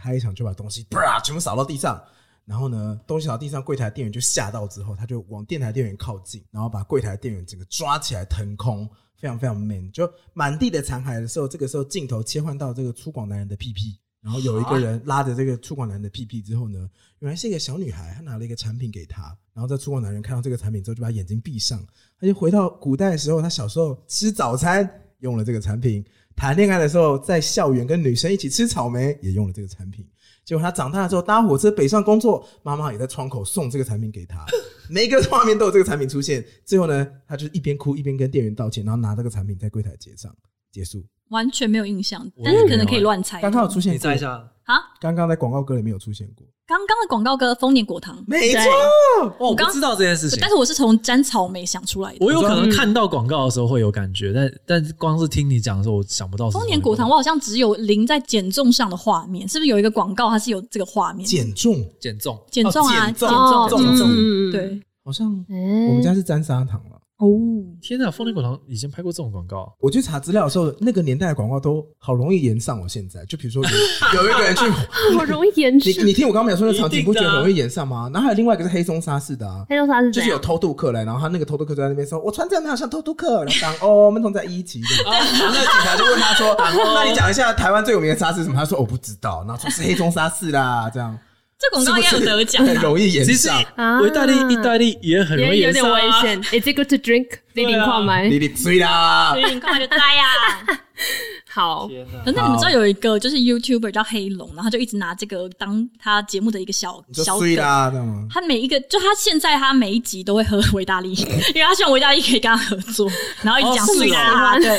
[SPEAKER 1] 开场就把东西啪全部扫到地上。然后呢，东西扫到地上，柜台店员就吓到之后，他就往电台店员靠近，然后把柜台店员整个抓起来腾空，非常非常 man。就满地的残骸的时候，这个时候镜头切换到这个粗犷男人的屁屁，然后有一个人拉着这个粗犷男人的屁屁之后呢，原来是一个小女孩，她拿了一个产品给他，然后这粗犷男人看到这个产品之后，就把眼睛闭上，他就回到古代的时候，他小时候吃早餐用了这个产品，谈恋爱的时候在校园跟女生一起吃草莓也用了这个产品。结果他长大了之后搭火车北上工作，妈妈也在窗口送这个产品给他，每一个画面都有这个产品出现。最后呢，他就一边哭一边跟店员道歉，然后拿这个产品在柜台结账，结束。
[SPEAKER 4] 完全没有印象，
[SPEAKER 3] 我
[SPEAKER 4] 但
[SPEAKER 3] 也
[SPEAKER 4] 是
[SPEAKER 3] 没
[SPEAKER 4] 可能
[SPEAKER 3] 有
[SPEAKER 4] 可以
[SPEAKER 3] 哎
[SPEAKER 4] 乱猜。
[SPEAKER 1] 刚刚有出现
[SPEAKER 3] 你
[SPEAKER 1] 过
[SPEAKER 3] 在一下，
[SPEAKER 4] 啊，
[SPEAKER 1] 刚刚在广告歌里面有出现过，
[SPEAKER 4] 刚刚的广告歌《丰年果糖》，
[SPEAKER 1] 没
[SPEAKER 2] 错
[SPEAKER 3] 哦，我不
[SPEAKER 4] 刚
[SPEAKER 3] 知道这件事情
[SPEAKER 4] 但。是我是从沾草莓想出来的。
[SPEAKER 3] 我有可能
[SPEAKER 2] 嗯
[SPEAKER 3] 看到广告的时候会有感觉，但但光是听你讲的时候，我想不到是什么
[SPEAKER 4] 丰年果糖，我好像只有淋在减重上的画面，是不是有一个广告它是有这个画面？
[SPEAKER 1] 减重
[SPEAKER 3] 减重，
[SPEAKER 4] 减重啊，
[SPEAKER 1] 哦减
[SPEAKER 4] 减
[SPEAKER 1] 重
[SPEAKER 2] 哦
[SPEAKER 4] 重，
[SPEAKER 1] 重
[SPEAKER 2] 嗯，
[SPEAKER 4] 对，
[SPEAKER 1] 好像
[SPEAKER 2] 嗯
[SPEAKER 1] 我们家是沾砂糖了。
[SPEAKER 4] 哦，
[SPEAKER 3] 天哪！丰年果糖以前拍过这种广告，
[SPEAKER 1] 我去查资料的时候，那个年代的广告都好容易延上。我哦现在就比如说有有一个人去，
[SPEAKER 2] 我容易延
[SPEAKER 1] 你 你
[SPEAKER 2] 迟。
[SPEAKER 1] 听我刚刚描述那个场景，
[SPEAKER 3] 一
[SPEAKER 1] 你
[SPEAKER 3] 定
[SPEAKER 1] 不
[SPEAKER 3] 的
[SPEAKER 1] 觉
[SPEAKER 3] 啊
[SPEAKER 1] 得容易延上吗？然后还有另外一个是黑松沙士的啊，
[SPEAKER 2] 黑豆沙是
[SPEAKER 1] 就
[SPEAKER 2] 怎
[SPEAKER 1] 是有
[SPEAKER 2] 样？
[SPEAKER 1] 偷渡客来，然后他那个偷渡客就在那边说：“我穿这样没有像偷渡客。”然后党哦，我们同在一起。这样然后那个警察就问他说：“那你讲一下台湾最有名的沙士是什么？”他说：“我不知道。”然后说是黑松沙士啦，这样
[SPEAKER 4] 这广告应该有得奖啊
[SPEAKER 1] 很
[SPEAKER 4] 吧？
[SPEAKER 1] 容易延
[SPEAKER 3] 其实
[SPEAKER 1] 上。
[SPEAKER 2] 啊
[SPEAKER 3] 意大利意 E 大利也很容易
[SPEAKER 2] 也有
[SPEAKER 3] 延
[SPEAKER 2] 点
[SPEAKER 3] 上啊
[SPEAKER 2] 危。险。Is it good to drink？你
[SPEAKER 3] 对啊
[SPEAKER 2] 领矿吗？
[SPEAKER 1] 你你吹啦！
[SPEAKER 4] 你快就摘呀！
[SPEAKER 2] 好，
[SPEAKER 3] 天哪！
[SPEAKER 4] 可是你们知道有一个就是 YouTuber 叫黑龙，然后他就一直拿这个当他节目的一个小
[SPEAKER 1] 你
[SPEAKER 4] 小
[SPEAKER 1] 说吹
[SPEAKER 4] 梗
[SPEAKER 1] 啦，这样吗？
[SPEAKER 4] 他每一个，就他现在他每一集都会喝维达利，因为他希望维达利可以跟他合作，然后一直讲
[SPEAKER 3] 哦是
[SPEAKER 4] 碎啦、
[SPEAKER 2] 哦
[SPEAKER 4] 对，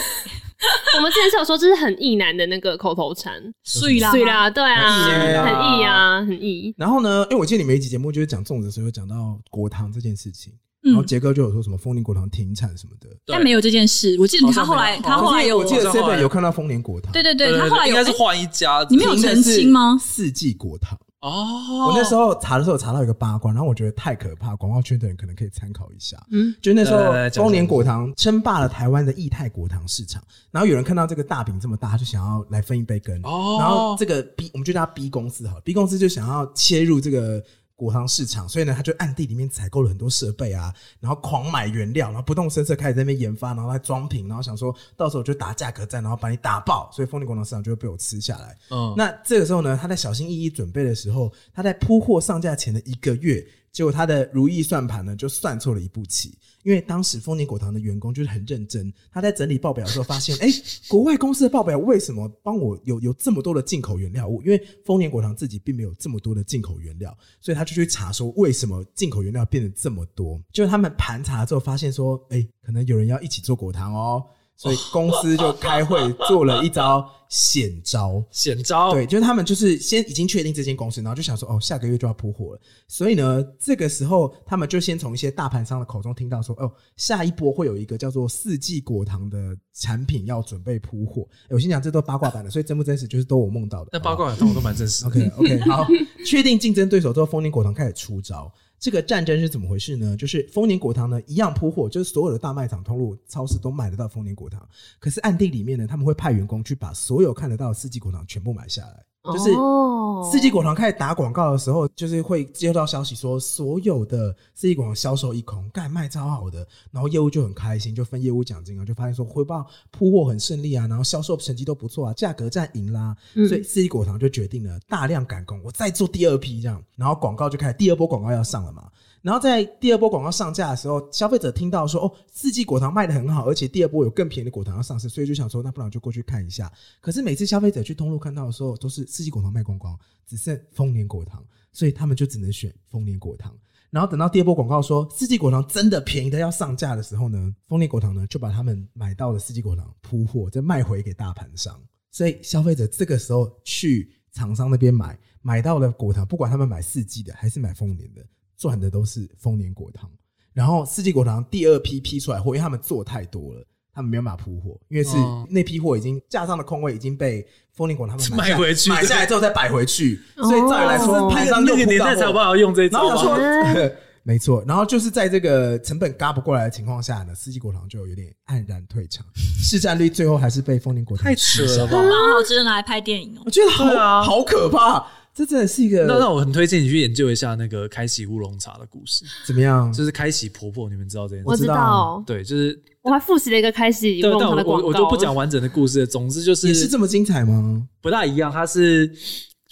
[SPEAKER 2] 我们之前是有说这是很意男的那个口头禅，
[SPEAKER 4] 碎啦，
[SPEAKER 2] 对，啦，对啊，
[SPEAKER 1] 很意啊
[SPEAKER 2] 很意啊，很意。
[SPEAKER 1] 然后呢，因为我记得你们一集节目就是讲粽子的时候有讲到国糖这件事情，然后
[SPEAKER 4] 嗯，
[SPEAKER 1] 杰哥就有说什么丰年国糖停产什么的。
[SPEAKER 4] 但没有这件事。我记得他后来，
[SPEAKER 3] 好像没有
[SPEAKER 4] 他后来有，
[SPEAKER 1] 我记得
[SPEAKER 3] 好像后
[SPEAKER 1] Seven
[SPEAKER 3] 来
[SPEAKER 1] 有看到丰年国糖，
[SPEAKER 4] 对对对，他后来
[SPEAKER 3] 应
[SPEAKER 4] 有，
[SPEAKER 3] 该是
[SPEAKER 4] 哎
[SPEAKER 3] 换一家子。
[SPEAKER 4] 你没有
[SPEAKER 1] 停的
[SPEAKER 4] 澄
[SPEAKER 1] 是
[SPEAKER 4] 清吗
[SPEAKER 1] 四季国糖。
[SPEAKER 3] 哦，
[SPEAKER 1] 我那时候查的时候查到一个八卦，然后我觉得太可怕，广告圈的人可能可以参考一下。
[SPEAKER 2] 嗯，
[SPEAKER 1] 就那时
[SPEAKER 3] 来来来
[SPEAKER 1] 候，
[SPEAKER 3] 讲
[SPEAKER 1] 丰年果糖称霸了台湾的液态果糖市场，然后有人看到这个大饼这么大，他就想要来分一杯羹。
[SPEAKER 3] 哦
[SPEAKER 1] 然后这个 B，我们就叫它 B 公司好了，B 公司就想要切入这个果糖市场，所以呢，他就暗地里面采购了很多设备啊，然后狂买原料，然后不动声色开始在那边研发，然后来装瓶，然后想说到时候就打价格战，然后把你打爆，所以丰年果糖市场就会被我吃下来。
[SPEAKER 3] 嗯，
[SPEAKER 1] 那这个时候呢，他在小心翼翼准备的时候，他在铺货上架前的一个月，结果他的如意算盘呢就算错了一步棋。因为当时丰年果糖的员工就是很认真，他在整理报表的时候发现，哎、国外公司的报表为什么帮我有有这么多的进口原料物？因为丰年果糖自己并没有这么多的进口原料，所以他就去查说为什么进口原料变得这么多。就是他们盘查之后发现说，哎、可能有人要一起做果糖哦，所以公司就开会做了一招险招。
[SPEAKER 3] 险招，
[SPEAKER 1] 对，就是他们就是先已经确定这间公司，然后就想说哦，下个月就要铺货了。所以呢，这个时候他们就先从一些大盘商的口中听到说，哦，下一波会有一个叫做四季果糖的产品要准备铺货。诶我先讲这都八卦版的，所以真不真实就是都我梦到的。哦
[SPEAKER 3] 但八卦版我都蛮真实的。
[SPEAKER 1] OK OK，好，确定竞争对手之后，丰年果糖开始出招。这个战争是怎么回事呢？就是丰年果糖呢一样铺货，就是所有的大卖场、通路、超市都买得到丰年果糖。可是暗地里面呢，他们会派员工去把所有看得到的四季果糖全部买下来。就是
[SPEAKER 2] 哦
[SPEAKER 1] 四季果糖开始打广告的时候，就是会接到消息说所有的四季果糖销售一空，干卖超好的，然后业务就很开心，就分业务奖金啊，就发现说回报铺货很顺利啊，然后销售成绩都不错啊，价格战赢啦，
[SPEAKER 2] 嗯
[SPEAKER 1] 所以四季果糖就决定了大量赶工，我再做第二批这样，然后广告就开始第二波广告要上了嘛。然后在第二波广告上架的时候，消费者听到说哦，四季果糖卖的很好，而且第二波有更便宜的果糖要上市，所以就想说，那不然我就过去看一下。可是每次消费者去通路看到的时候，都是四季果糖卖光光，只剩丰年果糖，所以他们就只能选丰年果糖。然后等到第二波广告说四季果糖真的便宜的要上架的时候呢，丰年果糖呢就把他们买到的四季果糖铺货，再卖回给大盘商。所以消费者这个时候去厂商那边买，买到了果糖，不管他们买四季的还是买丰年的，赚的都是丰年果糖。然后四季果糖第二批批出来货，因为他们做太多了，他们没有办法铺货，因为是
[SPEAKER 3] 哦
[SPEAKER 1] 那批货已经架上的空位已经被丰年果糖他们买下
[SPEAKER 3] 卖回去
[SPEAKER 1] 买下来之后再摆回去，所以照理来说，
[SPEAKER 2] 哦
[SPEAKER 1] 盘商
[SPEAKER 3] 那
[SPEAKER 1] 又
[SPEAKER 3] 个
[SPEAKER 1] 铺
[SPEAKER 3] 年
[SPEAKER 1] 到
[SPEAKER 3] 代才有
[SPEAKER 1] 货
[SPEAKER 3] 办法用这一
[SPEAKER 1] 然后
[SPEAKER 3] 招
[SPEAKER 1] 想
[SPEAKER 3] 吧？
[SPEAKER 1] 说， 没错，然后就是在这个成本嘎不过来的情况下呢，四季果糖就有点黯然退场，市占率最后还是被丰年果糖
[SPEAKER 3] 太扯
[SPEAKER 1] 吃下
[SPEAKER 3] 了吧！
[SPEAKER 4] 蛮好吃的拿来拍电影哦
[SPEAKER 1] 我。觉得好、
[SPEAKER 3] 对啊
[SPEAKER 1] 好可怕，这真的是一个
[SPEAKER 3] 那那我很推荐你去研究一下那个开禧乌龙茶的故事，
[SPEAKER 1] 怎么样？
[SPEAKER 3] 就是开禧婆婆，你们知道这件
[SPEAKER 2] 我
[SPEAKER 3] 事？
[SPEAKER 2] 知道，
[SPEAKER 3] 对，就是
[SPEAKER 2] 我还复习了一个开始
[SPEAKER 3] 对，
[SPEAKER 2] 弄他
[SPEAKER 3] 但我
[SPEAKER 2] 的广
[SPEAKER 3] 我
[SPEAKER 2] 告，啊
[SPEAKER 3] 我就不讲完整的故事了。总之就是
[SPEAKER 1] 也是这么精彩吗？
[SPEAKER 3] 不大一样，它是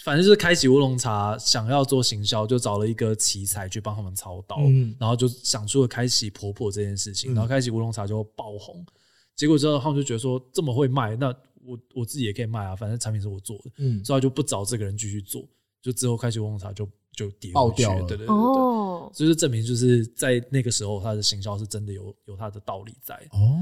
[SPEAKER 3] 反正就是开启乌龙茶想要做行销，就找了一个奇才去帮他们操刀，
[SPEAKER 1] 嗯
[SPEAKER 3] 然后就想出了开启婆婆这件事情，
[SPEAKER 1] 嗯
[SPEAKER 3] 然后开启乌龙茶就爆红。结果之后他们就觉得说这么会卖，那我我自己也可以卖啊，反正产品是我做的，
[SPEAKER 1] 嗯，
[SPEAKER 3] 所以他就不找这个人继续做，就之后开启乌龙茶就就跌
[SPEAKER 1] 爆
[SPEAKER 3] 回去
[SPEAKER 1] 掉了
[SPEAKER 3] 对对对对。
[SPEAKER 2] 哦。
[SPEAKER 3] 所以就证明，就是在那个时候，他的行销是真的有有他的道理在。
[SPEAKER 1] 哦，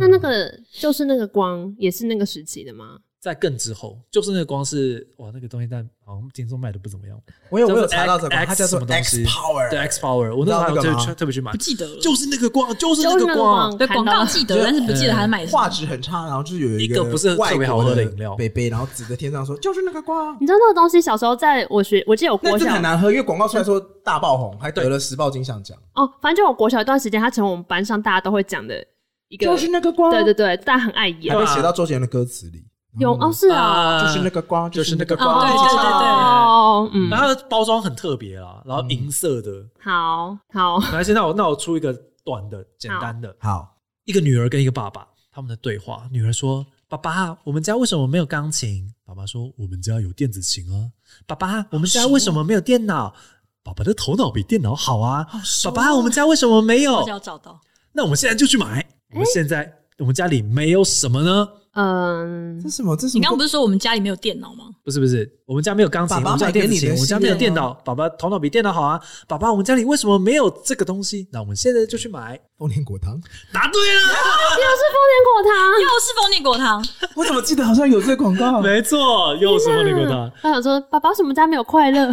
[SPEAKER 2] 那那个就是那个光，也是那个时期的吗？
[SPEAKER 3] 在更之后，就是那个光是哇，那个东西在好像听说卖的不怎么样。
[SPEAKER 1] 我有
[SPEAKER 3] 叫
[SPEAKER 1] 我
[SPEAKER 3] 做
[SPEAKER 1] 有查到这个，
[SPEAKER 3] X-
[SPEAKER 1] 它叫做
[SPEAKER 3] X 什么东
[SPEAKER 1] X
[SPEAKER 3] 西
[SPEAKER 1] Power，
[SPEAKER 3] 对 X Power，我那时候还有
[SPEAKER 1] 你知道那个吗
[SPEAKER 3] 特别特别去买
[SPEAKER 4] 不，记得了，
[SPEAKER 3] 就是那个光，就是
[SPEAKER 2] 就是那
[SPEAKER 3] 那个
[SPEAKER 2] 个光
[SPEAKER 3] 光，
[SPEAKER 4] 对广告
[SPEAKER 2] 看到
[SPEAKER 4] 记得，但是不记得他买什么
[SPEAKER 1] 画。质很差，然后就是有
[SPEAKER 3] 一
[SPEAKER 1] 个
[SPEAKER 3] 个不是特别好喝的
[SPEAKER 1] 外国的
[SPEAKER 3] 饮料
[SPEAKER 1] 杯杯，然后指着天上说就是那个光，
[SPEAKER 2] 你知道那个东西小时候在我学，我记得我
[SPEAKER 1] 那
[SPEAKER 2] 国
[SPEAKER 1] 真的
[SPEAKER 2] 小
[SPEAKER 1] 很难喝，因为广告出来说大爆红，还得了时报金像奖，
[SPEAKER 2] 哦，反正就我国小一段时间，它成为我们班上大家都会讲的一个，
[SPEAKER 1] 就是那个光，
[SPEAKER 2] 对对对，大家很爱
[SPEAKER 1] 还
[SPEAKER 2] 演，
[SPEAKER 1] 被写到周杰伦的歌词里，
[SPEAKER 2] 有哦是啊，
[SPEAKER 3] 啊
[SPEAKER 1] 就是那个光，
[SPEAKER 3] 就是那个
[SPEAKER 1] 光，
[SPEAKER 4] 哦对对对对
[SPEAKER 2] 哦嗯
[SPEAKER 3] 然，后它的包装很特别啦，然后
[SPEAKER 1] 嗯
[SPEAKER 3] 银色的。
[SPEAKER 2] 好好，
[SPEAKER 3] 来，现在我那我出一个短的、简单的，
[SPEAKER 1] 好，
[SPEAKER 3] 一个女儿跟一个爸爸他们的对话。女儿说：“爸爸，我们家为什么没有钢琴？”爸爸说：“我们家有电子琴啊。”爸爸，我们家为什么没有电脑？爸爸的头脑比电脑好啊。爸爸，我们家为什么没
[SPEAKER 4] 我
[SPEAKER 3] 有
[SPEAKER 4] 只？要找到，
[SPEAKER 3] 那我们现在就去买。我们现在我们家里没有什么呢？
[SPEAKER 2] 嗯
[SPEAKER 1] 这，是什么？这是什
[SPEAKER 4] 你
[SPEAKER 1] 么
[SPEAKER 4] 刚刚不是说我们家里没有电脑吗？
[SPEAKER 3] 不是不是，我们家没有钢琴，
[SPEAKER 1] 爸爸
[SPEAKER 3] 我们家有
[SPEAKER 1] 买给
[SPEAKER 3] 电子
[SPEAKER 1] 你的
[SPEAKER 3] 琴，我们
[SPEAKER 1] 系
[SPEAKER 3] 家没有
[SPEAKER 1] 列
[SPEAKER 3] 电
[SPEAKER 1] 吗
[SPEAKER 3] 脑。爸爸头脑比电脑好啊。爸爸，我们家里为什么没有这个东西？那我们现在就去买。
[SPEAKER 1] 丰年果糖，
[SPEAKER 3] 答对了，
[SPEAKER 2] 又是丰
[SPEAKER 4] 又
[SPEAKER 2] 年
[SPEAKER 4] 是枫叶果糖，
[SPEAKER 1] 我怎么记得好像有这个广告？
[SPEAKER 3] 没错，又是凤梨
[SPEAKER 2] 果
[SPEAKER 3] 果
[SPEAKER 2] 糖
[SPEAKER 3] 糖。。
[SPEAKER 2] 他想说，爸爸为什么家没有快乐？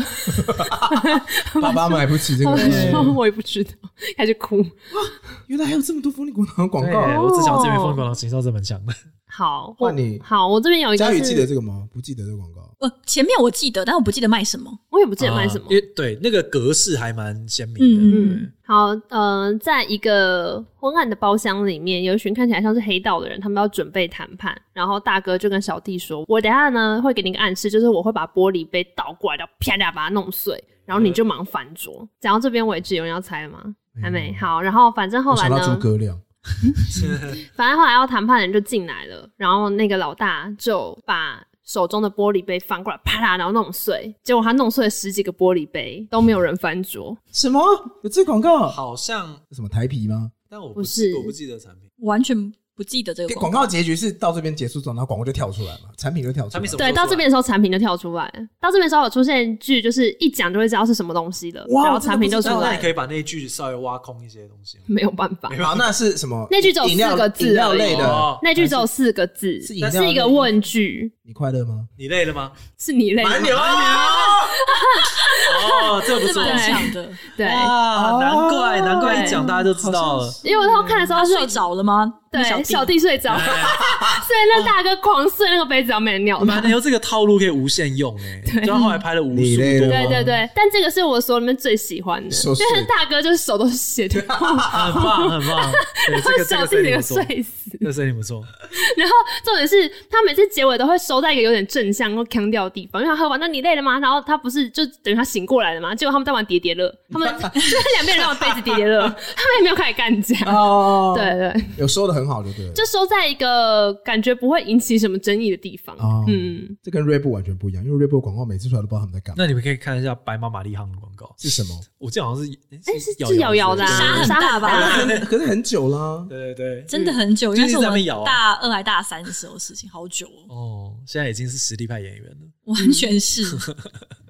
[SPEAKER 1] 爸爸买不起这
[SPEAKER 2] 他
[SPEAKER 1] 个
[SPEAKER 2] 们说
[SPEAKER 1] 东西，
[SPEAKER 2] 我也不知道，开始哭。
[SPEAKER 1] 原来还有这么多丰年果糖的广
[SPEAKER 3] 对，
[SPEAKER 1] 告。
[SPEAKER 3] 我只想这边凤梨果糖行销这门强的。
[SPEAKER 2] 好，我
[SPEAKER 1] 换你
[SPEAKER 2] 好，我这边有一个
[SPEAKER 1] 佳宇
[SPEAKER 2] 是，
[SPEAKER 1] 记得这个吗？不记得这个广告。
[SPEAKER 4] 呃，前面我记得，但我不记得卖什么。
[SPEAKER 2] 我也不记得卖什么
[SPEAKER 3] 啊因。为对那个格式还蛮鲜明的。
[SPEAKER 4] 嗯
[SPEAKER 2] 嗯，好，呃，在一个昏暗的包厢里面，有一群看起来像是黑道的人，他们要准备谈判。然后大哥就跟小弟说：“我等一下呢会给你一个暗示，就是我会把玻璃杯倒过来，然后啪嗒把它弄碎，然
[SPEAKER 1] 嗯
[SPEAKER 2] 后你就忙翻桌。”讲到这边为止，有人要猜吗？还没。好，然后反正后
[SPEAKER 1] 哎我
[SPEAKER 2] 来
[SPEAKER 1] 想
[SPEAKER 2] 呢，
[SPEAKER 1] 到诸葛亮，
[SPEAKER 2] 反正后来要谈判的人就进来了，然后那个老大就把手中的玻璃杯翻过来，啪啦，然后弄碎。结果他弄碎了十几个玻璃杯，都没有人翻桌。
[SPEAKER 1] 什么有这个广告？
[SPEAKER 3] 好像，
[SPEAKER 1] 什么台啤吗？
[SPEAKER 3] 但我
[SPEAKER 2] 不
[SPEAKER 3] 不
[SPEAKER 2] 是
[SPEAKER 3] 记我不记得产品。
[SPEAKER 4] 我完全不记得这个
[SPEAKER 1] 广
[SPEAKER 4] 告。
[SPEAKER 1] 告结局是到这边结束之后，然后广告就跳出来嘛，产品就跳出来。
[SPEAKER 3] 产品什么
[SPEAKER 2] 对，
[SPEAKER 3] 说出来
[SPEAKER 2] 到这边的时候产品就跳出来了，到这边的时候有出现一句，就是一讲就会知道是什么东西了，
[SPEAKER 1] 哇
[SPEAKER 2] 然后产品就出
[SPEAKER 3] 那那
[SPEAKER 2] 来
[SPEAKER 3] 你
[SPEAKER 2] 了
[SPEAKER 3] 可以把那一句稍微挖空一些东西吗。
[SPEAKER 2] 没有办法，
[SPEAKER 1] 好，那是什么？
[SPEAKER 2] 那句只有
[SPEAKER 1] 饮料
[SPEAKER 2] 四个字
[SPEAKER 1] 饮料
[SPEAKER 2] 而已
[SPEAKER 1] 类的，
[SPEAKER 3] 哦，
[SPEAKER 2] 那句只有四个字，
[SPEAKER 1] 是
[SPEAKER 2] 是
[SPEAKER 1] 饮料
[SPEAKER 2] 一个
[SPEAKER 1] 类
[SPEAKER 2] 问句，
[SPEAKER 1] 你快乐吗？
[SPEAKER 3] 你累了吗？啊
[SPEAKER 2] 是你类的吗
[SPEAKER 1] 蛮牛，
[SPEAKER 3] 哦，这不
[SPEAKER 4] 是
[SPEAKER 3] 是
[SPEAKER 4] 蛮
[SPEAKER 3] 我
[SPEAKER 4] 强的，
[SPEAKER 2] 对。
[SPEAKER 3] 啊，难
[SPEAKER 2] 哦
[SPEAKER 3] 怪难怪一
[SPEAKER 2] 对
[SPEAKER 3] 讲大家就知道了。
[SPEAKER 2] 因为我那时候看的时候
[SPEAKER 4] 他
[SPEAKER 2] 是有
[SPEAKER 4] 睡着了吗？
[SPEAKER 2] 对
[SPEAKER 4] 那
[SPEAKER 2] 小弟睡着，
[SPEAKER 3] 哎
[SPEAKER 2] 所以那大哥狂碎那个杯子，要没人鸟他
[SPEAKER 3] 蛮。牛这个套路可以无限用哎，就他后来拍了无
[SPEAKER 1] 你
[SPEAKER 3] 数
[SPEAKER 1] 累了吗
[SPEAKER 3] 多
[SPEAKER 2] 对对对，但这个是我所里面最喜欢的，
[SPEAKER 1] 手
[SPEAKER 2] 因
[SPEAKER 1] 碎
[SPEAKER 2] 为大哥就是手都是血的，
[SPEAKER 3] 很棒很棒，对这个这
[SPEAKER 2] 小
[SPEAKER 3] 个
[SPEAKER 2] 弟
[SPEAKER 3] 设
[SPEAKER 2] 整
[SPEAKER 3] 定
[SPEAKER 2] 个
[SPEAKER 3] 不
[SPEAKER 2] 睡
[SPEAKER 3] 错，
[SPEAKER 2] 死
[SPEAKER 3] 这。个设定不错。
[SPEAKER 2] 然后重点是他每次结尾都会收在一个有点正向或腔调的地方，因为他喝完，那你累了吗？然后他不是就等于他醒过来了吗？结果他们在玩叠叠乐，他们就是两边人在玩杯子叠叠乐，他们也没有开始干架。
[SPEAKER 1] 哦，
[SPEAKER 2] 对，对，
[SPEAKER 1] 有收的很好，就对了。
[SPEAKER 2] 就收在一个感觉不会引起什么争议的地方。
[SPEAKER 1] 哦
[SPEAKER 2] 嗯，
[SPEAKER 1] 这跟 Red Bull 完全不一样，因为 Red Bull 广告每次出来都不知道他们在干嘛
[SPEAKER 3] 那你们可以看一下白马玛丽行的广告，
[SPEAKER 1] 是什么，
[SPEAKER 3] 我记得好像是哎
[SPEAKER 2] 是是瑶瑶的啊，
[SPEAKER 4] 瑶
[SPEAKER 2] 沙
[SPEAKER 4] 瑶沙很大吧
[SPEAKER 1] 可是可是很久啦。
[SPEAKER 3] 对对对，
[SPEAKER 4] 真的很久，因为是我
[SPEAKER 3] 就是一直在那
[SPEAKER 4] 们
[SPEAKER 3] 边咬啊
[SPEAKER 4] 大二还大三的时候事情，好久哦，
[SPEAKER 3] 哦，现在已经是实力派演员了。
[SPEAKER 4] 完全是。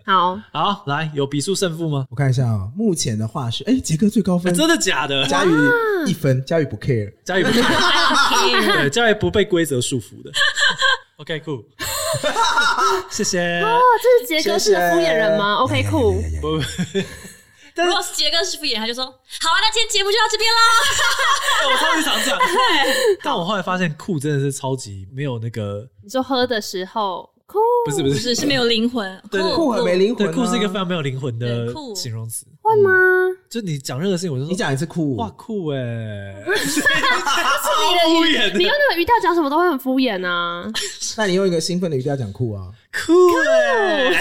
[SPEAKER 2] 好，哦
[SPEAKER 3] 好，来有比数胜负吗？
[SPEAKER 1] 我看一下啊，目前的话是，哎，杰哥最高
[SPEAKER 3] 哎
[SPEAKER 1] 分，
[SPEAKER 3] 真的假的？
[SPEAKER 1] 佳宇一分，佳宇不 care。
[SPEAKER 3] 嘉宇 不 对，嘉宇不被规则束缚的。OK，酷， 谢谢。
[SPEAKER 2] 这是杰哥是个敷衍人吗？OK，酷。
[SPEAKER 1] 哎
[SPEAKER 3] 不，
[SPEAKER 4] 如果是杰哥师傅演，他就说：“好啊，那今天节目就到这边啦。
[SPEAKER 3] 但哎我超 级常这样。但我后来发现酷真的是超级没有那个，
[SPEAKER 2] 你说喝的时候酷，
[SPEAKER 3] 不是不”
[SPEAKER 4] 不
[SPEAKER 3] 是，
[SPEAKER 4] 是，是没有灵魂，
[SPEAKER 3] 对对
[SPEAKER 1] 酷很没灵魂
[SPEAKER 3] 对，
[SPEAKER 1] 啊。
[SPEAKER 3] 酷是一个非常没有灵魂的
[SPEAKER 4] 对酷
[SPEAKER 3] 形容词。
[SPEAKER 2] 会吗？
[SPEAKER 3] 就你讲任何事情，我就说
[SPEAKER 1] 你讲一次酷，哦
[SPEAKER 3] 哇酷哎，
[SPEAKER 2] 是你
[SPEAKER 3] 敷
[SPEAKER 2] 的
[SPEAKER 3] 衍的
[SPEAKER 2] 语，你用那个语调讲什么都会很敷衍 啊。
[SPEAKER 1] 那你用一个兴奋的语调讲酷啊，
[SPEAKER 3] 酷哎，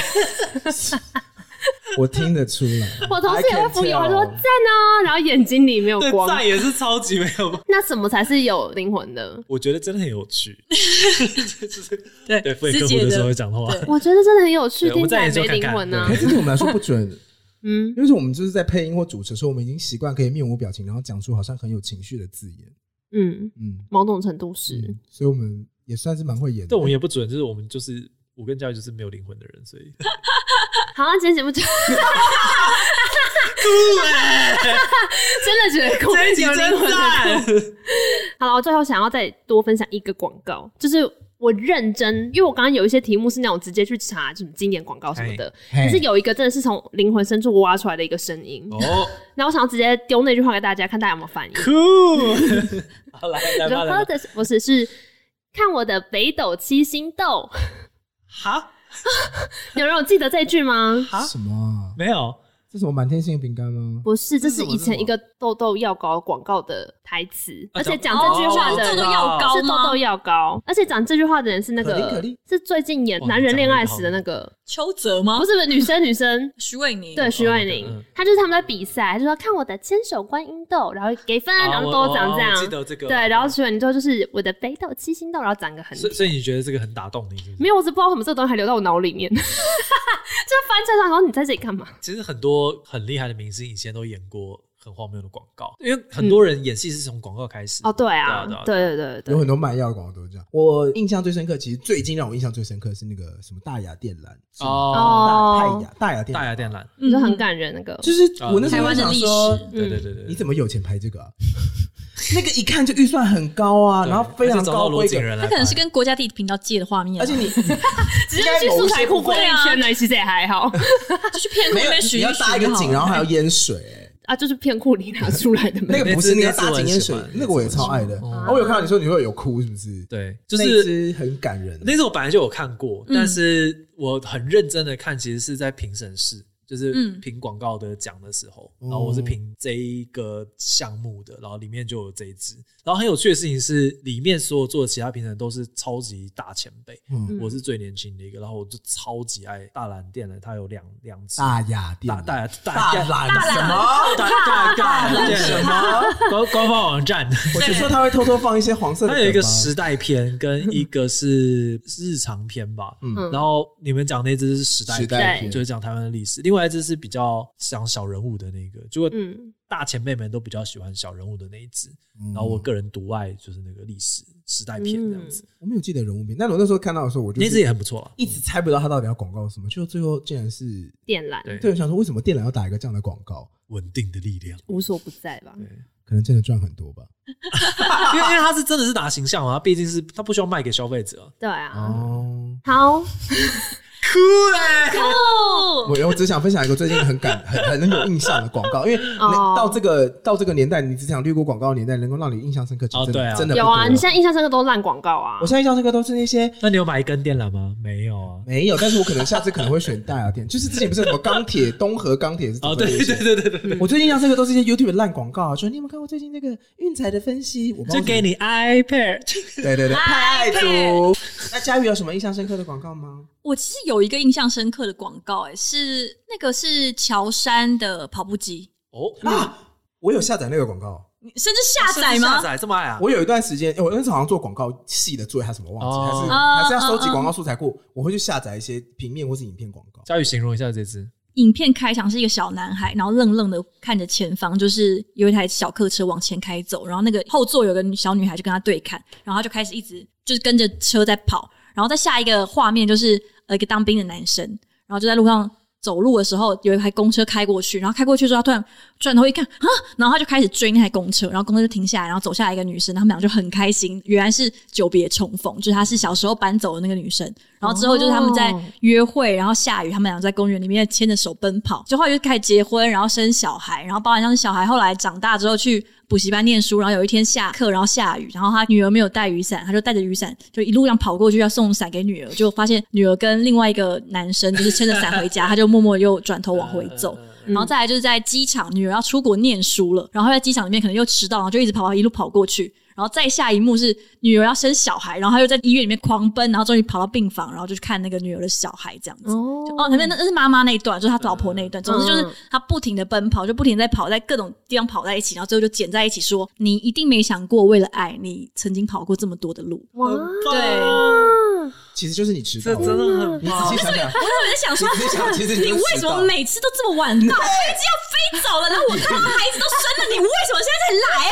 [SPEAKER 1] 我听得出 来。
[SPEAKER 2] 我同事也会敷衍，我说
[SPEAKER 1] I
[SPEAKER 2] 赞
[SPEAKER 1] can tell
[SPEAKER 2] 哦，然后眼睛里没有
[SPEAKER 3] 对，
[SPEAKER 2] 光。
[SPEAKER 3] 赞也是超级没有。
[SPEAKER 2] 那什么才是有灵魂的？
[SPEAKER 3] 我觉得真的很有 趣，就是
[SPEAKER 4] 对
[SPEAKER 3] 对敷衍
[SPEAKER 4] 师
[SPEAKER 3] 客户
[SPEAKER 4] 姐
[SPEAKER 3] 的时候会
[SPEAKER 4] 的
[SPEAKER 3] 讲的话。
[SPEAKER 4] 对
[SPEAKER 2] 我觉得真的很有趣，
[SPEAKER 3] 对我
[SPEAKER 2] 听
[SPEAKER 3] 们
[SPEAKER 2] 起来
[SPEAKER 3] 再
[SPEAKER 2] 没
[SPEAKER 3] 研究看
[SPEAKER 2] 灵
[SPEAKER 3] 看
[SPEAKER 2] 魂呢
[SPEAKER 1] 可。是这对我们来说不准，
[SPEAKER 2] 嗯，
[SPEAKER 1] 因为我们就是在配音或主持的时候，我们已经习惯可以面无表情，然后讲出好像很有情绪的字眼。
[SPEAKER 2] 嗯，
[SPEAKER 1] 嗯，
[SPEAKER 2] 某种程度是
[SPEAKER 1] 嗯，所以我们也算是蛮会演的。
[SPEAKER 3] 但我们也不准，就是我们就是我跟佳宇就是没有灵魂的人，所 以
[SPEAKER 2] 好，那今天节目就
[SPEAKER 3] 欸
[SPEAKER 2] 真的觉得酷，有灵魂的酷。好了，我最后想要再多分享一个广告，就是我认真，因为我刚刚有一些题目是那种直接去查什么经典广告什么的，
[SPEAKER 3] 哎
[SPEAKER 2] 可是有一个真的是从灵魂深处挖出来的一个声音，
[SPEAKER 3] 哦，
[SPEAKER 2] 那、我想要直接丢那句话给大家，看大家有没有反应。
[SPEAKER 3] 酷， 好来来
[SPEAKER 2] 然
[SPEAKER 3] 吧，来
[SPEAKER 2] 后
[SPEAKER 3] 吧，
[SPEAKER 2] 的是不是是看我的北斗七星斗，
[SPEAKER 3] 哈
[SPEAKER 2] 有人有记得这句吗？
[SPEAKER 3] 哈，
[SPEAKER 1] 什么啊？
[SPEAKER 3] 没有，
[SPEAKER 1] 这什么满天星的饼干吗？
[SPEAKER 2] 不是，这
[SPEAKER 3] 这是
[SPEAKER 2] 是
[SPEAKER 3] 什么
[SPEAKER 2] 以前一个痘痘药膏广告的台词，
[SPEAKER 3] 啊
[SPEAKER 2] 而且讲
[SPEAKER 3] 讲
[SPEAKER 2] 这句话
[SPEAKER 3] 哦
[SPEAKER 2] 的
[SPEAKER 4] 这
[SPEAKER 2] 人
[SPEAKER 4] 个药膏
[SPEAKER 2] 是痘痘
[SPEAKER 4] 吗？
[SPEAKER 2] 药膏，而且讲这句话的人是那
[SPEAKER 1] 可丽可
[SPEAKER 2] 个
[SPEAKER 1] 丽
[SPEAKER 2] 是最近演
[SPEAKER 3] 哇
[SPEAKER 2] 《男人恋爱时》的那个，
[SPEAKER 4] 邱泽吗
[SPEAKER 2] 不？是不是女生女生。
[SPEAKER 4] 徐伟宁
[SPEAKER 2] 对，徐
[SPEAKER 3] 哦
[SPEAKER 2] 慧
[SPEAKER 3] 那个嗯
[SPEAKER 2] 宁，她就是他们在比赛，她就说看我的千手观音豆，然后给分，
[SPEAKER 3] 啊
[SPEAKER 2] 然后
[SPEAKER 3] 我
[SPEAKER 2] 都长
[SPEAKER 3] 哦
[SPEAKER 2] 这样
[SPEAKER 3] 我记，得这个，
[SPEAKER 2] 对，然后徐慧宁之后就是我的北斗七星豆，然后长个很
[SPEAKER 3] 所以所以你觉得这个很打动你？是不是
[SPEAKER 2] 没有，我只不知道为什么这个东西还留在我脑里面， 就翻出来想说你在这里干嘛？
[SPEAKER 3] 其实很多很厉害的明星以前都演过很荒谬的广告，因为很多人演戏是从广告开始。
[SPEAKER 2] 嗯哦，对
[SPEAKER 3] 啊
[SPEAKER 2] 啊，，
[SPEAKER 3] 对啊，
[SPEAKER 2] 对对对
[SPEAKER 1] 有
[SPEAKER 2] 对，
[SPEAKER 1] 很多卖药的广告都是这样。我印象最深刻，其实最近让我印象最深刻是那个什么大雅电缆是吗
[SPEAKER 3] 哦，
[SPEAKER 1] 大太雅大雅电缆
[SPEAKER 3] 大雅电缆，哦
[SPEAKER 2] 你
[SPEAKER 4] 嗯
[SPEAKER 2] 说很感人那个，
[SPEAKER 1] 就是我那时候就想说，
[SPEAKER 3] 对对对对，
[SPEAKER 1] 你怎
[SPEAKER 3] 么
[SPEAKER 1] 么有钱拍这个、啊？ 那个一看就预算很高啊，然后非常
[SPEAKER 3] 找
[SPEAKER 1] 高
[SPEAKER 3] 到
[SPEAKER 1] 的规
[SPEAKER 3] 罗
[SPEAKER 1] 格
[SPEAKER 3] 景，人来
[SPEAKER 4] 他
[SPEAKER 3] 拍，
[SPEAKER 4] 可能是跟国家地理频道借的画面啊，
[SPEAKER 1] 而且 你直
[SPEAKER 2] 直接去素材库逛
[SPEAKER 4] 对
[SPEAKER 2] 一
[SPEAKER 4] 啊
[SPEAKER 2] 圈呢，其实也还好
[SPEAKER 4] 就去骗
[SPEAKER 1] 没有
[SPEAKER 4] 那边
[SPEAKER 1] 你
[SPEAKER 4] 徐
[SPEAKER 1] 要搭一个景，然后还要淹水、欸
[SPEAKER 2] 啊，就是片库里拿出来的
[SPEAKER 1] 那
[SPEAKER 2] 没。
[SPEAKER 1] 个不
[SPEAKER 3] 那
[SPEAKER 1] 是
[SPEAKER 3] 只
[SPEAKER 1] 那个
[SPEAKER 3] 那只
[SPEAKER 1] 搭
[SPEAKER 3] 我
[SPEAKER 1] 景
[SPEAKER 3] 很
[SPEAKER 1] 淹
[SPEAKER 3] 喜
[SPEAKER 1] 水
[SPEAKER 3] 欢，
[SPEAKER 1] 那个我也超爱的。
[SPEAKER 3] 哦
[SPEAKER 1] 然后我有看到你说你会有哭是不是？，
[SPEAKER 3] 对，就。
[SPEAKER 1] 就是是很感人。
[SPEAKER 3] 那只我本来就有看过，但是我很认真的看，其实是在评审室，就是
[SPEAKER 4] 嗯
[SPEAKER 3] 评广告的奖的时候，
[SPEAKER 1] 哦
[SPEAKER 3] 然后我是评这一个项目的，然后里面就有这一支。然后很有趣的事情是，里面所有做的其他评审都是超级大前辈，
[SPEAKER 1] 嗯，
[SPEAKER 3] 我是最年轻的一个，然后我就超级爱大蓝电缆，它有两两只
[SPEAKER 1] 大雅电
[SPEAKER 3] 大
[SPEAKER 1] 缆
[SPEAKER 3] 大
[SPEAKER 1] 大
[SPEAKER 3] 大
[SPEAKER 1] 懒什么？
[SPEAKER 3] 大大大蓝电
[SPEAKER 1] 什
[SPEAKER 3] 缆
[SPEAKER 1] 么？
[SPEAKER 3] 官官方网站，
[SPEAKER 1] 我就说他会偷偷放一些黄色的。
[SPEAKER 3] 它有一个时，代片跟一个是日常片吧。
[SPEAKER 1] 嗯，
[SPEAKER 3] 然后你们讲那只是时代
[SPEAKER 1] 时
[SPEAKER 3] 片，
[SPEAKER 1] 代
[SPEAKER 2] 对
[SPEAKER 1] 片
[SPEAKER 3] 就是讲台湾的历史；，另外一只是比较讲小人物的那个。结果
[SPEAKER 2] 嗯，
[SPEAKER 3] 大前辈们都比较喜欢小人物的那一只，然后我个人独爱就是那个历史时代片这样子，
[SPEAKER 4] 嗯
[SPEAKER 1] 我没有记得人物名，但我那时候看到的时候，我就
[SPEAKER 3] 那只
[SPEAKER 1] 是
[SPEAKER 3] 也很不错了。
[SPEAKER 1] 一直猜不到他到底要广告什么，就最后竟然是
[SPEAKER 2] 电缆
[SPEAKER 3] 对
[SPEAKER 1] 对，我想说为什么电缆要打一个这样的广告？
[SPEAKER 3] 稳定的力量。
[SPEAKER 2] 无所不在吧？
[SPEAKER 1] 可能真的赚很多吧。
[SPEAKER 3] 因为因为他是真的是打形象嘛，他毕竟是他不需要卖给消费者。
[SPEAKER 2] 对啊，
[SPEAKER 1] 哦，
[SPEAKER 2] 好，
[SPEAKER 3] 酷哎、
[SPEAKER 2] 酷
[SPEAKER 1] 我我只想分享一个最近很感很很有印象的广告，因为
[SPEAKER 2] 哦
[SPEAKER 1] 那到这个到这个年代，你只想略过广告的年代，能够让你印象深刻，其实
[SPEAKER 3] 哦
[SPEAKER 1] 真
[SPEAKER 3] 对
[SPEAKER 1] 的
[SPEAKER 3] 啊
[SPEAKER 1] 真的不
[SPEAKER 2] 有
[SPEAKER 1] 多
[SPEAKER 2] 啊！
[SPEAKER 1] 了
[SPEAKER 2] 你现在印象深刻都是烂广告啊
[SPEAKER 1] 我，现在印象深刻都是那些
[SPEAKER 3] 那你有买一根电缆吗？没有啊。
[SPEAKER 1] 没有，但是我可能下次可能会选大雅 店，就是之前不是有什么钢铁东河钢铁是怎么
[SPEAKER 3] 哦，对
[SPEAKER 1] 回事
[SPEAKER 3] 对对对对对，
[SPEAKER 1] 我最近印象深刻都是一些 YouTube 的烂广告、啊，说你有没有看过最近那个运彩的分析？我不知道
[SPEAKER 3] 就给你
[SPEAKER 1] 为什么，
[SPEAKER 3] iPad，
[SPEAKER 1] 对对对，
[SPEAKER 4] 太
[SPEAKER 1] 足。那佳宇有什么印象深刻的广告吗？
[SPEAKER 4] 我其实有一个印象深刻的广告、哎，是那个是乔杉的跑步机，
[SPEAKER 3] 哦，
[SPEAKER 1] 啊，我有下载那个广告，
[SPEAKER 4] 你甚至 下载
[SPEAKER 3] 下
[SPEAKER 4] 吗？
[SPEAKER 3] 载这么爱啊？
[SPEAKER 1] 我有一段时间，欸我那时候好像做广告系的作业还是什么忘记，
[SPEAKER 3] 哦
[SPEAKER 1] 还是
[SPEAKER 4] 哦
[SPEAKER 1] 还是要收集广告素材库，我会去下载一些平面或是影片广告。
[SPEAKER 3] 佳宇形容一下这只，
[SPEAKER 4] 影片开场是一个小男孩，然后愣愣的看着前方，就是有一台小客车往前开走，然后那个后座有个小女孩就跟他对看，然后他就开始一直就是跟着车在跑，然后再下一个画面就是呃一个当兵的男生，然后就在路上走路的时候，有一台公车开过去，然后开过去之后，他突然转头一看啊，然后他就开始追那台公车，然后公车就停下来，然后走下来一个女生，然后他们俩就很开心，原来是久别重逢，就是她是小时候搬走的那个女生，然后之后就是他们在
[SPEAKER 2] 哦
[SPEAKER 4] 约会，然后下雨，他们俩在公园里面牵着手奔跑，就后来就开始结婚，然后生小孩，然后包含像是小孩后来长大之后去补习班念书，然后有一天下课，然后下雨，然后他女儿没有带雨伞，他就带着雨伞就一路上跑过去要送伞给女儿，就发现女儿跟另外一个男生就是撑着伞回家，他就默默又转头往回走，
[SPEAKER 2] 嗯
[SPEAKER 4] 然后再来就是在机场，女儿要出国念书了，然后在机场里面可能又迟到，然后就一直跑跑一路跑过去，然后再下一幕是女儿要生小孩，然后她又在医院里面狂奔，然后终于跑到病房，然后就去看那个女儿的小孩这样子。
[SPEAKER 2] 哦
[SPEAKER 4] 哦，那那那是妈妈那一段，就是她老婆那一段。总之就是
[SPEAKER 2] 嗯
[SPEAKER 4] 她不停的奔跑，就不停地在跑，在各种地方跑在一起，然后最后就剪在一起说：“你一定没想过，为了爱，你曾经跑过这么多的路。
[SPEAKER 3] 呃
[SPEAKER 2] 哇，
[SPEAKER 4] 对
[SPEAKER 2] 啊
[SPEAKER 1] 其实就是你迟到
[SPEAKER 3] 这
[SPEAKER 1] 了，
[SPEAKER 3] 真的很
[SPEAKER 1] 你仔细想想，
[SPEAKER 4] 我有在想说，
[SPEAKER 1] 你想其实你
[SPEAKER 4] 你
[SPEAKER 1] 就是
[SPEAKER 4] 为
[SPEAKER 1] 迟
[SPEAKER 4] 什
[SPEAKER 1] 到
[SPEAKER 4] 么每次都这么晚到？飞机要飞走了，然后我看到孩子都生了，你为什么现在才来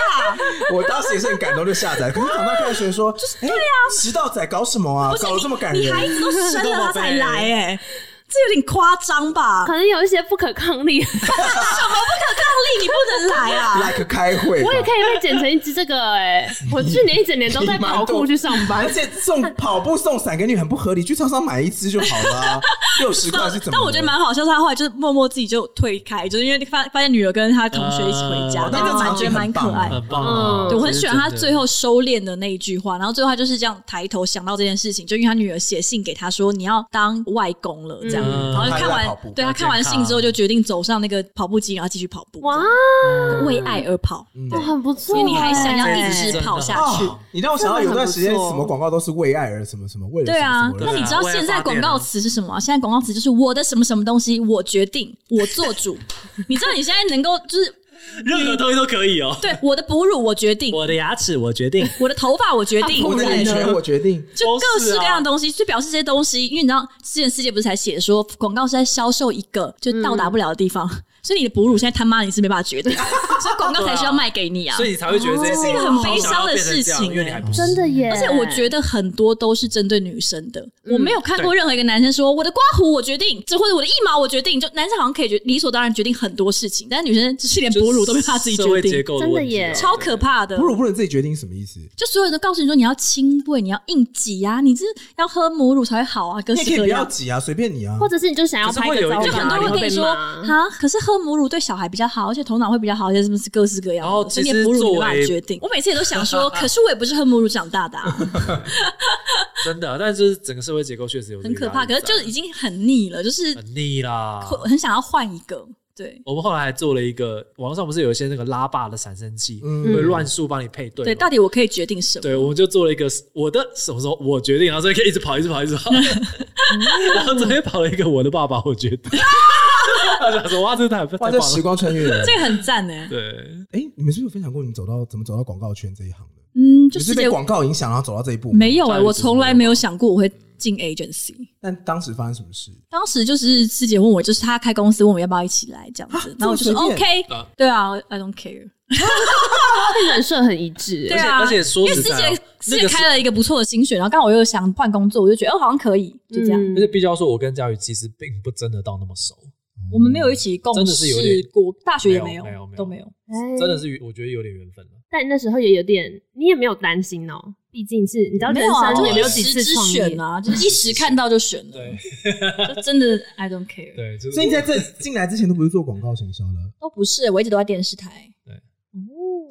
[SPEAKER 4] 啊？
[SPEAKER 1] 我当时也是很感动，就下载。可是长大看学说，哎就是对啊，迟到仔搞什么啊？
[SPEAKER 4] 不是
[SPEAKER 1] 搞得这么感
[SPEAKER 4] 你
[SPEAKER 1] 人，
[SPEAKER 4] 孩子都生了他才来哎、这有点夸张吧？
[SPEAKER 2] 可能有一些不可抗力，
[SPEAKER 4] 丽，你不能来啊！
[SPEAKER 1] ，like 开会吧，
[SPEAKER 2] 我也可以被剪成一只这个哎、我去年一整年都在跑酷去上班
[SPEAKER 1] 而，且送 跑步送伞给你很不合理，去超商买一只就好了啊，六十块是怎么了？
[SPEAKER 4] 但我觉得蛮好笑，是他后来就是默默自己就退开，就是因为发发现女儿跟他同学一起回家，
[SPEAKER 3] 嗯
[SPEAKER 4] 哦那就蛮觉得蛮可爱。
[SPEAKER 3] 很棒啊。
[SPEAKER 2] 嗯
[SPEAKER 4] 对，我
[SPEAKER 3] 这
[SPEAKER 4] 很
[SPEAKER 3] 是
[SPEAKER 4] 喜欢他
[SPEAKER 3] 真的
[SPEAKER 4] 最后收敛的那一句话，然后最后他就是这样抬头想到这件事情，就因为他女儿写信给他说你要当外公了这样，
[SPEAKER 3] 嗯
[SPEAKER 4] 然后就看
[SPEAKER 1] 他还在跑步
[SPEAKER 4] 完，对他看完信之后就决定走上那个跑步机，然后继续跑步，
[SPEAKER 2] 哇，
[SPEAKER 4] 为爱而跑，
[SPEAKER 1] 嗯
[SPEAKER 2] 哦很不错、
[SPEAKER 4] 因为你还想要
[SPEAKER 2] 哎
[SPEAKER 4] 一直跑下去。
[SPEAKER 1] 哦你让我想到有段时间什么广告都是为爱而什么什么，为了
[SPEAKER 4] 对
[SPEAKER 1] 什么
[SPEAKER 4] 啊
[SPEAKER 1] 什，么
[SPEAKER 4] 那你知道
[SPEAKER 3] 对啊
[SPEAKER 4] 现在
[SPEAKER 3] 我也发
[SPEAKER 4] 广告
[SPEAKER 3] 电啊
[SPEAKER 4] 词是什么吗？现在广告词就是我的什么什么东西，我决定，我做主。 你知道你现在能够就是
[SPEAKER 3] 任何东西都可以哦。
[SPEAKER 4] 对我的哺乳，我决定；
[SPEAKER 3] 我的牙齿我决定，
[SPEAKER 4] 我的头发，我决定。
[SPEAKER 2] 啊
[SPEAKER 1] 我的
[SPEAKER 2] 不
[SPEAKER 1] 安
[SPEAKER 2] 然呢
[SPEAKER 1] 全我决定，
[SPEAKER 4] 就
[SPEAKER 3] 啊
[SPEAKER 4] 各式各样的东西，就表示这些东西，因为你知道之前世界不是才写说广告是在销售一个就到达不了的地
[SPEAKER 3] 嗯
[SPEAKER 4] 方，所以你的哺乳现在他妈你是没办法决定，所以广告才需要卖给你啊
[SPEAKER 3] 所。以你才会觉得这件事
[SPEAKER 2] 这是一
[SPEAKER 3] 情
[SPEAKER 2] 个
[SPEAKER 4] 很悲伤的事情
[SPEAKER 3] 好想要变成这样因为你还不是
[SPEAKER 2] 真的耶！
[SPEAKER 4] 而且我觉得很多都是针对女生的，
[SPEAKER 3] 嗯
[SPEAKER 4] 我没有看过任何一个男生说我的刮胡我决定，这或者我的一毛我决定，就男生好像可以决理所当然决定很多事情，但是女生就是连哺乳都被他自己
[SPEAKER 3] 社
[SPEAKER 4] 决
[SPEAKER 3] 会结
[SPEAKER 4] 定，
[SPEAKER 3] 构
[SPEAKER 2] 真的
[SPEAKER 3] 问题啊
[SPEAKER 2] 耶
[SPEAKER 4] 超可怕的
[SPEAKER 1] 哺。乳不能自己决定什么意思？
[SPEAKER 4] 就所有人都告诉你说你要亲喂，你要硬挤啊，你这要喝母乳才会好啊，各
[SPEAKER 1] 你也
[SPEAKER 4] 式
[SPEAKER 1] 可以
[SPEAKER 4] 各
[SPEAKER 1] 不要
[SPEAKER 4] 样。
[SPEAKER 1] 挤啊，随便你啊
[SPEAKER 2] 或。者是你就想要拍个照片，
[SPEAKER 3] 可是会有一
[SPEAKER 4] 就
[SPEAKER 3] 个
[SPEAKER 4] 很多人会跟你说啊，可是喝母乳对小孩比较好，而且头脑会比较好，而且什么是各式各样的，
[SPEAKER 3] 然后
[SPEAKER 4] 所以
[SPEAKER 3] 其
[SPEAKER 4] 你
[SPEAKER 3] 实
[SPEAKER 4] 的哺乳没
[SPEAKER 3] 作
[SPEAKER 4] 办
[SPEAKER 3] 为
[SPEAKER 4] 法决 定。我每次也都想说，可是我也不是喝母乳长大的、啊，
[SPEAKER 3] 真的，但是整个社会结构确实有这
[SPEAKER 4] 很
[SPEAKER 3] 个
[SPEAKER 4] 可
[SPEAKER 3] 压
[SPEAKER 4] 怕。
[SPEAKER 3] 力
[SPEAKER 4] 可
[SPEAKER 3] 在
[SPEAKER 4] 是就是已经很腻了，就是
[SPEAKER 3] 很腻啦。
[SPEAKER 4] 会很想要换一个。对
[SPEAKER 3] 我们后来还做了一个，网络上不是有一些那个拉霸的闪身器，
[SPEAKER 1] 嗯
[SPEAKER 3] 会乱数帮你配对吗。哦
[SPEAKER 4] 对，到底我可以决定什么？
[SPEAKER 3] 对，我们就做了一个我的什么时候我决定，然后所以可以一直跑，一直跑，一 直跑。然后昨天跑了一个我的爸爸，我决定。 我想说哇，这太太
[SPEAKER 1] 哇，
[SPEAKER 3] 棒
[SPEAKER 1] 这时
[SPEAKER 3] 了。
[SPEAKER 1] 光穿越了。
[SPEAKER 4] 这个很赞欸呢。
[SPEAKER 3] 对，
[SPEAKER 1] 哎，你们是不是有分享过你们走到怎么走到广告圈这一行的？
[SPEAKER 4] 嗯，就
[SPEAKER 1] 你
[SPEAKER 4] 世
[SPEAKER 1] 是被
[SPEAKER 4] 界
[SPEAKER 1] 广告影响，然后走到这一步吗？
[SPEAKER 4] 没有哎、
[SPEAKER 3] 这样
[SPEAKER 4] 我
[SPEAKER 3] 子
[SPEAKER 4] 从来没有想过我会进 agency。
[SPEAKER 1] 但当时发生什么事？
[SPEAKER 4] 当时就是师姐问我，就是她开公司问我要不要一起来这样子，然后我就
[SPEAKER 1] 这
[SPEAKER 4] 说
[SPEAKER 1] 么随
[SPEAKER 4] OK，
[SPEAKER 1] 便
[SPEAKER 3] 啊
[SPEAKER 4] 对啊，I don't care。
[SPEAKER 2] 他的人设很一致
[SPEAKER 4] 对
[SPEAKER 2] 哎，
[SPEAKER 4] 啊，
[SPEAKER 3] 而且而且说
[SPEAKER 4] 因为
[SPEAKER 3] 实
[SPEAKER 4] 师
[SPEAKER 3] 在啊
[SPEAKER 4] 姐师
[SPEAKER 3] 那
[SPEAKER 4] 姐
[SPEAKER 3] 个是
[SPEAKER 4] 开了一个不错的薪水，然后刚好我又想换工作，我就觉得哦好像可以，就这样。
[SPEAKER 2] 嗯
[SPEAKER 3] 而且必须要说，我跟佳宇其实并不真的到那么熟，
[SPEAKER 4] 我们没有一起共
[SPEAKER 3] 真的是有点
[SPEAKER 4] 事过，大学也
[SPEAKER 3] 没有
[SPEAKER 4] 有，
[SPEAKER 3] 没有没有
[SPEAKER 4] 都没有。
[SPEAKER 1] 嗯
[SPEAKER 2] 哎
[SPEAKER 3] 真的是我觉得有点缘分了。
[SPEAKER 2] 但你那时候也有点，你也没有担心哦，毕竟是你知道人
[SPEAKER 4] 啊，
[SPEAKER 2] 生
[SPEAKER 4] 就
[SPEAKER 2] 也没有几
[SPEAKER 4] 一
[SPEAKER 2] 次
[SPEAKER 4] 时之
[SPEAKER 2] 创业
[SPEAKER 4] 选，啊，就是 一时看到就选了，
[SPEAKER 3] 对
[SPEAKER 4] 就真的 I don't care。
[SPEAKER 3] 对，就是
[SPEAKER 1] 所以你在这进来之前都不是做广告行销的，
[SPEAKER 4] 都不是，我一直都在电视台。哦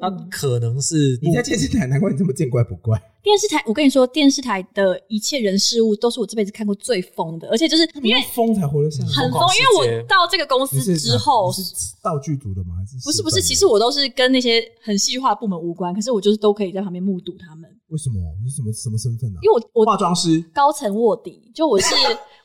[SPEAKER 2] 哦
[SPEAKER 3] 他可能是
[SPEAKER 1] 你在电视台，难怪你这么见怪不 怪。
[SPEAKER 4] 电视台，我跟你说，电视台的一切人事物都是我这辈子看过最疯的，而且就是
[SPEAKER 1] 他们
[SPEAKER 4] 因
[SPEAKER 1] 要
[SPEAKER 4] 为
[SPEAKER 1] 疯才活得下来。
[SPEAKER 4] 很
[SPEAKER 3] 疯
[SPEAKER 4] 疯
[SPEAKER 3] 狂，世
[SPEAKER 4] 因为
[SPEAKER 3] 界
[SPEAKER 4] 我到这个公
[SPEAKER 1] 你
[SPEAKER 4] 司
[SPEAKER 1] 是
[SPEAKER 4] 之后
[SPEAKER 1] 你，是道具组的吗？还是
[SPEAKER 4] 不是不
[SPEAKER 1] 戏
[SPEAKER 4] 是，
[SPEAKER 1] 份
[SPEAKER 4] 其
[SPEAKER 1] 的
[SPEAKER 4] 实我都是跟那些很戏剧化的部门无关，可是我就是都可以在旁边目睹他们，
[SPEAKER 1] 为什么你是什么什么身份呢、啊？
[SPEAKER 4] 因为我我
[SPEAKER 1] 化妆师
[SPEAKER 4] 高 层卧底，就我是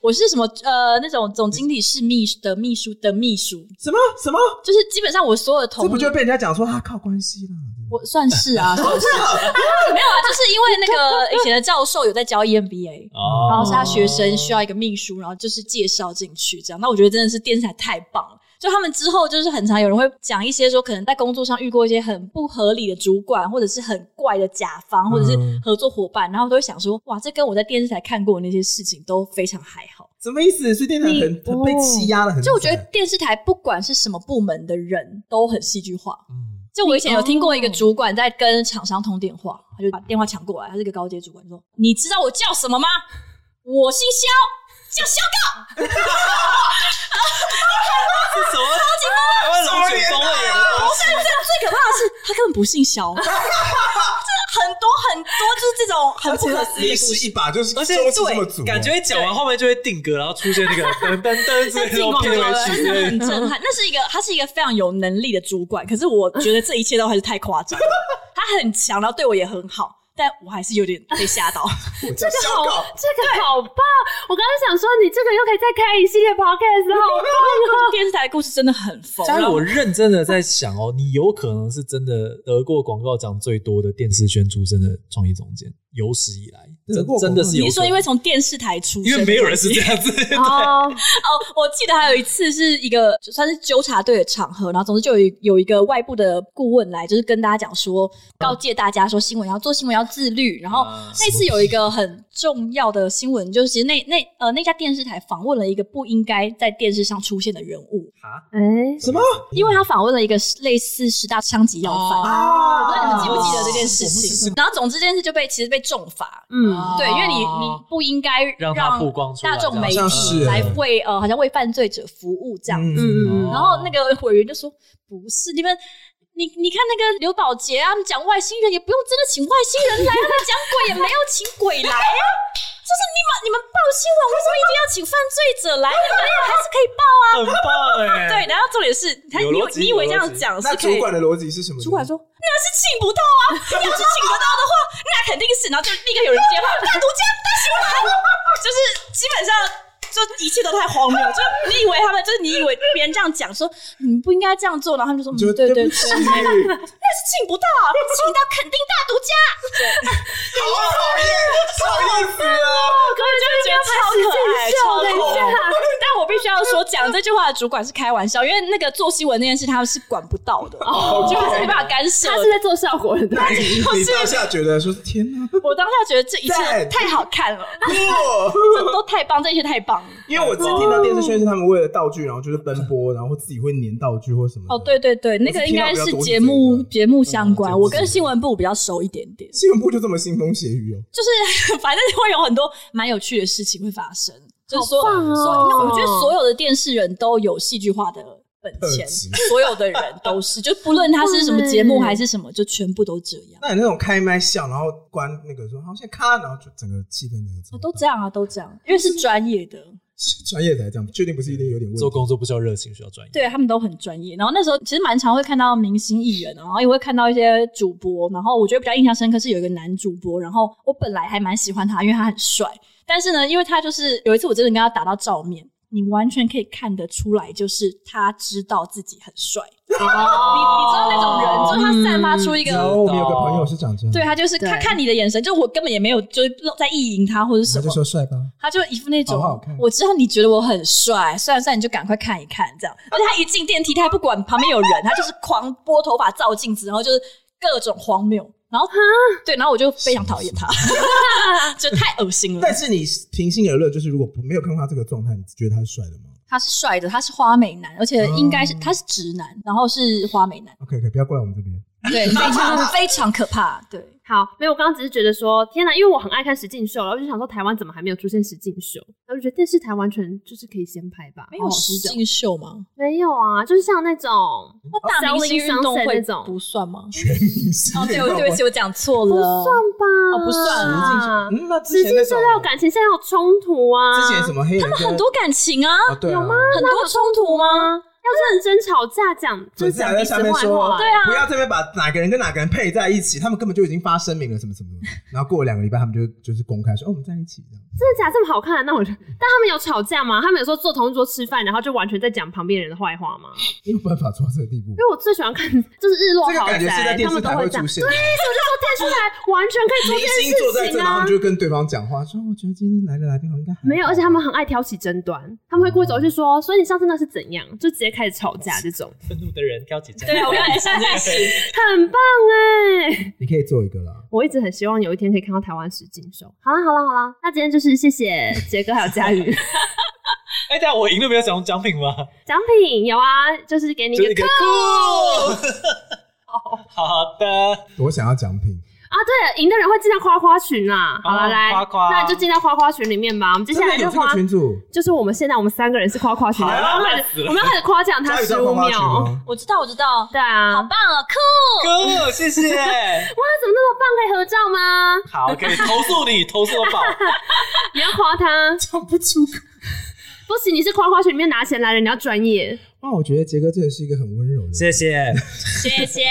[SPEAKER 4] 我是什么呃那种总经理室秘书的秘书的秘书，
[SPEAKER 1] 什么什么，
[SPEAKER 4] 就是基本上我所有的同
[SPEAKER 1] 这不
[SPEAKER 4] 事
[SPEAKER 1] 就被人家讲说他靠关系啦？
[SPEAKER 4] 我算 是啊，算是没有啊，就是因为那个以前的教授有在教 E EMBA。然
[SPEAKER 3] 哦
[SPEAKER 4] 哦后是他学生需要一个秘书，然后就是介绍进去这样。那我觉得真的是电视台太棒了。就他们之后就是很常有人会讲一些说，可能在工作上遇过一些很不合理的主管，或者是很怪的甲方，或者是
[SPEAKER 1] 嗯
[SPEAKER 4] 合作伙伴，然后都会想说，哇，这跟我在电视台看过的那些事情都非常还好。
[SPEAKER 1] 什么意思？所以电台很
[SPEAKER 2] 你
[SPEAKER 1] 很被欺压了很惨。
[SPEAKER 4] 哦就我觉得电视台不管是什么部门的人都很戏剧化。
[SPEAKER 3] 嗯，
[SPEAKER 4] 就我以前有听过一个主管在跟厂商通电话，他就把电话抢过来，他是一个高阶主管，说：“你知道我叫什么吗？我姓肖，叫肖
[SPEAKER 3] 是什么？台湾龙卷风会演的东西，
[SPEAKER 4] 最可怕的是，他根本不姓肖。 这很多很多就是这种很
[SPEAKER 1] 而
[SPEAKER 4] 不
[SPEAKER 1] 且
[SPEAKER 4] 可
[SPEAKER 1] 他
[SPEAKER 4] 思议
[SPEAKER 1] 临
[SPEAKER 4] 的故
[SPEAKER 1] 时
[SPEAKER 4] 事。
[SPEAKER 1] 一把就是
[SPEAKER 3] 而且
[SPEAKER 1] 周
[SPEAKER 4] 哦
[SPEAKER 1] 期这么哦足，
[SPEAKER 3] 对，感觉一讲完后面就会定格，然后出现 那个噔噔噔之类的那种片尾曲之
[SPEAKER 4] 真的
[SPEAKER 3] 类
[SPEAKER 4] 很
[SPEAKER 3] 的。
[SPEAKER 4] 震撼，那是一个，他是一个非常有能力的主管，可是我觉得这一切都还是太夸张了。他很强，然后对我也很好，但我还是有点被吓到。
[SPEAKER 1] 我叫
[SPEAKER 2] 这个
[SPEAKER 1] 小
[SPEAKER 2] 好
[SPEAKER 1] 狗，，
[SPEAKER 2] 这个好棒！我刚刚想说，你这个又可以再开一系列 podcast，好
[SPEAKER 4] 电视台的故事真的很疯，
[SPEAKER 3] 但
[SPEAKER 4] 然
[SPEAKER 3] 是
[SPEAKER 4] 后
[SPEAKER 3] 我认真的在想哦，你有可能是真的得过广告奖最多的电视圈出身的创意总监，有史以来，
[SPEAKER 1] 对
[SPEAKER 3] 真
[SPEAKER 1] 过往
[SPEAKER 3] 真的是
[SPEAKER 1] 有
[SPEAKER 3] 有
[SPEAKER 4] 你
[SPEAKER 3] 史以来。
[SPEAKER 4] 是说因为从电视台出
[SPEAKER 3] 因
[SPEAKER 4] 身，
[SPEAKER 3] 为没有 人是这样子，对
[SPEAKER 2] 哦，
[SPEAKER 4] 哦，我记得还有一次是一个就算是纠察队的场合，然后总之就有一有一个外部的顾问来，就是跟大家讲说，告诫大家说新闻要做新闻要自律。然后
[SPEAKER 3] 啊
[SPEAKER 4] 那次有一个很重要的新闻，就是其实那那呃那家电视台访问了一个不应该在电视上出现的人物，
[SPEAKER 3] 啊，
[SPEAKER 2] 哎、
[SPEAKER 1] 什么
[SPEAKER 4] 因为他访问了一个类似十大枪击要犯。
[SPEAKER 1] 啊？
[SPEAKER 4] 我不知道你们记不记得这件事
[SPEAKER 3] 我们是
[SPEAKER 1] 哦
[SPEAKER 4] 情，然后总之这件事就被其实被重罚，
[SPEAKER 2] 嗯，
[SPEAKER 4] 对，因为你你不应该
[SPEAKER 3] 让它曝光出来
[SPEAKER 4] 大众媒
[SPEAKER 1] 好像是
[SPEAKER 4] 体来为呃，好像为犯罪者服务这样。
[SPEAKER 1] 嗯
[SPEAKER 2] 嗯
[SPEAKER 3] 哦
[SPEAKER 4] 然后那个委员就说：“不是你们。”你你看那个刘宝杰啊，他们讲外星人也不用真的请外星人来，他们讲鬼也没有请鬼来啊。就是你们你们报新闻为什么一定要请犯罪者来？你们还是可以报
[SPEAKER 3] 很
[SPEAKER 4] 啊。
[SPEAKER 3] 棒哎、
[SPEAKER 4] 对，然后重点是，他
[SPEAKER 3] 有
[SPEAKER 4] 你以
[SPEAKER 3] 逻
[SPEAKER 4] 为
[SPEAKER 3] 辑
[SPEAKER 4] 你以为
[SPEAKER 3] 有逻
[SPEAKER 4] 这样
[SPEAKER 3] 辑
[SPEAKER 4] 讲是
[SPEAKER 1] 那
[SPEAKER 4] 可以
[SPEAKER 1] 主管的逻辑是什么呢？
[SPEAKER 4] 主管说：“那是请不到啊，要是请得到的话，那肯定是。”然后就立刻有人接话：“大独家，大新闻。”啊就是基本上就一切都太荒谬。就你以为他们，就是你以为别人这样讲说你们不应该这样做，然后他们就说：“
[SPEAKER 1] 你
[SPEAKER 4] 嗯
[SPEAKER 1] 就
[SPEAKER 4] 对对对，
[SPEAKER 1] 不
[SPEAKER 4] 那
[SPEAKER 1] 起
[SPEAKER 4] 是请不到，请到肯定大独家。”
[SPEAKER 1] 好意思啊！
[SPEAKER 4] 我就会觉得超可爱，超
[SPEAKER 2] 等一
[SPEAKER 4] 可
[SPEAKER 2] 下
[SPEAKER 4] 爱。但我必须要说，讲这句话的主管是开玩笑，因为那个做新闻那件事他们是管不到的，就哦他是没办法干涉的。
[SPEAKER 2] 他哦是在做效果的，
[SPEAKER 1] 你当下觉得说天 哪，哦
[SPEAKER 4] 我当下觉得这一切
[SPEAKER 1] 赞
[SPEAKER 4] 太好看 了，
[SPEAKER 1] 哇
[SPEAKER 4] 这都太棒，这一切太棒了。
[SPEAKER 1] 因为我只听到电视宣是他们为了道具，然后就是奔波，然后自己会粘道具或什么的。
[SPEAKER 4] 哦，对对对，那个应该是节
[SPEAKER 1] 我
[SPEAKER 4] 目
[SPEAKER 1] 是听到比较多是这个
[SPEAKER 4] 节目相关，
[SPEAKER 1] 嗯
[SPEAKER 4] 我跟新闻部比较熟一点点，
[SPEAKER 1] 新闻部就这么腥风血雨哦。
[SPEAKER 4] 就是 反正会有很多蛮有趣的事情会发生，就是说，
[SPEAKER 2] 好棒哦
[SPEAKER 4] 所以那我觉得所有的电视人都有戏剧化的本钱
[SPEAKER 1] 特质，
[SPEAKER 4] 所有的人都是，就不论他是什么节目还是什么，就全部都这样，
[SPEAKER 1] 那你那种开麦笑，然后关那个说好现在咔，然后就整个气氛整个
[SPEAKER 4] 哦
[SPEAKER 1] 怎
[SPEAKER 4] 都这样啊，都这样，因为是专业的。
[SPEAKER 1] 专业才这样，确定不是一定有点问
[SPEAKER 3] 做
[SPEAKER 1] 题。
[SPEAKER 3] 工作不需要热情，需要专业。
[SPEAKER 4] 对他们都很专业。然后那时候其实蛮常会看到明星艺人，然后也会看到一些主播。然后我觉得比较印象深刻是有一个男主播，然后我本来还蛮喜欢他，因为他很帅。但是呢，因为他就是有一次我真的跟他打到照面，你完全可以看得出来，就是他知道自己很帅。
[SPEAKER 2] 哦
[SPEAKER 4] 你你知道那种人，就是他散发出一个。
[SPEAKER 1] 然后嗯我们有个朋友是长这样，
[SPEAKER 4] 对他就是
[SPEAKER 2] 对
[SPEAKER 4] 他看你的眼神，就我根本也没有就是在意淫他或者是
[SPEAKER 1] 他
[SPEAKER 4] 什么
[SPEAKER 1] 就，说帅吧，
[SPEAKER 4] 他就一副那种，
[SPEAKER 1] 好好看
[SPEAKER 4] 我知道你觉得我很帅，算了算了，你就赶快看一看这样。而且他一进电梯，他还不管旁边有人，他就是狂拨头发、照镜子，然后就是各种荒谬。然后对，然后我就非常讨厌 他，就太恶心了
[SPEAKER 1] 但。是你平心而论，就是如果不没有看过他这个状态，你觉得他是帅的吗
[SPEAKER 4] 他是帅的，他是花美男，而且应该是、他是直男，然后是花美男，
[SPEAKER 1] ？OK OK，不要过来我们这边。
[SPEAKER 4] 对，非常非常可怕，对。
[SPEAKER 2] 好，没有，我刚刚只是觉得说，天哪，因为我很爱看实境秀，然后就想说台湾怎么还没有出现实境秀，然后就觉得电视台完全就是可以先拍吧，哦好好
[SPEAKER 4] 实
[SPEAKER 2] 吃的
[SPEAKER 4] 境秀吗？
[SPEAKER 2] 没有啊，就是像那种
[SPEAKER 4] 那大明星运动
[SPEAKER 2] Selling sunset
[SPEAKER 4] 会
[SPEAKER 2] 那种
[SPEAKER 4] 不算吗？
[SPEAKER 1] 全明星
[SPEAKER 4] 哦，对，我对不起，我讲错
[SPEAKER 2] 不
[SPEAKER 4] 了，
[SPEAKER 2] 算吧，
[SPEAKER 4] 哦不算
[SPEAKER 2] 啊，
[SPEAKER 1] 嗯，那
[SPEAKER 2] 实
[SPEAKER 1] 之前
[SPEAKER 2] 境
[SPEAKER 1] 那
[SPEAKER 2] 秀
[SPEAKER 1] 种
[SPEAKER 2] 要有感情，现在要有冲突啊，
[SPEAKER 1] 之前什么黑人跟
[SPEAKER 4] 很多感情啊，
[SPEAKER 1] 哦对啊
[SPEAKER 2] 有吗？
[SPEAKER 4] 很多冲突吗？
[SPEAKER 2] 要认真吵架讲，
[SPEAKER 1] 粉
[SPEAKER 2] 就是
[SPEAKER 1] 丝
[SPEAKER 2] 讲
[SPEAKER 1] 还
[SPEAKER 2] 彼
[SPEAKER 1] 在
[SPEAKER 2] 此
[SPEAKER 1] 下面
[SPEAKER 2] 坏
[SPEAKER 1] 说，
[SPEAKER 2] 话，
[SPEAKER 4] 对啊
[SPEAKER 1] 不要这边把哪个人跟哪个人配在一起，他们根本就已经发声 明了，什么什么什么。然后过了两个礼拜，他们就就是公开说，哦，我们在一起这样。
[SPEAKER 2] 真的假的这么好看？那我就，但他们有吵架吗？他们有说坐同一桌吃饭，然后就完全在讲旁边人的坏话吗？
[SPEAKER 1] 你有办法做到这个地步
[SPEAKER 2] 因？为我最喜欢看 就是日落
[SPEAKER 1] 这个
[SPEAKER 2] 豪
[SPEAKER 1] 感觉是在
[SPEAKER 2] 宅，
[SPEAKER 1] 电视
[SPEAKER 2] 他们都
[SPEAKER 1] 台
[SPEAKER 2] 会
[SPEAKER 1] 会
[SPEAKER 2] 这样
[SPEAKER 1] 出。现。
[SPEAKER 2] 电视台完全可以做
[SPEAKER 1] 明
[SPEAKER 2] 这
[SPEAKER 1] 星坐在
[SPEAKER 2] 件事
[SPEAKER 1] 这，
[SPEAKER 2] 情
[SPEAKER 1] 然后
[SPEAKER 2] 啊
[SPEAKER 1] 你。就跟对方讲话，说我觉得今天来的来宾好像应该还好
[SPEAKER 2] 没有，而且他们很爱挑起争端，他们会故意走去说，所以你上次那是怎样，就直接开始吵架这种，
[SPEAKER 3] 愤怒的人挑起战
[SPEAKER 4] 对，啊我刚才想这件事。
[SPEAKER 2] 很棒哎、
[SPEAKER 1] 你可以做一个啦。
[SPEAKER 2] 我一直很希望有一天可以看到台湾实境秀。好啦好啦好啦，那今天就是谢谢杰哥还有 佳宇，
[SPEAKER 3] 哎，但我赢了没有奖奖品吗？
[SPEAKER 2] 奖品有啊，就是给你一
[SPEAKER 3] 就
[SPEAKER 2] 个
[SPEAKER 3] 是一个酷。 好的，
[SPEAKER 1] 我想要奖品，
[SPEAKER 2] 啊，对，赢的人会进到花花群啊。好了，
[SPEAKER 3] 哦
[SPEAKER 2] 来，
[SPEAKER 3] 花花
[SPEAKER 2] 那你就进到花花群里面吧。我们接下
[SPEAKER 1] 真
[SPEAKER 2] 来
[SPEAKER 1] 的
[SPEAKER 2] 就
[SPEAKER 1] 有这个
[SPEAKER 2] 花，
[SPEAKER 1] 群主，
[SPEAKER 2] 就是我们现在我们三个人是花花群的，
[SPEAKER 3] 好啊
[SPEAKER 2] 然后开
[SPEAKER 3] 烂死
[SPEAKER 2] 始
[SPEAKER 3] 了
[SPEAKER 2] 我们要开始夸奖他
[SPEAKER 1] 加油
[SPEAKER 2] 十
[SPEAKER 1] 加
[SPEAKER 2] 五
[SPEAKER 1] 花花群
[SPEAKER 2] 秒。
[SPEAKER 1] 吗？
[SPEAKER 4] 我知道，我知道，
[SPEAKER 2] 对啊，
[SPEAKER 4] 好
[SPEAKER 2] 哇，
[SPEAKER 4] 棒哦，酷！
[SPEAKER 3] 酷，谢谢。
[SPEAKER 2] 怎么那么棒？可以合照吗？
[SPEAKER 3] 好，可以投诉你，投诉我宝。
[SPEAKER 2] 你要夸他，
[SPEAKER 1] 讲不出口，
[SPEAKER 2] 不行，你是花花群里面拿钱来的，你要专业。
[SPEAKER 1] 那哦我觉得杰哥真的是一个很温柔的人，
[SPEAKER 3] 谢谢。
[SPEAKER 4] 谢谢。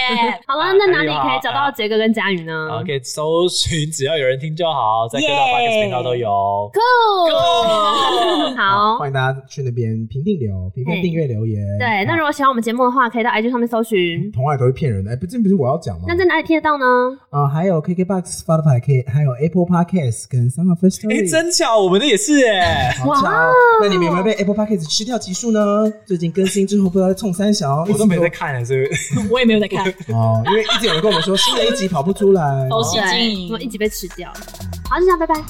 [SPEAKER 2] 好了，
[SPEAKER 3] 啊
[SPEAKER 2] 那哪
[SPEAKER 3] 那
[SPEAKER 2] 里
[SPEAKER 3] 就好
[SPEAKER 2] 可以找到杰哥跟佳宇呢？
[SPEAKER 3] 好，可以搜寻，只要有人听就好，在各大
[SPEAKER 4] Yeah
[SPEAKER 3] podcast 频道都有。
[SPEAKER 2] Go，好。
[SPEAKER 1] 欢迎大家去那边评定留、评分、
[SPEAKER 2] 嘿
[SPEAKER 1] 订阅、留言。啊
[SPEAKER 2] 对，那如果喜欢我们节目的话，可以到 IG 上面搜寻。
[SPEAKER 1] 童话里都是骗人的，哎，不，这不是我要讲吗？
[SPEAKER 2] 那在哪里听得到呢？
[SPEAKER 1] 啊、还有 KKBox、Spotify、K，还有 Apple Podcast 跟 Sound of First Story。
[SPEAKER 3] 哎，真巧，我们的也是哎。
[SPEAKER 1] 好巧哦！那你们有没有被 Apple Podcast 吃掉集数呢？最近更新之后不知道在冲三小，
[SPEAKER 3] 我都没在看，所以
[SPEAKER 4] 我也没有在 看，
[SPEAKER 1] 哦，因为一直有人跟我们说新的一集跑不出来。
[SPEAKER 4] 都是
[SPEAKER 2] 对
[SPEAKER 4] 经营
[SPEAKER 2] 我们一起被吃掉。好，就这样，拜拜。
[SPEAKER 1] 拜